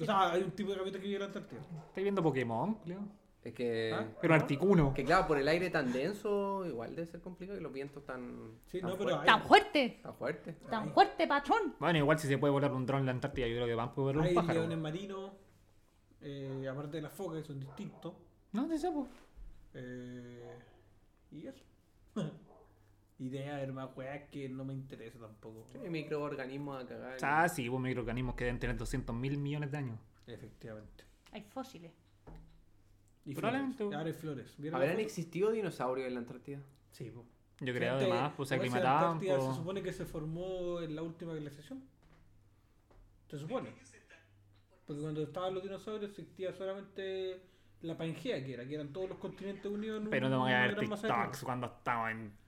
Speaker 4: O sea, hay un tipo de capítulo que vive en la Antártida.
Speaker 2: Estoy viendo Pokémon, creo.
Speaker 1: Es que.
Speaker 4: ¿Ah?
Speaker 2: Pero Articuno.
Speaker 1: Que claro, por el aire tan denso, igual debe ser complicado y los vientos tan.
Speaker 4: Sí,
Speaker 1: tan
Speaker 4: no, pero
Speaker 1: fuertes-
Speaker 4: hay,
Speaker 3: ¡Tan fuerte!
Speaker 1: tan fuertes.
Speaker 3: ¡Tan fuerte, patrón!
Speaker 2: Bueno, igual si se puede volar un dron en la Antártida, yo creo que van a poder volar
Speaker 4: hay
Speaker 2: un pájaro.
Speaker 4: leones marinos, eh, aparte de las focas, que son distintos.
Speaker 2: No, no sé, pues.
Speaker 4: Eh, y eso. Idea, hermano, weá, que no me interesa tampoco.
Speaker 1: Sí, microorganismos a cagar.
Speaker 2: Ah, sí, hubo microorganismos que deben tener 200 mil millones de años.
Speaker 4: Efectivamente.
Speaker 3: Hay fósiles.
Speaker 4: Y
Speaker 2: Probablemente,
Speaker 4: flores.
Speaker 2: weón.
Speaker 4: Ahora hay flores. ¿Vieron la
Speaker 1: ¿Habrán
Speaker 4: foto?
Speaker 1: existido dinosaurios en la Antártida?
Speaker 4: Sí, po.
Speaker 2: Yo creo,
Speaker 4: Gente,
Speaker 2: además, pues se
Speaker 4: la base de
Speaker 2: aclimataban.
Speaker 4: Antártida
Speaker 2: po.
Speaker 4: Se supone que se formó en la última glaciación. Se supone. Porque cuando estaban los dinosaurios existía solamente la Pangea, que era, que eran todos los continentes unidos en un-
Speaker 2: Pero no voy a
Speaker 4: una
Speaker 2: ver
Speaker 4: gran masa de tierra.
Speaker 2: TikToks cuando estaba en.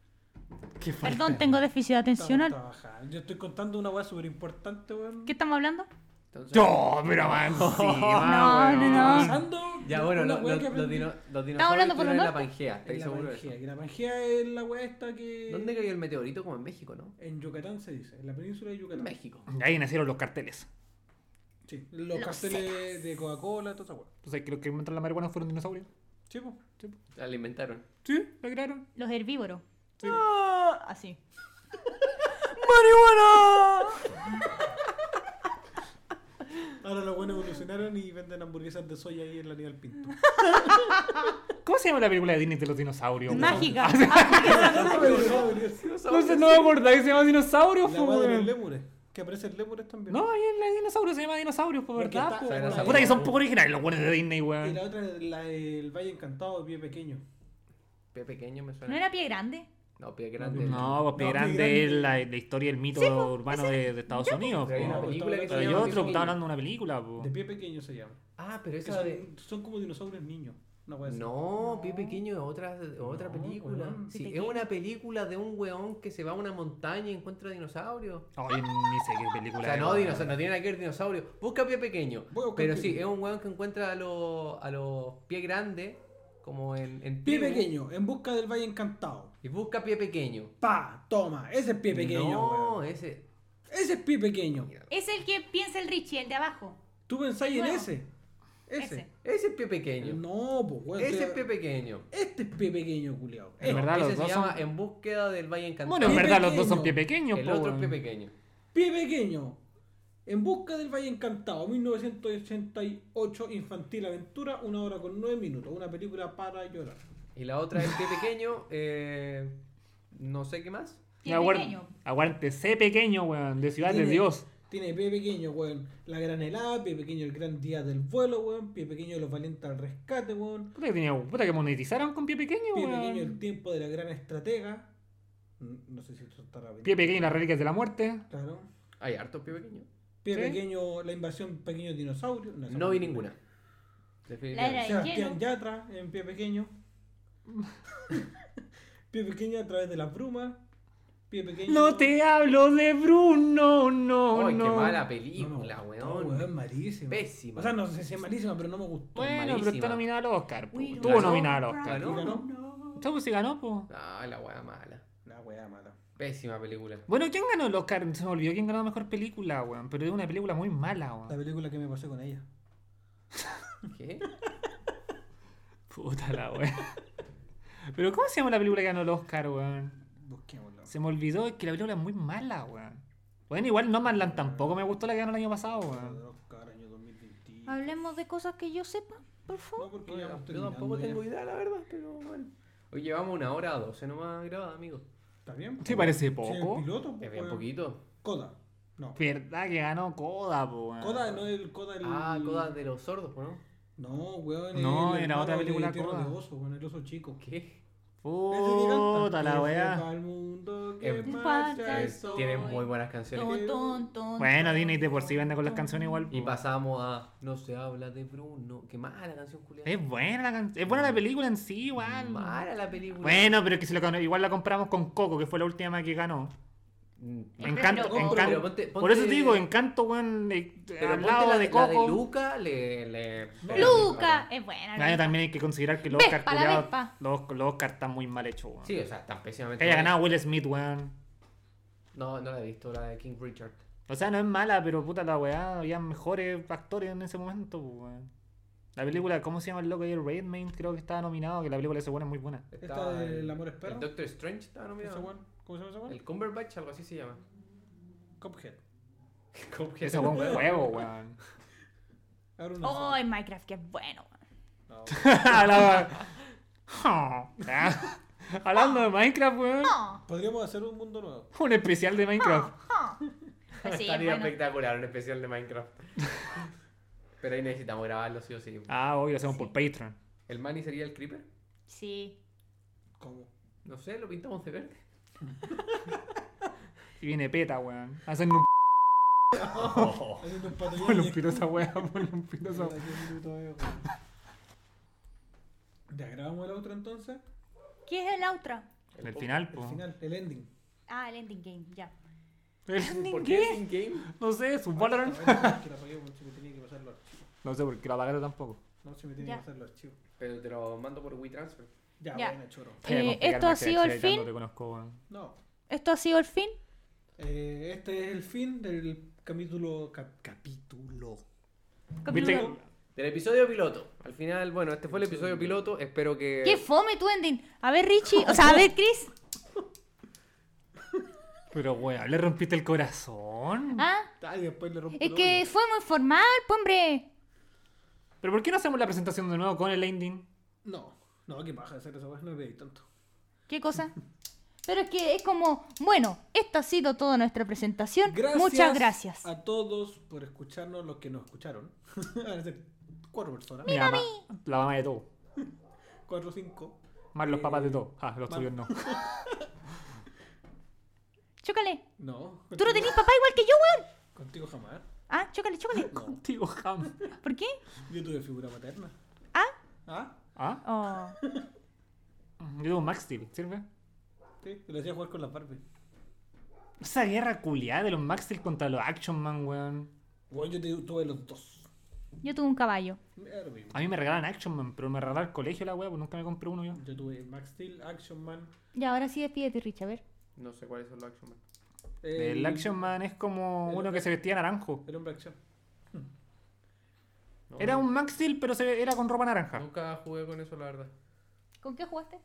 Speaker 2: ¿Qué falta?
Speaker 3: Perdón, tengo déficit
Speaker 4: Estamos
Speaker 3: atencional.
Speaker 4: trabajando. Yo estoy contando una weá súper importante, weón.
Speaker 3: ¿Qué estamos hablando?
Speaker 1: Entonces,
Speaker 2: ¡Yo! Pero más encima,
Speaker 3: No, no,
Speaker 2: weón.
Speaker 3: no.
Speaker 4: Pasando
Speaker 1: Ya, bueno,
Speaker 4: una
Speaker 1: lo-
Speaker 4: weá
Speaker 1: lo-
Speaker 4: que
Speaker 1: los,
Speaker 4: aprendí.
Speaker 1: dino- los dinosaurios
Speaker 3: hablando por
Speaker 1: estuvieron
Speaker 3: lo
Speaker 1: en la Pangea,
Speaker 4: En
Speaker 1: estoy
Speaker 4: la
Speaker 1: seguro de eso.
Speaker 4: Pangea, que la Pangea es la weá esta que.
Speaker 1: ¿Dónde cayó el meteorito? Como en México, ¿no?
Speaker 4: En Yucatán se dice, en la península de Yucatán.
Speaker 1: En México.
Speaker 2: Ahí nacieron los carteles.
Speaker 4: Sí, los
Speaker 3: Los
Speaker 4: carteles de Coca-Cola, toda esa weá.
Speaker 2: Entonces, creo que inventaron la marihuana fueron dinosaurios.
Speaker 4: Sí, po.
Speaker 1: La alimentaron.
Speaker 2: Sí, la crearon.
Speaker 3: Los herbívoros.
Speaker 2: Sí.
Speaker 3: Ah, así.
Speaker 4: Ahora los buenos evolucionaron y venden hamburguesas de soya ahí en la Aníbal Pinto.
Speaker 2: ¿Cómo se llama la película de Disney de los dinosaurios? weón?
Speaker 3: Mágica. Ah,
Speaker 4: la
Speaker 2: No sé, no me acordáis, se llama dinosaurios, po,
Speaker 4: weá de los
Speaker 2: weón.
Speaker 4: lémures, que aparecen lémures también.
Speaker 2: No, ahí en la de dinosaurios se llama dinosaurios, por
Speaker 4: Porque
Speaker 2: verdad.
Speaker 4: está-
Speaker 2: po,
Speaker 4: está
Speaker 2: weón.
Speaker 1: dinosaurio.
Speaker 2: Puta que son poco originales los buenos de Disney,
Speaker 4: Y
Speaker 2: weón.
Speaker 4: la otra es la del Valle Encantado, de pie pequeño.
Speaker 1: Pie pequeño me suena.
Speaker 3: ¿No era pie grande?
Speaker 1: No, pie grande.
Speaker 2: No, pues
Speaker 4: No,
Speaker 2: Pie
Speaker 4: Pie
Speaker 2: Grande
Speaker 4: Grande.
Speaker 2: es la, la historia del mito
Speaker 1: pues,
Speaker 2: urbano de, de Estados Unidos.
Speaker 1: Pero pues. hay una
Speaker 2: po.
Speaker 4: No,
Speaker 1: película que se
Speaker 4: estaba
Speaker 1: llama
Speaker 2: Pero yo
Speaker 1: Pie
Speaker 2: otro
Speaker 1: Pequeño.
Speaker 2: estaba hablando de una película. po.
Speaker 4: De pie pequeño se llama.
Speaker 1: Ah, pero
Speaker 4: Que
Speaker 1: esa de...
Speaker 4: son, son como dinosaurios niños. Una weá así.
Speaker 1: No, Pie Pequeño es otra, otra
Speaker 4: No,
Speaker 1: película.
Speaker 4: weón.
Speaker 1: Sí,
Speaker 3: Pie
Speaker 1: es
Speaker 3: Pequeño.
Speaker 1: una película de un weón que se va a una montaña y encuentra dinosaurios.
Speaker 2: Ay, ni sé qué película.
Speaker 1: O sea,
Speaker 2: es,
Speaker 1: no,
Speaker 2: weón.
Speaker 1: dinosaurio, no tiene nada que ver dinosaurio. Busca pie pequeño.
Speaker 4: Voy a buscar
Speaker 1: Pero
Speaker 4: Pie
Speaker 1: sí, es
Speaker 4: Pequeño.
Speaker 1: un weón que encuentra a los a los pies grandes, como en, en
Speaker 4: Pie
Speaker 1: tribus,
Speaker 4: pequeño, en busca del Valle Encantado.
Speaker 1: Y busca pie pequeño.
Speaker 4: Pa, toma, ese es pie pequeño.
Speaker 1: No,
Speaker 4: weón.
Speaker 1: ese.
Speaker 4: Ese es pie pequeño.
Speaker 3: Es el que piensa el Richie, el de abajo.
Speaker 4: ¿Tú pensáis en
Speaker 3: Bueno,
Speaker 4: ese? Ese.
Speaker 3: ese.
Speaker 1: Ese es pie pequeño.
Speaker 4: No, pues weón.
Speaker 1: ese
Speaker 4: te-
Speaker 1: es pie pequeño.
Speaker 4: Este es pie pequeño, culiao.
Speaker 2: En verdad,
Speaker 1: ese
Speaker 2: los
Speaker 1: se
Speaker 2: dos
Speaker 1: llama
Speaker 2: son-
Speaker 1: En búsqueda del Valle Encantado.
Speaker 2: Bueno, en
Speaker 4: Pie
Speaker 2: verdad, los dos
Speaker 4: Pequeño.
Speaker 2: son pie pequeños.
Speaker 1: el
Speaker 2: po,
Speaker 1: otro es
Speaker 2: weón.
Speaker 1: pie pequeño.
Speaker 4: Pie pequeño. En busca del Valle Encantado, 1988, Infantil Aventura, una hora con nueve minutos. Una película para llorar.
Speaker 1: Y la otra es pie pequeño. eh, no sé qué más.
Speaker 2: Y
Speaker 3: Pie
Speaker 2: aguar-
Speaker 3: pequeño.
Speaker 2: Aguante, sé pequeño, weón, de Ciudad de
Speaker 4: Tiene-
Speaker 2: Dios.
Speaker 4: Tiene pie pequeño, weón. La gran helada, pie pequeño, el gran día del vuelo, weón. Pie pequeño, los valientes al rescate, weón.
Speaker 2: Puta que, tenía, puta que monetizaron con pie pequeño,
Speaker 4: Pie pequeño, el
Speaker 2: weón.
Speaker 4: tiempo de la gran estratega. Mm, No sé si esto está rápido.
Speaker 2: Pie pequeño, y las reliquias de la muerte.
Speaker 4: Claro.
Speaker 1: Hay hartos pie pequeños.
Speaker 4: Pie
Speaker 2: ¿Sí?
Speaker 4: pequeño, la invasión pequeño dinosaurio. esa
Speaker 1: No vi
Speaker 4: película.
Speaker 1: ninguna.
Speaker 3: La era-
Speaker 4: Sebastián
Speaker 3: Lleno.
Speaker 4: Yatra en pie pequeño. pie pequeño a través de las brumas. Pie pequeño.
Speaker 2: No te hablo de Bruno, no,
Speaker 1: Ay,
Speaker 2: no.
Speaker 1: qué mala
Speaker 4: No me
Speaker 1: película,
Speaker 4: gustó,
Speaker 1: weón.
Speaker 4: Es malísima.
Speaker 1: Pésima.
Speaker 4: O sea, no sé si es malísima, pero no me gustó.
Speaker 2: Bueno, pero
Speaker 1: malísima.
Speaker 2: está nominada al Oscar. po.
Speaker 3: We don't
Speaker 2: Estuvo
Speaker 1: Ganó,
Speaker 2: nominada al
Speaker 3: know,
Speaker 2: Oscar.
Speaker 1: Ganó.
Speaker 4: Mira, ¿no?
Speaker 2: Chau, pues, se ganó, po.
Speaker 1: Ah, la weá mala.
Speaker 4: La weá mala.
Speaker 1: Pésima película.
Speaker 2: Bueno, ¿quién ganó el Oscar? Se me olvidó quién ganó mejor película, weón. Pero es una película muy mala,
Speaker 4: La
Speaker 2: weón.
Speaker 4: película que me pasé con ella.
Speaker 1: ¿Qué?
Speaker 2: Puta la weón. Pero ¿cómo se llama la película que ganó el Oscar, weón?
Speaker 4: Busquémosla.
Speaker 2: Se me olvidó es que la película es muy mala, weón. Bueno, igual No Man Land tampoco me gustó la que ganó el año
Speaker 1: ah,
Speaker 2: pasado, weón.
Speaker 4: Oscar, año 2021.
Speaker 3: Hablemos de cosas que yo sepa, por favor.
Speaker 4: No, porque ya
Speaker 1: Yo
Speaker 4: vamos
Speaker 1: tampoco
Speaker 4: terminando ya.
Speaker 1: tengo idea, la verdad, pero bueno. Hoy llevamos una hora doce nomás grabada, amigo.
Speaker 4: ¿Está bien?
Speaker 2: Sí, parece
Speaker 4: Sí, el
Speaker 2: poco.
Speaker 4: piloto,
Speaker 1: Es
Speaker 4: pues,
Speaker 1: bien
Speaker 4: weón.
Speaker 1: poquito.
Speaker 4: Coda. No.
Speaker 2: Verdad que ganó Coda, po, weón.
Speaker 4: Coda no es el Coda el.
Speaker 1: Ah, Coda de los sordos, ¿no?
Speaker 4: No, weón. es
Speaker 2: No, era
Speaker 4: el hermano
Speaker 2: otra
Speaker 4: de
Speaker 2: película
Speaker 4: Tierra
Speaker 2: Coda.
Speaker 4: de oso, weón, el oso chico.
Speaker 1: ¿Qué?
Speaker 2: Puta la weá.
Speaker 4: Al mundo
Speaker 1: Eh,
Speaker 4: que
Speaker 1: Que
Speaker 3: marcha
Speaker 4: marcha
Speaker 3: el
Speaker 1: Es- tiene
Speaker 3: sol.
Speaker 1: muy buenas canciones.
Speaker 4: No,
Speaker 3: Ton, ton,
Speaker 2: Bueno,
Speaker 3: ton,
Speaker 2: Disney de por sí
Speaker 3: ton,
Speaker 2: vende con las
Speaker 3: ton.
Speaker 2: canciones igual.
Speaker 1: Y
Speaker 2: po.
Speaker 1: pasamos a No se habla de Bruno. Qué mala canción, Julián.
Speaker 2: Es buena la can- Es
Speaker 1: Mm.
Speaker 2: buena la película en sí, igual.
Speaker 1: mala la película.
Speaker 2: Bueno, pero es que si lo con- igual la compramos con Coco, que fue la última que ganó.
Speaker 1: Mm,
Speaker 2: Encanto,
Speaker 3: Pero
Speaker 2: Encanto.
Speaker 1: pero ponte-
Speaker 2: Por eso te
Speaker 1: ponte-
Speaker 2: digo, Encanto, weón, eh,
Speaker 1: Pero
Speaker 2: al
Speaker 1: ponte
Speaker 2: lado
Speaker 1: la
Speaker 2: de
Speaker 1: la
Speaker 2: Coco.
Speaker 1: Luca, le. le-
Speaker 3: Luca, es buena.
Speaker 2: Bueno,
Speaker 3: Luca.
Speaker 2: también hay que considerar que los
Speaker 3: Vespa,
Speaker 2: Oscar,
Speaker 3: la
Speaker 2: culiao,
Speaker 3: Vespa.
Speaker 2: los, los Oscar están muy mal hechos, weón.
Speaker 1: Sí, o sea, tan pésimamente.
Speaker 2: que haya
Speaker 1: mal.
Speaker 2: ganado Will Smith, weón.
Speaker 1: No, no la he visto, la de King Richard.
Speaker 2: O sea, no es mala, pero puta la weá, había mejores actores en ese momento, pues, weón. La película, ¿cómo se llama el loco? Ayer Redmayne, creo que estaba nominado, que la película de ese weón es muy buena.
Speaker 1: Estaba
Speaker 4: del amor es perro.
Speaker 1: El Doctor Strange estaba
Speaker 4: ¿Ese
Speaker 1: nominado.
Speaker 4: weón? ¿Cómo se llama ese weón?
Speaker 1: El Cumberbatch, algo así se llama.
Speaker 4: Cuphead.
Speaker 1: Cuphead.
Speaker 2: Ese weón es un juego, weón.
Speaker 4: Ahora una
Speaker 3: Oh, en Minecraft, que es bueno.
Speaker 1: Oh.
Speaker 4: No.
Speaker 2: La- Ah, Hablando de Minecraft, weón.
Speaker 3: Oh,
Speaker 4: Podríamos hacer un mundo nuevo.
Speaker 2: Un especial de Minecraft.
Speaker 3: oh. Pues sí, es
Speaker 1: Estaría
Speaker 3: bueno.
Speaker 1: espectacular un especial de Minecraft. Pero ahí necesitamos grabarlo sí o sí.
Speaker 2: Ah, hoy lo hacemos por Patreon.
Speaker 1: ¿El Manny sería el Creeper?
Speaker 3: Sí.
Speaker 4: ¿Cómo?
Speaker 1: No sé, lo pintamos de verde.
Speaker 2: Y viene PETA, weón. Hacernos un
Speaker 1: Oh.
Speaker 4: Haciendo un pato
Speaker 2: ponle un
Speaker 4: ñoño.
Speaker 2: pito a esa weá, ponle un pito a esa
Speaker 4: Puta, qué minuto es, weón. Ya grabamos el otro entonces.
Speaker 3: ¿Qué es el outro?
Speaker 2: En el final,
Speaker 4: El
Speaker 2: pues.
Speaker 4: final, el ending.
Speaker 3: Ah, el ending game, ya.
Speaker 1: ¿Por qué es in-game?
Speaker 2: No sé, su Valorant.
Speaker 4: Ah, que la apagué, weón, se me tenía que pasar los archivos.
Speaker 2: No sé por qué la apagaron tampoco.
Speaker 3: Eh,
Speaker 4: No, se me
Speaker 3: Ya.
Speaker 4: tenía que pasar los archivos.
Speaker 1: Pero te lo mando por WeTransfer.
Speaker 4: Ya,
Speaker 3: Ya.
Speaker 4: bueno, choro.
Speaker 2: Voy a
Speaker 3: Eh,
Speaker 2: complicarme
Speaker 3: esto ha
Speaker 2: este-
Speaker 3: sido el
Speaker 2: editando,
Speaker 3: fin.
Speaker 2: te conozco, weón.
Speaker 4: No.
Speaker 3: ¿Esto ha sido el fin?
Speaker 4: Eh, este es el fin del capítulo. cap- capítulo.
Speaker 2: ¿Viste?
Speaker 3: Capítulo.
Speaker 1: Del episodio piloto. Al final, bueno, este fue el episodio piloto. Espero que.
Speaker 3: ¿Qué fome tu ending? A ver, Richie. O sea, a ver, Chris.
Speaker 2: Pero weón, le rompiste el corazón.
Speaker 3: ¿Ah?
Speaker 4: Ay, después le rompo
Speaker 3: Es
Speaker 4: el
Speaker 3: que
Speaker 4: hoyo.
Speaker 3: fue muy formal, pues, hombre.
Speaker 2: Pero ¿por qué no hacemos la presentación de nuevo con el ending?
Speaker 4: No, no, qué paja hacer esa weá, no pedí tanto.
Speaker 3: ¿Qué cosa? Pero es que es como, bueno, esta ha sido toda nuestra presentación. Muchas gracias.
Speaker 4: A todos por escucharnos, los que nos escucharon. Van a ser cuatro personas.
Speaker 2: Mi mamá, la mamá de todo.
Speaker 4: Cuatro o cinco.
Speaker 2: Más los
Speaker 4: Eh,
Speaker 2: papás de todo. Ah, los
Speaker 4: más-
Speaker 2: tuyos no.
Speaker 3: Chócale.
Speaker 4: No.
Speaker 3: Tú no
Speaker 4: contigo-
Speaker 3: tenés papá igual que yo, weón.
Speaker 4: Contigo jamás.
Speaker 3: Ah, chócale, chócale.
Speaker 2: Contigo, jam.
Speaker 3: ¿Por qué?
Speaker 4: Yo tuve figura paterna.
Speaker 3: Ah,
Speaker 4: ¿Ah?
Speaker 2: ¿Ah?
Speaker 3: oh.
Speaker 2: Yo tengo un Max Steel, ¿sirve?
Speaker 4: Sí, lo hacía jugar con las Barbie.
Speaker 2: Esa guerra culiada de los Max Steel contra los Action Man, weón.
Speaker 4: Bueno, yo te- tuve los dos.
Speaker 3: Yo tuve un caballo.
Speaker 4: Me da lo mismo.
Speaker 2: A mí me regalan Action Man, pero me regalaba el colegio la weá, pues nunca me compré uno yo.
Speaker 4: Yo tuve Max Steel, Action Man.
Speaker 3: Ya, ahora sí despídete, Richie, a ver.
Speaker 1: No sé cuáles son los Action Man.
Speaker 2: El Action Man es como
Speaker 4: el-
Speaker 2: uno que se vestía naranjo.
Speaker 4: El hombre acción.
Speaker 1: No,
Speaker 2: Era
Speaker 1: no-
Speaker 2: un Max Steel, pero se- era con ropa naranja.
Speaker 1: Nunca jugué con eso, la verdad.
Speaker 3: ¿Con qué jugaste?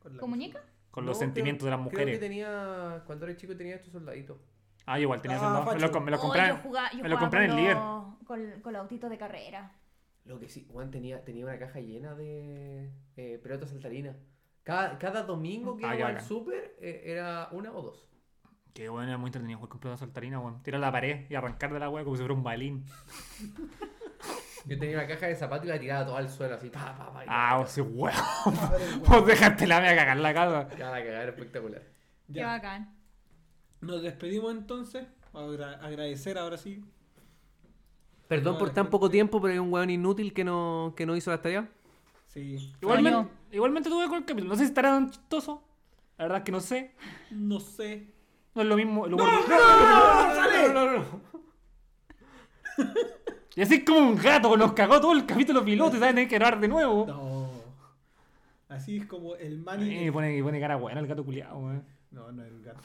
Speaker 4: Con la
Speaker 3: ¿Con muñeca?
Speaker 2: Con los
Speaker 1: No,
Speaker 2: sentimientos
Speaker 1: creo-
Speaker 2: de las
Speaker 1: Creo que
Speaker 2: mujeres.
Speaker 1: tenía. Cuando era chico tenía estos soldaditos.
Speaker 2: Ah, igual tenía
Speaker 4: Ah,
Speaker 2: sentado. Me lo,
Speaker 4: facho.
Speaker 2: me lo
Speaker 3: Oh,
Speaker 2: compré-
Speaker 3: yo jugaba- yo
Speaker 2: me lo
Speaker 3: jugaba
Speaker 2: compré en el
Speaker 3: con
Speaker 2: Lier.
Speaker 3: los- Con, con los autitos de carrera.
Speaker 1: Lo que sí, Juan tenía, tenía una caja llena de eh, pelotas saltarinas. Cada, cada domingo que
Speaker 2: Ah,
Speaker 1: iba
Speaker 2: ya,
Speaker 1: al
Speaker 2: bacán.
Speaker 1: súper eh, era una o dos.
Speaker 2: Qué bueno, era muy entretenido jugar con pelota saltarina, weón. Tirar a la pared y arrancar de la weá como si fuera un balín.
Speaker 1: Yo tenía una caja de zapatos y la tiraba toda al suelo, así, pa, pa, pa. y
Speaker 2: Ah, vos ese weón. Vos dejaste la mea cagar la casa.
Speaker 1: Ya la cagada era espectacular.
Speaker 3: Qué
Speaker 4: Ya.
Speaker 3: bacán.
Speaker 4: Nos despedimos entonces. Agra- agradecer ahora sí.
Speaker 1: Perdón
Speaker 4: No,
Speaker 1: por
Speaker 4: la
Speaker 1: tan
Speaker 4: gente-
Speaker 1: poco tiempo, pero hay un weón inútil que no, que no hizo las tareas.
Speaker 4: Sí.
Speaker 2: Igualmente, igualmente tuve con el capítulo. No sé si estará tan chistoso. La verdad es que no sé.
Speaker 4: No sé.
Speaker 2: No es lo mismo. el humor-
Speaker 4: ¡Sale!
Speaker 2: Y así es como un gato, nos cagó todo el capítulo piloto y saben tener que grabar de nuevo.
Speaker 4: No. Así es como el
Speaker 2: Eh,
Speaker 4: mani.
Speaker 2: Y pone, y pone cara buena el gato culiado, weón.
Speaker 4: No, no el gato.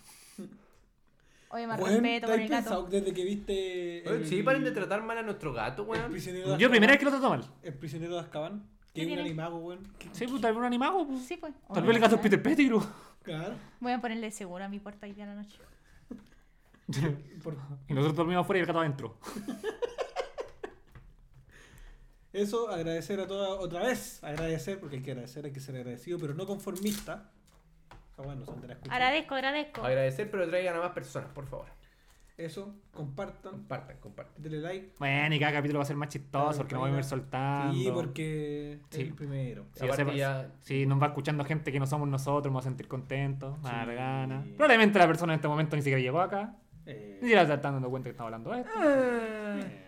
Speaker 3: Oye, más
Speaker 4: Weón,
Speaker 3: respeto
Speaker 4: ¿te
Speaker 3: con
Speaker 4: has
Speaker 3: el gato.
Speaker 4: pensado desde que viste. el-
Speaker 1: Sí, paren de tratar mal a nuestro gato,
Speaker 4: El
Speaker 1: weón.
Speaker 4: prisionero de
Speaker 2: Yo primera vez
Speaker 4: Azkaban?
Speaker 2: que lo trato mal.
Speaker 4: El prisionero de Azkaban.
Speaker 3: ¿Qué
Speaker 4: Que es un
Speaker 3: tiene?
Speaker 4: animago, weón. Que-
Speaker 2: Sí, pues tal vez un animado. pues.
Speaker 3: Sí, pues.
Speaker 2: Tal vez el gato es Peter Pettigrew.
Speaker 4: Claro.
Speaker 3: Voy a ponerle seguro a mi puerta hoy día en la noche.
Speaker 4: Por-
Speaker 2: Y nosotros dormimos afuera y el gato adentro.
Speaker 4: Eso, agradecer a todas. Otra vez, agradecer, porque hay que agradecer, hay que ser agradecido, pero no conformista. Ah, bueno, Sandra, escucha.
Speaker 3: Agradezco, agradezco.
Speaker 1: Agradecer, pero traigan a más personas, por favor.
Speaker 4: Eso, compartan,
Speaker 1: Compartan, compartan.
Speaker 4: denle like.
Speaker 2: Bueno, y cada capítulo va a ser más chistoso
Speaker 4: Claro,
Speaker 2: porque nos vamos a ir
Speaker 4: sí,
Speaker 1: Ah,
Speaker 2: soltando.
Speaker 4: Sí, porque
Speaker 2: Sí.
Speaker 4: es el primero.
Speaker 2: Sí,
Speaker 1: Aparte
Speaker 2: ya se-
Speaker 1: ya-
Speaker 2: sí, nos va escuchando gente que no somos nosotros, nos va a sentir contentos, más
Speaker 4: Sí.
Speaker 2: ganas. Probablemente la persona en este momento ni siquiera llegó acá.
Speaker 4: Eh,
Speaker 2: Ni siquiera se están dando cuenta que estamos hablando de esto.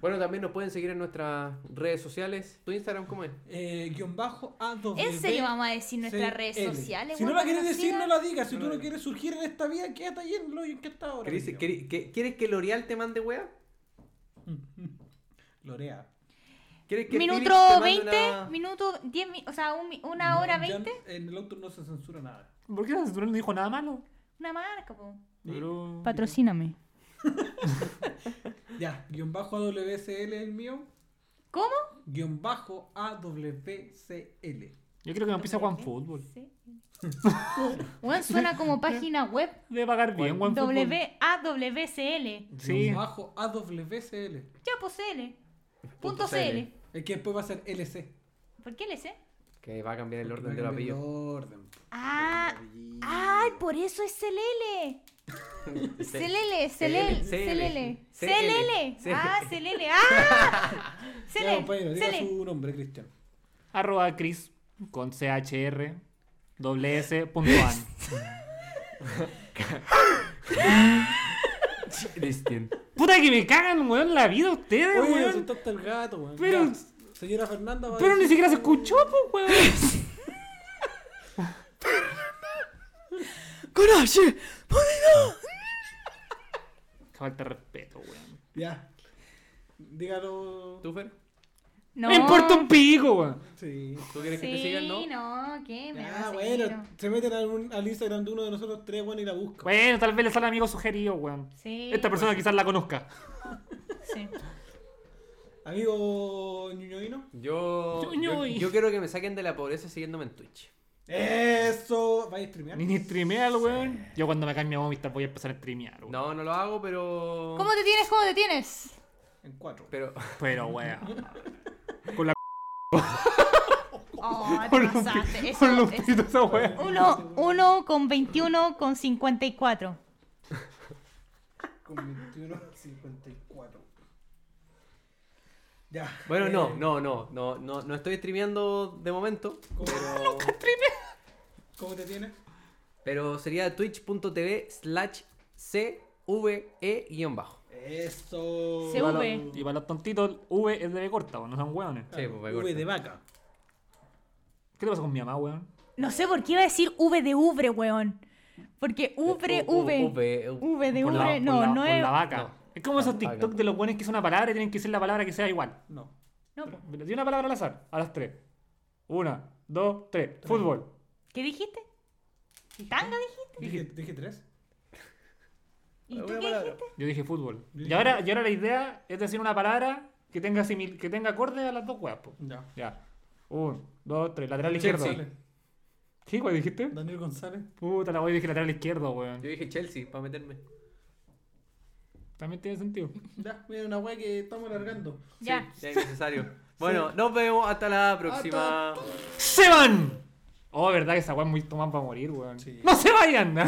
Speaker 1: Bueno, también nos pueden seguir en nuestras redes sociales. ¿Tu Instagram cómo es?
Speaker 4: eh, guión bajo a
Speaker 3: ¿En serio vamos a decir nuestras redes sociales?
Speaker 4: Si no
Speaker 3: weón,
Speaker 4: la
Speaker 3: para
Speaker 4: quieres
Speaker 3: que nos
Speaker 4: decir, no
Speaker 3: sigan?
Speaker 4: la digas. Si
Speaker 1: No
Speaker 4: tú
Speaker 1: la
Speaker 4: no
Speaker 1: digas.
Speaker 4: quieres surgir en esta vida, quédate ahí en lo en que está ahora.
Speaker 1: ¿Querés, queri- que- ¿Quieres que L'Oreal te mande weá?
Speaker 4: Lorea.
Speaker 1: ¿Quieres que
Speaker 3: Minuto
Speaker 1: Philips te mande
Speaker 3: 20,
Speaker 1: una-
Speaker 3: minuto 10, mi- o sea, un mi- una hora
Speaker 4: No, ya
Speaker 3: 20.
Speaker 4: En el otro no se censura nada.
Speaker 2: ¿Por qué no dijo nada malo?
Speaker 3: Una marca, po.
Speaker 2: Pero...
Speaker 3: Patrocíname.
Speaker 4: Ya, guión bajo AWCL el mío.
Speaker 3: ¿Cómo?
Speaker 4: Guión bajo AWCL.
Speaker 2: Yo creo que me empieza Juan Fútbol.
Speaker 3: Sí. Weón, suena como página web
Speaker 2: Debe pagar bien, Juan Fútbol.
Speaker 3: WAWCL.
Speaker 2: Sí.
Speaker 4: Guión bajo AWCL.
Speaker 3: Ya, pues L.
Speaker 1: Punto
Speaker 3: Punto
Speaker 1: CL.
Speaker 3: CL.
Speaker 4: Es que después va a ser LC.
Speaker 3: ¿Por qué LC?
Speaker 1: Que va a cambiar el
Speaker 4: Porque
Speaker 1: orden
Speaker 4: va
Speaker 1: del
Speaker 4: cambiando
Speaker 1: apellido.
Speaker 4: el orden.
Speaker 3: Ah,
Speaker 4: Apellido.
Speaker 3: ay, por eso es CLL. CLL, CLL, CLL.
Speaker 1: CLL.
Speaker 3: CLL. Ah, CLL. Ah,
Speaker 4: Ya,
Speaker 3: CLL.
Speaker 4: compañero, diga
Speaker 3: CLL.
Speaker 4: su nombre, Cristian.
Speaker 2: Arroba Chris con CHR doble S punto an.
Speaker 1: Cristian.
Speaker 2: Puta que me cagan, weón, la vida ustedes,
Speaker 4: Oye,
Speaker 2: weón.
Speaker 4: asustaste al gato, weón.
Speaker 2: Pero-
Speaker 4: Ya, Señora Fernanda va a
Speaker 2: Pero ni
Speaker 4: decir-
Speaker 2: siquiera se escuchó, po, weón.
Speaker 5: ¡Coraje!
Speaker 2: Que Falta de respeto, weón.
Speaker 4: Ya. Dígalo.
Speaker 1: ¿Tú, Fer?
Speaker 3: No.
Speaker 2: Me importa un pico, weón.
Speaker 4: Sí.
Speaker 1: ¿Tú quieres que te sigan, no?
Speaker 3: Sí, no, ¿qué? Me
Speaker 4: Ah,
Speaker 3: vas a seguir,
Speaker 4: bueno.
Speaker 3: no.
Speaker 4: Se meten al, al Instagram de uno de nosotros tres, bueno, y la busca.
Speaker 2: Bueno, tal vez le sale amigo sugerido, weón.
Speaker 3: Sí.
Speaker 2: Esta persona quizás la conozca.
Speaker 3: Sí.
Speaker 4: Amigo ñoñoino.
Speaker 1: Yo,
Speaker 2: Yo-
Speaker 1: yo,
Speaker 2: yo-
Speaker 1: yo quiero que me saquen de la pobreza siguiéndome en Twitch.
Speaker 4: Eso. ¿Vais a streamear?
Speaker 2: Ni ni streamealo, weón. Yo cuando me cambie a Movistar voy a empezar a streamear, weón.
Speaker 1: No, no lo hago, pero.
Speaker 3: ¿Cómo te tienes? ¿Cómo te tienes?
Speaker 4: En cuatro.
Speaker 1: Pero.
Speaker 2: Pero, weón.
Speaker 3: Oh, te
Speaker 2: Ponle un
Speaker 3: pasaste.
Speaker 2: pi-
Speaker 3: Eso,
Speaker 2: ponle un
Speaker 3: eso-
Speaker 2: pito a esa weón.
Speaker 3: Uno, uno con 21 con 54.
Speaker 4: Con 21, 54. Ya.
Speaker 1: Bueno,
Speaker 4: eh,
Speaker 1: no, no, no, no, no, no estoy streameando de momento,
Speaker 4: ¿Cómo,
Speaker 1: pero,
Speaker 4: cómo te tienes?
Speaker 1: pero sería twitch.tv slash cve-bajo.
Speaker 4: Eso.
Speaker 3: Se
Speaker 2: Y para
Speaker 3: V.
Speaker 2: los- Y para los tontitos, V es de B corta, weón. No son weones.
Speaker 1: Sí, pues, me
Speaker 4: V
Speaker 1: corta.
Speaker 4: de vaca.
Speaker 2: ¿Qué te pasa con mi mamá, weón?
Speaker 3: No sé por qué iba a decir V de Ubre, weón. Porque Ubre,
Speaker 1: U- u-
Speaker 3: V.
Speaker 1: V, u-
Speaker 3: V de
Speaker 2: Por la-
Speaker 3: Ubre,
Speaker 2: por
Speaker 3: no,
Speaker 2: la-
Speaker 3: no
Speaker 2: por
Speaker 3: es.
Speaker 2: la vaca.
Speaker 1: no.
Speaker 2: Es como esos
Speaker 1: Vaca.
Speaker 2: TikTok de los buenos que usan una palabra y tienen que decir la palabra que sea igual.
Speaker 4: No.
Speaker 3: No, po.
Speaker 2: Le di una palabra al azar, a las tres. Una, dos, tres. Fútbol.
Speaker 3: ¿Qué dijiste? ¿Tanga dijiste?
Speaker 4: Dije, dije tres.
Speaker 3: ¿Y tú
Speaker 1: Una
Speaker 3: qué
Speaker 1: palabra.
Speaker 3: dijiste?
Speaker 2: Yo dije fútbol. Y
Speaker 4: Dije-
Speaker 2: ahora, y ahora la idea es decir una palabra que tenga, simil- que tenga acorde a las dos weas, po.
Speaker 4: Ya.
Speaker 2: Ya. Un, dos, tres. Lateral izquierdo.
Speaker 1: Chelsea.
Speaker 2: ¿Qué weón dijiste?
Speaker 4: Daniel González.
Speaker 2: Puta, la wea dije lateral izquierdo, weón.
Speaker 1: Yo dije Chelsea para meterme.
Speaker 2: También tiene sentido.
Speaker 4: Ya, mira una weá que estamos alargando.
Speaker 3: Ya.
Speaker 1: Ya es necesario. Bueno, nos vemos hasta la próxima.
Speaker 2: ¡Se van! Oh, verdad que esa weá es muy tomada para morir, weón.
Speaker 4: Sí.
Speaker 2: ¡No se vayan!